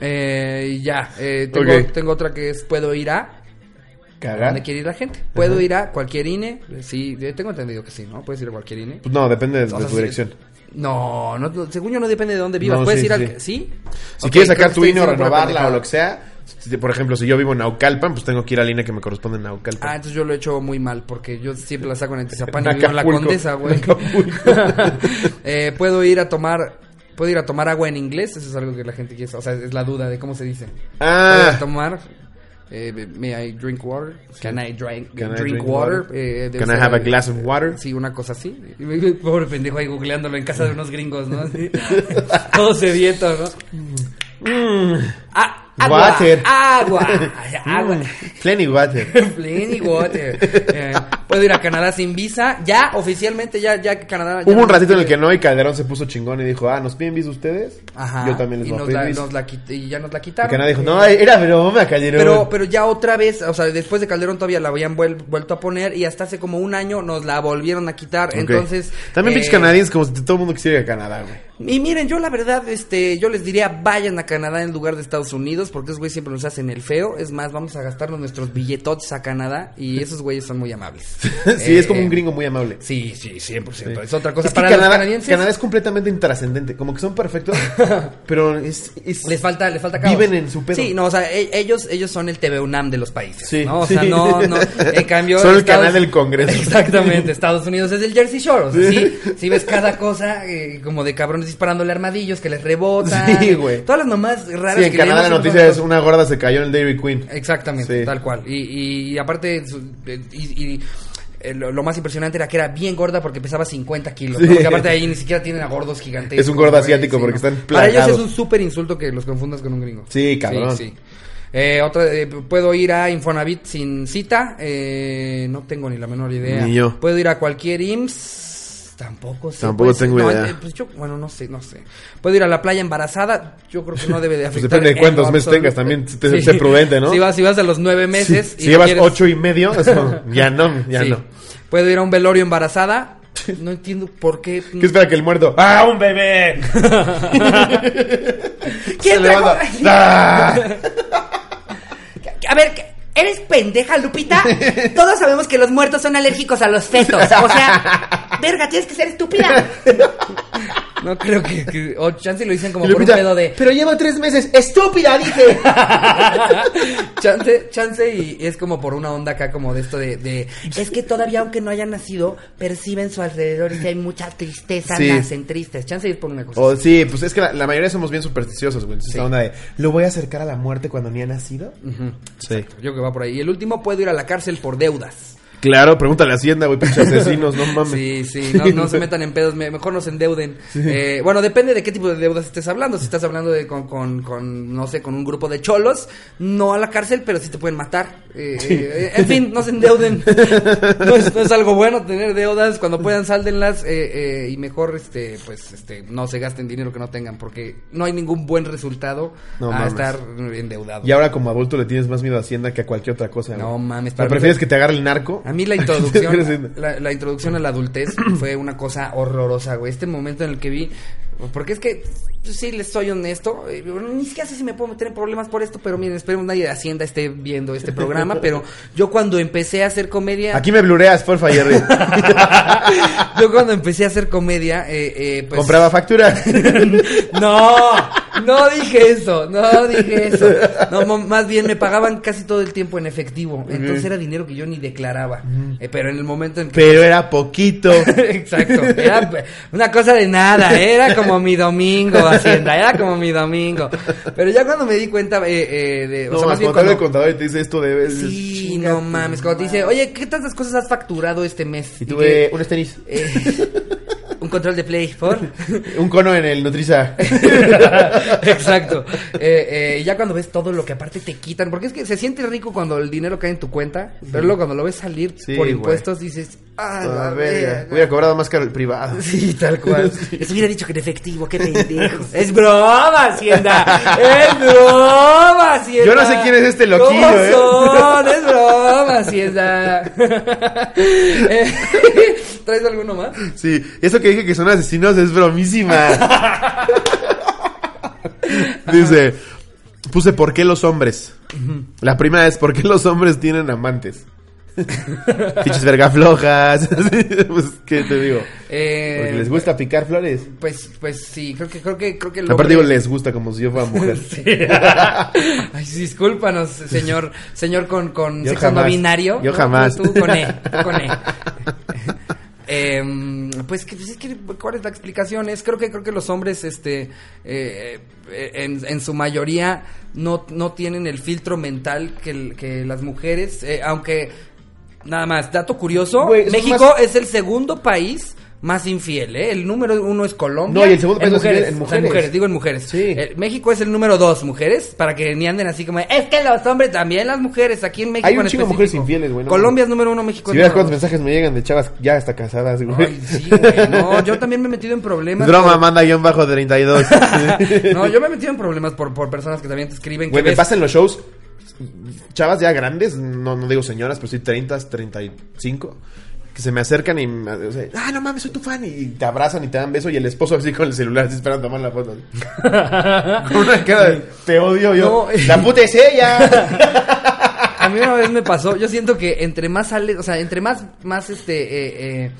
[SPEAKER 1] Eh, y ya, eh, tengo,
[SPEAKER 2] Ok.
[SPEAKER 1] tengo otra que es puedo ir a donde
[SPEAKER 2] ¿Cagar?
[SPEAKER 1] quiere ir la gente. Puedo ir a cualquier INE. Sí, eh, tengo entendido que sí, ¿no? Puedes ir a cualquier E. INE.
[SPEAKER 2] Pues no, depende de, de
[SPEAKER 1] O sea,
[SPEAKER 2] tu
[SPEAKER 1] sí-
[SPEAKER 2] dirección.
[SPEAKER 1] No, no, no, según yo no depende de dónde vivas.
[SPEAKER 2] No,
[SPEAKER 1] Puedes
[SPEAKER 2] sí,
[SPEAKER 1] ir al.
[SPEAKER 2] sí.
[SPEAKER 1] ¿Sí?
[SPEAKER 2] Si
[SPEAKER 1] Ok,
[SPEAKER 2] quieres
[SPEAKER 1] creo
[SPEAKER 2] sacar
[SPEAKER 1] que
[SPEAKER 2] tu
[SPEAKER 1] estoy
[SPEAKER 2] INE o
[SPEAKER 1] diciendo pura
[SPEAKER 2] renovarla o lo que
[SPEAKER 1] pendejada.
[SPEAKER 2] sea, si- por ejemplo, si yo vivo en Naucalpan, pues tengo que ir al INE que me corresponde en Naucalpan.
[SPEAKER 1] Ah, entonces yo lo he hecho muy mal porque yo siempre la saco en Antizapán
[SPEAKER 2] En
[SPEAKER 1] y no en la
[SPEAKER 2] Acapulco.
[SPEAKER 1] Condesa, güey.
[SPEAKER 2] En Acapulco.
[SPEAKER 1] Eh, puedo ir a tomar. Puedo ir a tomar agua en inglés. Eso es algo que la gente quiere. O sea, es la duda de cómo se dice. Puedo ir a
[SPEAKER 2] Ah,
[SPEAKER 1] tomar. eh, may I drink water? Can I drink,
[SPEAKER 2] Can I
[SPEAKER 1] drink, water? Eh, debe
[SPEAKER 2] Can I
[SPEAKER 1] ser-
[SPEAKER 2] have a glass of water?
[SPEAKER 1] Sí, una cosa así. Pobre pendejo ahí googleándolo en casa de unos gringos, ¿no? Así. Todo sediento, ¿no? Ah, agua,
[SPEAKER 2] Mm. Water. Mm.
[SPEAKER 1] agua, agua.
[SPEAKER 2] Plenty water.
[SPEAKER 1] Plenty water. Eh, puedo ir a Canadá sin visa. Ya, oficialmente, ya, ya que Canadá. ya
[SPEAKER 2] Hubo un
[SPEAKER 1] no-
[SPEAKER 2] ratito en el que no y Calderón se puso chingón y dijo, ah, ¿nos piden visa ustedes?
[SPEAKER 1] Ajá.
[SPEAKER 2] Yo también les
[SPEAKER 1] y
[SPEAKER 2] voy a
[SPEAKER 1] nos
[SPEAKER 2] pedir
[SPEAKER 1] la-
[SPEAKER 2] visa.
[SPEAKER 1] nos la quit- Y ya nos la
[SPEAKER 2] Y
[SPEAKER 1] quitaron.
[SPEAKER 2] Canadá dijo,
[SPEAKER 1] Eh,
[SPEAKER 2] no, era broma, Calderón.
[SPEAKER 1] Pero, pero ya otra vez, o sea, después de Calderón todavía la habían vuel- vuelto a poner y hasta hace como un año nos la volvieron a quitar.
[SPEAKER 2] Ok.
[SPEAKER 1] Entonces.
[SPEAKER 2] También
[SPEAKER 1] eh,
[SPEAKER 2] pinches canadienses como si todo el mundo quisiera ir a Canadá, güey.
[SPEAKER 1] Y miren, yo la verdad, este, yo les diría, vayan a Canadá en lugar de Estados Unidos, porque esos güeyes siempre nos hacen el feo. Es más, vamos a gastarnos nuestros billetotes a Canadá y esos güeyes son muy amables.
[SPEAKER 2] sí, es como
[SPEAKER 1] Eh,
[SPEAKER 2] un gringo muy amable.
[SPEAKER 1] Sí, sí, 100%.
[SPEAKER 2] Sí.
[SPEAKER 1] Es otra cosa.
[SPEAKER 2] Es que
[SPEAKER 1] Para los
[SPEAKER 2] Canadá,
[SPEAKER 1] canadienses
[SPEAKER 2] Canadá es completamente intrascendente. Como que son perfectos, pero es, es-
[SPEAKER 1] les falta, les falta caos.
[SPEAKER 2] Viven en su pedo.
[SPEAKER 1] Sí, no, o sea, e- ellos, ellos son el TV UNAM de los países.
[SPEAKER 2] Sí,
[SPEAKER 1] ¿no? O sea,
[SPEAKER 2] sí.
[SPEAKER 1] no, no. En cambio.
[SPEAKER 2] Son el canal del Congreso.
[SPEAKER 1] Exactamente. Estados Unidos es el Jersey Shore. O sea, sí. sí ves cada cosa eh, como de cabrones disparándole armadillos que les rebotan.
[SPEAKER 2] Sí, güey.
[SPEAKER 1] Todas las mamás raras
[SPEAKER 2] Sí, en
[SPEAKER 1] que
[SPEAKER 2] Canadá la
[SPEAKER 1] leemos son
[SPEAKER 2] noticia
[SPEAKER 1] cosas-
[SPEAKER 2] es una gorda se cayó en el Dairy Queen.
[SPEAKER 1] Exactamente,
[SPEAKER 2] Sí.
[SPEAKER 1] tal cual. Y, y, aparte, su- eh, y, y, eh, lo, lo más impresionante era que era bien gorda porque pesaba 50 kilos. ¿no?
[SPEAKER 2] Sí.
[SPEAKER 1] Porque aparte ahí ni siquiera tienen a gordos gigantescos.
[SPEAKER 2] Es un gordo
[SPEAKER 1] güey,
[SPEAKER 2] asiático porque están
[SPEAKER 1] Para ellos es
[SPEAKER 2] plagados.
[SPEAKER 1] un súper insulto que los confundas con un gringo.
[SPEAKER 2] Sí, cabrón.
[SPEAKER 1] Sí, sí. Eh, otra, eh, puedo ir a Infonavit sin cita. Eh, no tengo ni la menor idea.
[SPEAKER 2] Ni yo.
[SPEAKER 1] Puedo ir a cualquier IMSS. Tampoco sé.
[SPEAKER 2] Tampoco
[SPEAKER 1] ser-
[SPEAKER 2] tengo
[SPEAKER 1] no,
[SPEAKER 2] idea.
[SPEAKER 1] eh, pues yo, bueno, no sé, no sé. Puedo ir a la playa embarazada. Yo creo que no debe de
[SPEAKER 2] Pues
[SPEAKER 1] afectar.
[SPEAKER 2] depende de
[SPEAKER 1] en
[SPEAKER 2] cuántos
[SPEAKER 1] lo
[SPEAKER 2] meses tengas, también te- sé prudente, ¿no?
[SPEAKER 1] Si vas, si vas a los nueve
[SPEAKER 2] Si,
[SPEAKER 1] meses.
[SPEAKER 2] si llevas
[SPEAKER 1] quieres-
[SPEAKER 2] ocho y medio, es como, ya no, ya
[SPEAKER 1] Sí.
[SPEAKER 2] no.
[SPEAKER 1] Puedo ir a un velorio embarazada. No entiendo por qué.
[SPEAKER 2] ¿Qué espera que el muerto? ¡Ah!
[SPEAKER 4] ¡Ah, un bebé!
[SPEAKER 2] Se
[SPEAKER 1] ¿Quién trajo-
[SPEAKER 2] levanta. ¡Ah!
[SPEAKER 1] A ver, ¿qué- ¿eres pendeja, Lupita? Todos sabemos que los muertos son alérgicos a los fetos. O sea, verga, tienes que ser estúpida. No creo que. que- o chance lo dicen como
[SPEAKER 2] Y
[SPEAKER 1] por un
[SPEAKER 2] Lupita,
[SPEAKER 1] pedo de.
[SPEAKER 2] Pero llevo tres meses. ¡Estúpida, dije!
[SPEAKER 1] chance, chance y es como por una onda acá como de esto de, de, es que todavía aunque no hayan nacido perciben su alrededor y si hay mucha tristeza
[SPEAKER 2] Sí.
[SPEAKER 1] nacen tristes chance y es por una cosa
[SPEAKER 2] O sí, pues es que la, la mayoría somos bien supersticiosos, güey. Entonces,
[SPEAKER 1] Sí.
[SPEAKER 2] esta onda de, ¿lo voy a acercar a la muerte cuando ni ha nacido?
[SPEAKER 1] Ujú.
[SPEAKER 2] Sí.
[SPEAKER 1] yo creo que va por ahí y el último puedo ir a la cárcel por deudas
[SPEAKER 2] Claro, pregúntale a Hacienda, güey, pinches asesinos, no mames.
[SPEAKER 1] Sí, sí, no, no se metan en pedos, me- mejor nos endeuden. Eh, bueno, depende de qué tipo de deudas estés hablando. Si estás hablando de con, con, con, no sé, con un grupo de cholos, no a la cárcel, pero sí te pueden matar. Eh, eh, en fin, no se endeuden. No es, no es algo bueno tener deudas. Cuando puedan, sáldenlas eh, eh, y mejor, este, pues, este, no se gasten dinero que no tengan, porque no hay ningún buen resultado
[SPEAKER 2] No
[SPEAKER 1] a
[SPEAKER 2] mames.
[SPEAKER 1] estar endeudado.
[SPEAKER 2] Y ahora como adulto le tienes más miedo a Hacienda que a cualquier otra cosa.
[SPEAKER 1] No
[SPEAKER 2] güey.
[SPEAKER 1] mames,
[SPEAKER 2] O sea,
[SPEAKER 1] para
[SPEAKER 2] prefieres
[SPEAKER 1] empezar-
[SPEAKER 2] que te agarre el narco?
[SPEAKER 1] A mí la
[SPEAKER 2] Que te
[SPEAKER 1] introducción,
[SPEAKER 2] agarre
[SPEAKER 1] Pues
[SPEAKER 2] Hacienda.
[SPEAKER 1] la, la introducción a la adultez fue una cosa horrorosa, güey. Este momento en el que vi, porque es que, pues sí, les soy honesto, eh, bueno, ni siquiera sé si me puedo meter en problemas por esto, pero miren, esperemos nadie de Hacienda esté viendo este programa, pero yo cuando empecé a hacer comedia...
[SPEAKER 2] Aquí me blureas, porfa, Jerry.
[SPEAKER 1] yo cuando empecé a hacer comedia, eh, eh, pues...
[SPEAKER 2] Compraba factura.
[SPEAKER 1] no, no dije eso, no dije eso. No, mo- más bien me pagaban casi todo el tiempo en efectivo. Entonces era dinero que yo ni declaraba. Eh, pero en el momento en que
[SPEAKER 2] Pero era poquito.
[SPEAKER 1] Exacto, era pues, una cosa de nada, era como mi domingo, Hacienda, era como mi domingo. Pero ya cuando me di cuenta, eh, eh, de, o
[SPEAKER 2] No,
[SPEAKER 1] sea, más
[SPEAKER 2] más
[SPEAKER 1] bien
[SPEAKER 2] cuando te habla
[SPEAKER 1] cuando-
[SPEAKER 2] el contador y te dice esto debes.
[SPEAKER 1] Sí,
[SPEAKER 2] chinga
[SPEAKER 1] no
[SPEAKER 2] tu
[SPEAKER 1] mames, cuando te dice,
[SPEAKER 2] madre.
[SPEAKER 1] oye, ¿qué tantas cosas has facturado este mes?
[SPEAKER 2] Y
[SPEAKER 1] que,
[SPEAKER 2] tuve unos tenis.
[SPEAKER 1] eh, un control de Play, por...
[SPEAKER 2] Un cono en el Nutriza.
[SPEAKER 1] Exacto. Eh, eh, ya cuando ves todo lo que aparte te quitan, porque es que se siente rico cuando el dinero cae en tu cuenta, pero luego cuando lo ves salir
[SPEAKER 2] Sí,
[SPEAKER 1] por
[SPEAKER 2] güey.
[SPEAKER 1] impuestos dices, ah,
[SPEAKER 2] A
[SPEAKER 1] la
[SPEAKER 2] ver,
[SPEAKER 1] verga".
[SPEAKER 2] hubiera cobrado más caro el privado.
[SPEAKER 1] Sí, tal cual. Les hubiera dicho que en efectivo, qué pendejo. es broma, Hacienda. Es broma, Hacienda.
[SPEAKER 2] Yo no sé quién es este loquillo,
[SPEAKER 1] ¿Cómo
[SPEAKER 2] ¿eh?
[SPEAKER 1] son? Es broma, Hacienda. Eh, ¿Traes alguno más?
[SPEAKER 2] Sí, eso que dije que son asesinos es bromísima. Dice, puse ¿por qué los hombres? La primera es ¿por qué los hombres tienen amantes? Fichas verga flojas. pues, ¿Qué te digo?
[SPEAKER 1] Eh,
[SPEAKER 2] Porque les gusta picar flores.
[SPEAKER 1] Pues, pues sí, creo que, creo que, creo que el hombre-
[SPEAKER 2] Aparte digo, les gusta como si yo fuera mujer.
[SPEAKER 1] Sí. Ay, discúlpanos, señor, señor con, con
[SPEAKER 2] Yo
[SPEAKER 1] sexo no
[SPEAKER 2] jamás.
[SPEAKER 1] binario.
[SPEAKER 2] Yo
[SPEAKER 1] ¿no?
[SPEAKER 2] jamás.
[SPEAKER 1] Tú, tú con E, tú con E. Em, pues, que, pues es que, ¿cuál es la explicación? Es, creo que, creo que los hombres, este, eh, eh, en, en su mayoría, no, no tienen el filtro mental que, el- que las mujeres, eh, aunque, nada más, dato curioso,
[SPEAKER 2] Güey, eso es
[SPEAKER 1] México
[SPEAKER 2] más-
[SPEAKER 1] es el segundo país más infiel, ¿eh? El número uno es Colombia.
[SPEAKER 2] No, y el segundo
[SPEAKER 1] en
[SPEAKER 2] país más
[SPEAKER 1] mujeres,
[SPEAKER 2] infiel en
[SPEAKER 1] o sea, en
[SPEAKER 2] mujeres.
[SPEAKER 1] mujeres, digo en mujeres.
[SPEAKER 2] Sí.
[SPEAKER 1] Eh, México es el número dos, mujeres, para que ni anden así como, es que los hombres también, las mujeres, aquí en México
[SPEAKER 2] Hay un
[SPEAKER 1] en
[SPEAKER 2] chingo de
[SPEAKER 1] específico.
[SPEAKER 2] mujeres infieles, güey, no
[SPEAKER 1] Colombia es número uno, México es
[SPEAKER 2] Si vieras
[SPEAKER 1] número
[SPEAKER 2] cuántos
[SPEAKER 1] dos.
[SPEAKER 2] mensajes me llegan de chavas ya hasta casadas, güey.
[SPEAKER 1] Ay, sí, güey, no, yo también me he metido en problemas.
[SPEAKER 2] Drama,
[SPEAKER 1] güey.
[SPEAKER 2] manda guión bajo 32.
[SPEAKER 1] No, yo me he metido en problemas por, por personas que también te escriben.
[SPEAKER 2] Güey,
[SPEAKER 1] que
[SPEAKER 2] me
[SPEAKER 1] ves-
[SPEAKER 2] pasa en los shows. Chavas ya grandes, no, no digo señoras, pero sí 30, 35. Que se me acercan y me o sea, ah, no mames, soy tu fan. Y te abrazan y te dan beso. Y el esposo así con el celular, así esperando tomar la foto. Con una cara de te odio yo.
[SPEAKER 1] No.
[SPEAKER 2] La puta es ella.
[SPEAKER 1] A mí una vez me pasó, yo siento que entre más sales, o sea, entre más, más este, eh, eh,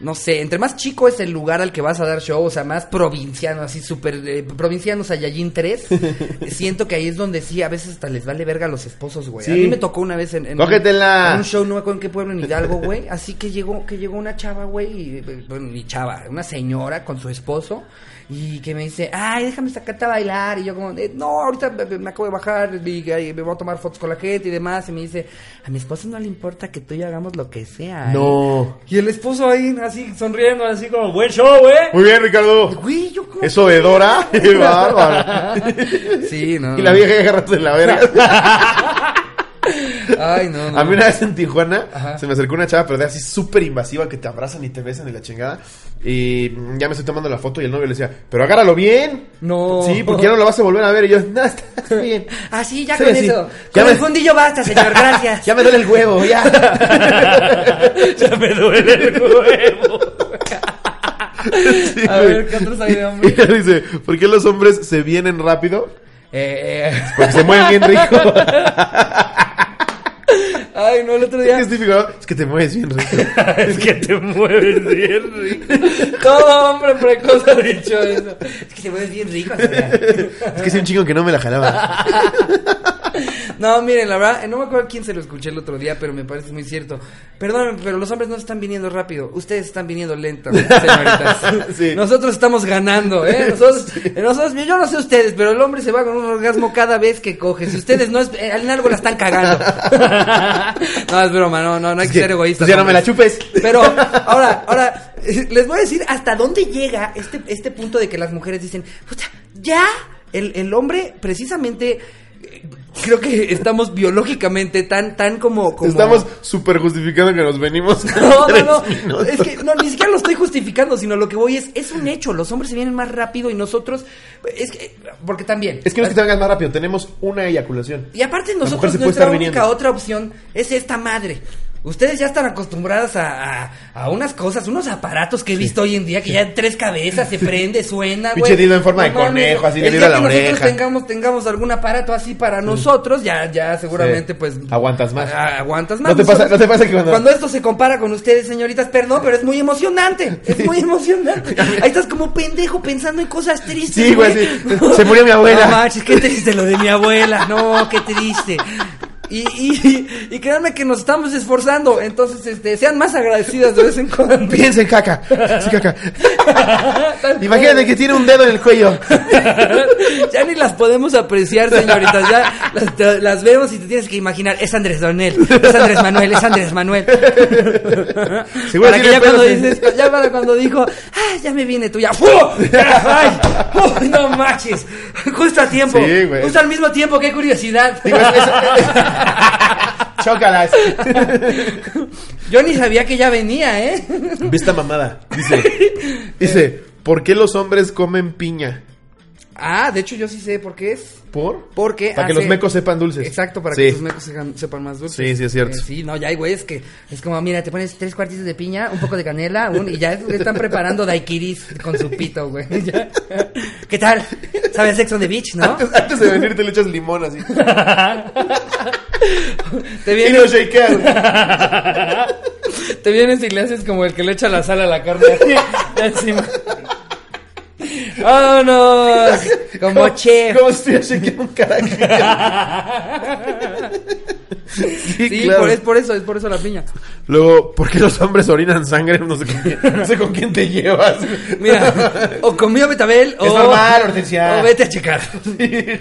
[SPEAKER 1] no sé, entre más chico es el lugar al que vas a dar show, o sea, más provinciano, así súper, eh, provinciano, o sea, Yayín 3, siento que ahí es donde sí, a veces hasta les vale verga a los esposos, güey. A
[SPEAKER 2] Sí.
[SPEAKER 1] mí me tocó una vez en, en, un,
[SPEAKER 2] Cógetela.
[SPEAKER 1] en un show, no me acuerdo en qué pueblo, en Hidalgo, güey, así que llegó, que llegó una chava, güey, y, eh, bueno, ni chava, una señora con su esposo. Y que me dice, ay, déjame sacarte a bailar. Y yo como, eh, no, ahorita me, me- me acabo de bajar y, y me voy a tomar fotos con la gente y demás. Y me dice, a mi esposo no le importa que tú y yo hagamos lo que sea. ¿eh?".
[SPEAKER 2] No.
[SPEAKER 4] Y el esposo ahí, así, sonriendo, así como, buen show, güey.
[SPEAKER 2] Muy bien, Ricardo.
[SPEAKER 1] Güey, yo como...
[SPEAKER 2] Eso de Dora. Qué bárbaro.
[SPEAKER 1] Sí, no.
[SPEAKER 2] Y la vieja ya agarrándose la verga.
[SPEAKER 1] Ay, no, no.
[SPEAKER 2] A mí una vez en Tijuana
[SPEAKER 1] Ajá.
[SPEAKER 2] se me acercó una chava, pero de así súper invasiva que te abrazan y te besan y la chingada. Y mm, ya me estoy tomando la foto y el novio le decía, pero agárralo bien.
[SPEAKER 1] No.
[SPEAKER 2] Sí, porque ya no lo vas a volver a ver. Y yo, no, estás bien.
[SPEAKER 1] Ah, sí, ya
[SPEAKER 2] Soy
[SPEAKER 1] con
[SPEAKER 2] así.
[SPEAKER 1] eso.
[SPEAKER 2] Ya
[SPEAKER 1] con
[SPEAKER 2] me-
[SPEAKER 1] el fundillo basta, señor, gracias.
[SPEAKER 2] Ya me duele el huevo, ya.
[SPEAKER 4] Ya me duele el huevo.
[SPEAKER 2] Sí,
[SPEAKER 1] A
[SPEAKER 2] güey.
[SPEAKER 1] ver, ¿qué otros hay de
[SPEAKER 2] Y
[SPEAKER 1] hombre?
[SPEAKER 2] ella dice, ¿por qué los hombres se vienen rápido?
[SPEAKER 1] Eh, eh,
[SPEAKER 2] Porque se mueven bien rico.
[SPEAKER 1] Ay, no, el otro día...
[SPEAKER 2] es típico, ¿no? Es que te mueves bien rico.
[SPEAKER 4] es que te mueves bien rico.
[SPEAKER 1] Todo hombre precoz ha dicho eso. Es que se mueve bien rico. señora.
[SPEAKER 2] Es que es un chico que no me la jalaba.
[SPEAKER 1] No, miren, la verdad, eh, no me acuerdo quién se lo escuché el otro día, pero me parece muy cierto. Perdónenme, pero los hombres no están viniendo rápido. Ustedes están viniendo lento, señoritas.
[SPEAKER 2] Sí.
[SPEAKER 1] Nosotros estamos ganando, ¿eh? Nosotros, eh, nosotros- yo no sé ustedes, pero el hombre se va con un orgasmo cada vez que coge. Si ustedes no es, eh, en algo la están cagando. No, es broma, no, no, no hay que,
[SPEAKER 2] Es que,
[SPEAKER 1] ser egoístas.
[SPEAKER 2] pues ya no me la
[SPEAKER 1] hombres.
[SPEAKER 2] chupes.
[SPEAKER 1] Pero ahora, ahora, les voy a decir hasta dónde llega este, este punto de que las mujeres dicen, "Puta, ya el, el hombre precisamente, eh, creo que estamos biológicamente tan, tan como... como
[SPEAKER 2] Estamos súper justificando que nos venimos.
[SPEAKER 1] no,
[SPEAKER 2] tres
[SPEAKER 1] no, no.
[SPEAKER 2] minutos.
[SPEAKER 1] Es que no, ni siquiera lo estoy justificando, sino lo que voy es, es un hecho. Los hombres se vienen más rápido y nosotros, es que, porque también.
[SPEAKER 2] Es que no es que te vengas más rápido, tenemos una eyaculación.
[SPEAKER 1] Y aparte
[SPEAKER 2] mujer
[SPEAKER 1] nosotros
[SPEAKER 2] se puede
[SPEAKER 1] nuestra
[SPEAKER 2] estar
[SPEAKER 1] única
[SPEAKER 2] viniendo.
[SPEAKER 1] otra opción es esta madre. Ustedes ya están acostumbradas a, a- a unas cosas, unos aparatos que he visto hoy en día que ya en tres cabezas se prende, suena, güey.
[SPEAKER 2] Pinche dildo en forma de
[SPEAKER 1] mames,
[SPEAKER 2] conejo, así
[SPEAKER 1] el
[SPEAKER 2] le
[SPEAKER 1] día
[SPEAKER 2] vibra la
[SPEAKER 1] que nosotros
[SPEAKER 2] oreja. Mm.
[SPEAKER 1] tengamos tengamos algún aparato así para nosotros, ya ya seguramente
[SPEAKER 2] Sí.
[SPEAKER 1] pues
[SPEAKER 2] Eh, Aguantas más.
[SPEAKER 1] a- aguantas más.
[SPEAKER 2] No te pasa, no
[SPEAKER 1] Nosotros-
[SPEAKER 2] te pasa que cuando,
[SPEAKER 1] cuando esto se compara con ustedes, señoritas, perdón, pero es muy emocionante. Es muy emocionante. Ahí estás como pendejo pensando en cosas tristes.
[SPEAKER 2] Sí, güey, sí. Se murió mi abuela.
[SPEAKER 1] No manches, qué triste lo de mi abuela. No, qué triste. Y, y, y créanme que nos estamos esforzando. Entonces, este, sean más agradecidas de vez en cuando.
[SPEAKER 2] piensa en caca. Sí, caca.
[SPEAKER 1] Tal
[SPEAKER 2] Imagínate que tiene un dedo en el cuello.
[SPEAKER 1] ya ni las podemos apreciar, señoritas. Ya las, te- las vemos y te tienes que imaginar. Es Andrés Donel, es Andrés Manuel, es Andrés Manuel.
[SPEAKER 2] Seguro
[SPEAKER 1] para que
[SPEAKER 2] tiene
[SPEAKER 1] ya cuando
[SPEAKER 2] pelos en-
[SPEAKER 1] dices, ya para cuando dijo, ah, ya me viene tú, ya, ¡fu! ¡Ay! ¡Uy, no manches! Justo a tiempo.
[SPEAKER 2] Sí, güey.
[SPEAKER 1] Justo al mismo tiempo, qué curiosidad.
[SPEAKER 2] Digo, es- es- Chócalas.
[SPEAKER 1] Yo ni sabía que ya venía, ¿eh?
[SPEAKER 2] Ve esta mamada. Dice, dice, ¿por qué los hombres comen piña?
[SPEAKER 1] Ah, de hecho yo sí sé por qué es.
[SPEAKER 2] ¿Por?
[SPEAKER 1] Porque
[SPEAKER 2] Para que
[SPEAKER 1] hace-
[SPEAKER 2] los mecos sepan dulces.
[SPEAKER 1] Exacto, para
[SPEAKER 2] Sí.
[SPEAKER 1] que tus mecos sepan, sepan más dulces.
[SPEAKER 2] Sí, sí, es cierto.
[SPEAKER 1] Eh, sí, no, ya hay güeyes que es como, mira, te pones tres cuartitos de piña, un poco de canela, un- y ya es- están preparando daiquiris con su pito, güey. Ya. ¿Qué tal? ¿Sabes Sex on the Beach, no?
[SPEAKER 2] Antes, antes de venir te le echas limón así.
[SPEAKER 1] Te
[SPEAKER 2] Y
[SPEAKER 1] vienes,
[SPEAKER 2] lo shakeas.
[SPEAKER 1] te vienes y le haces como el que le echa la sal a la carne así, de encima. ¡Vámonos! Como chef.
[SPEAKER 2] Como si estuviera shakeando un carajo. Sí,
[SPEAKER 1] Sí,
[SPEAKER 2] claro.
[SPEAKER 1] por, es por eso, es por eso la piña.
[SPEAKER 2] Luego, ¿por qué los hombres orinan sangre? No sé con quién, no sé con quién te llevas.
[SPEAKER 1] Mira, o comió Betabel o.
[SPEAKER 2] Es normal, Hortensia.
[SPEAKER 1] O vete a checar.
[SPEAKER 2] Sí,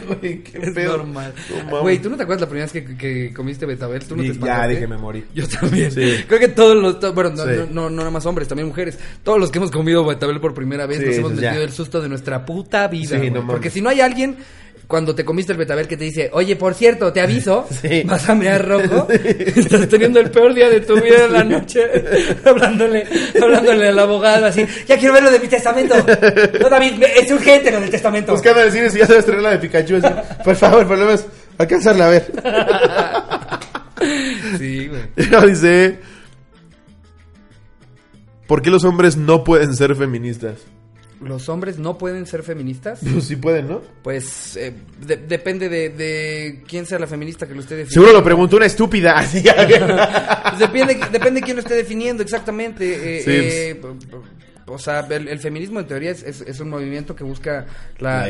[SPEAKER 2] güey, qué
[SPEAKER 1] Es
[SPEAKER 2] pedo.
[SPEAKER 1] normal.
[SPEAKER 2] No mames.
[SPEAKER 1] Güey, ¿tú no te acuerdas la primera vez que, que comiste Betabel? ¿Tú no te
[SPEAKER 2] Y
[SPEAKER 1] espantaste?
[SPEAKER 2] ya dije, me morí.
[SPEAKER 1] Yo también.
[SPEAKER 2] Sí.
[SPEAKER 1] Creo que todos los. to- bueno, no,
[SPEAKER 2] Sí.
[SPEAKER 1] no, no, no nada más hombres, también mujeres. Todos los que hemos comido betabel por primera vez
[SPEAKER 2] Sí,
[SPEAKER 1] nos hemos
[SPEAKER 2] pues ya.
[SPEAKER 1] metido el susto de nuestra puta vida.
[SPEAKER 2] Sí,
[SPEAKER 1] güey.
[SPEAKER 2] no mames.
[SPEAKER 1] Porque si no hay alguien. Cuando te comiste el betabel que te dice, oye, por cierto, te aviso,
[SPEAKER 2] Sí.
[SPEAKER 1] vas a mirar rojo, estás teniendo el peor día de tu vida en la noche, hablándole, hablándole al abogado así, ya quiero ver lo de mi testamento. No, David, ve- es urgente lo del testamento.
[SPEAKER 2] Buscando decir si ya sabes traer la de Pikachu. así, por favor, por lo menos, alcanzarla a ver.
[SPEAKER 1] Sí, güey.
[SPEAKER 2] Luego dice, ¿por qué los hombres no pueden ser feministas?
[SPEAKER 1] ¿Los hombres no pueden ser feministas?
[SPEAKER 2] Pues sí pueden, ¿no?
[SPEAKER 1] Pues eh, de- depende de, de quién sea la feminista que lo esté definiendo.
[SPEAKER 2] Seguro lo preguntó una estúpida. así,
[SPEAKER 1] Pues depende, depende quién lo esté definiendo exactamente. eh,
[SPEAKER 2] Sí, pues.
[SPEAKER 1] eh, p- p- o sea, el, el feminismo en teoría es, es- es un movimiento que busca la,
[SPEAKER 2] La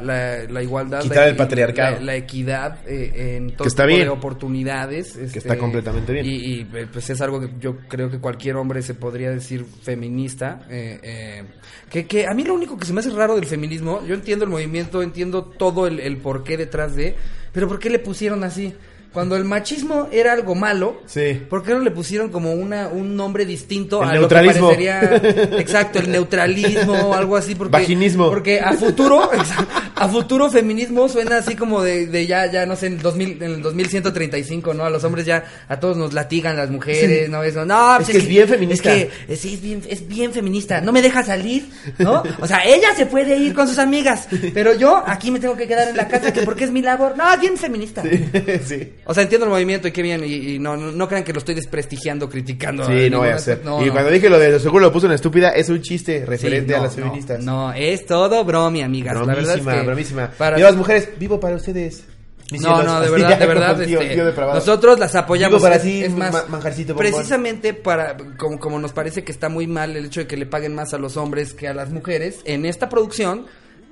[SPEAKER 1] la- la- la igualdad,
[SPEAKER 2] Quitar
[SPEAKER 1] la-
[SPEAKER 2] el patriarcado.
[SPEAKER 1] La, la equidad eh, en todo
[SPEAKER 2] Que está
[SPEAKER 1] tipo
[SPEAKER 2] bien.
[SPEAKER 1] de oportunidades. este,
[SPEAKER 2] está completamente bien.
[SPEAKER 1] Y, y, eh, pues es algo que yo creo que cualquier hombre se podría decir feminista. eh, eh, que, que a mí lo único que se me hace raro del feminismo, yo entiendo el movimiento, entiendo todo el, el porqué detrás de, pero ¿por qué le pusieron así? Cuando el machismo era algo malo,
[SPEAKER 2] Sí.
[SPEAKER 1] ¿Por qué no le pusieron como una, un nombre distinto
[SPEAKER 2] El
[SPEAKER 1] a
[SPEAKER 2] neutralismo.
[SPEAKER 1] lo que parecería? Exacto, el neutralismo o algo así. Porque,
[SPEAKER 2] Vaginismo.
[SPEAKER 1] Porque a futuro, exa- a futuro feminismo suena así como de, de ya, ya no sé, en el, 2000, en el 2135, ¿no? A los hombres ya, a todos nos latigan las mujeres, ¿no? Eso, no, pues
[SPEAKER 2] que es bien feminista.
[SPEAKER 1] Es que eh, sí, es bien, es bien feminista. No me deja salir, ¿no? O sea, ella se puede ir con sus amigas, pero yo aquí me tengo que quedar en la casa que porque es mi labor. No, es bien feminista.
[SPEAKER 2] sí.
[SPEAKER 1] O sea, entiendo el movimiento y qué bien. Y, y no, no, no crean que lo estoy desprestigiando, criticando.
[SPEAKER 2] Sí, no voy a hacer. y cuando dije lo de seguro lo puso una estúpida, es un chiste referente a las feministas.
[SPEAKER 1] No, es todo bromi, amigas. la
[SPEAKER 2] Bromísima,
[SPEAKER 1] verdad es que
[SPEAKER 2] bromísima.
[SPEAKER 1] para-
[SPEAKER 2] Y las mujeres, vivo para ustedes. Mis
[SPEAKER 1] no,
[SPEAKER 2] cielos,
[SPEAKER 1] no, de
[SPEAKER 2] así,
[SPEAKER 1] verdad,
[SPEAKER 2] ya,
[SPEAKER 1] de verdad.
[SPEAKER 2] como tío-
[SPEAKER 1] este,
[SPEAKER 2] tío depravado.
[SPEAKER 1] nosotros las apoyamos.
[SPEAKER 2] Vivo para
[SPEAKER 1] es,
[SPEAKER 2] ti,
[SPEAKER 1] es más,
[SPEAKER 2] ma- manjarcito bombón.
[SPEAKER 1] precisamente para, como, como nos parece que está muy mal el hecho de que le paguen más a los hombres que a las mujeres, en esta producción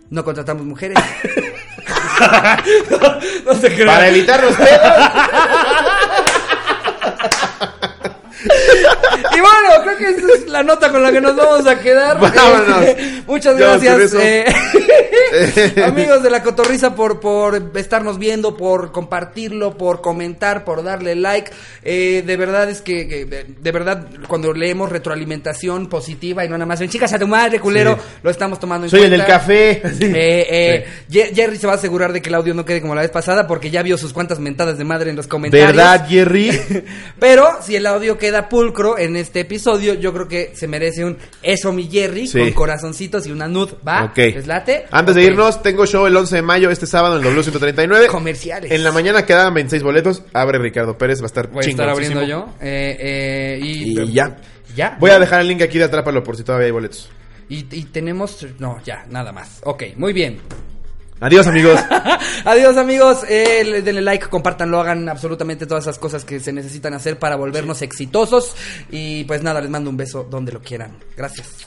[SPEAKER 1] no contratamos mujeres. no, se crean.
[SPEAKER 2] Para evitar los pedos.
[SPEAKER 1] Y bueno, creo que esa es la nota con la que nos vamos a quedar.
[SPEAKER 2] Vámonos.
[SPEAKER 1] Este, muchas
[SPEAKER 2] Ya, con
[SPEAKER 1] gracias,
[SPEAKER 2] eso.
[SPEAKER 1] eh, amigos de la Cotorrisa, por, por estarnos viendo, por compartirlo, por comentar, por darle like. Eh, de verdad es que, que de, de verdad, cuando leemos retroalimentación positiva y no nada más, chicas, a tu madre, culero,
[SPEAKER 2] Sí.
[SPEAKER 1] lo estamos tomando en
[SPEAKER 2] Soy el
[SPEAKER 1] cuenta.
[SPEAKER 2] del café. Sí.
[SPEAKER 1] Eh, eh, Ye- Jerry se va a asegurar de que el audio no quede como la vez pasada porque ya vio sus cuantas mentadas de madre en los comentarios.
[SPEAKER 2] ¿Verdad, Jerry?
[SPEAKER 1] Pero si el audio queda pulcro en este episodio, yo creo que se merece un eso mi Jerry
[SPEAKER 2] Sí.
[SPEAKER 1] con corazoncitos y una nud, ¿va?
[SPEAKER 2] Ok.
[SPEAKER 1] ¿Les late?
[SPEAKER 2] Antes
[SPEAKER 1] Ok.
[SPEAKER 2] de irnos, tengo show el 11 de mayo, este sábado en el W139.
[SPEAKER 1] Comerciales.
[SPEAKER 2] En la mañana quedaban 26 boletos. Abre Ricardo Pérez, va a estar
[SPEAKER 1] Voy a estar
[SPEAKER 2] chingoncísimo.
[SPEAKER 1] abriendo yo. eh, eh, y,
[SPEAKER 2] Y ya.
[SPEAKER 1] Ya.
[SPEAKER 2] Voy a dejar el link aquí de Atrápalo por si todavía hay boletos.
[SPEAKER 1] Y, y tenemos. No, ya, nada más. Ok, muy bien.
[SPEAKER 2] Adiós, amigos.
[SPEAKER 1] Adiós, amigos. Eh, le- denle like, compártanlo, hagan absolutamente todas esas cosas que se necesitan hacer para volvernos exitosos. Y pues nada, les mando un beso donde lo quieran. Gracias.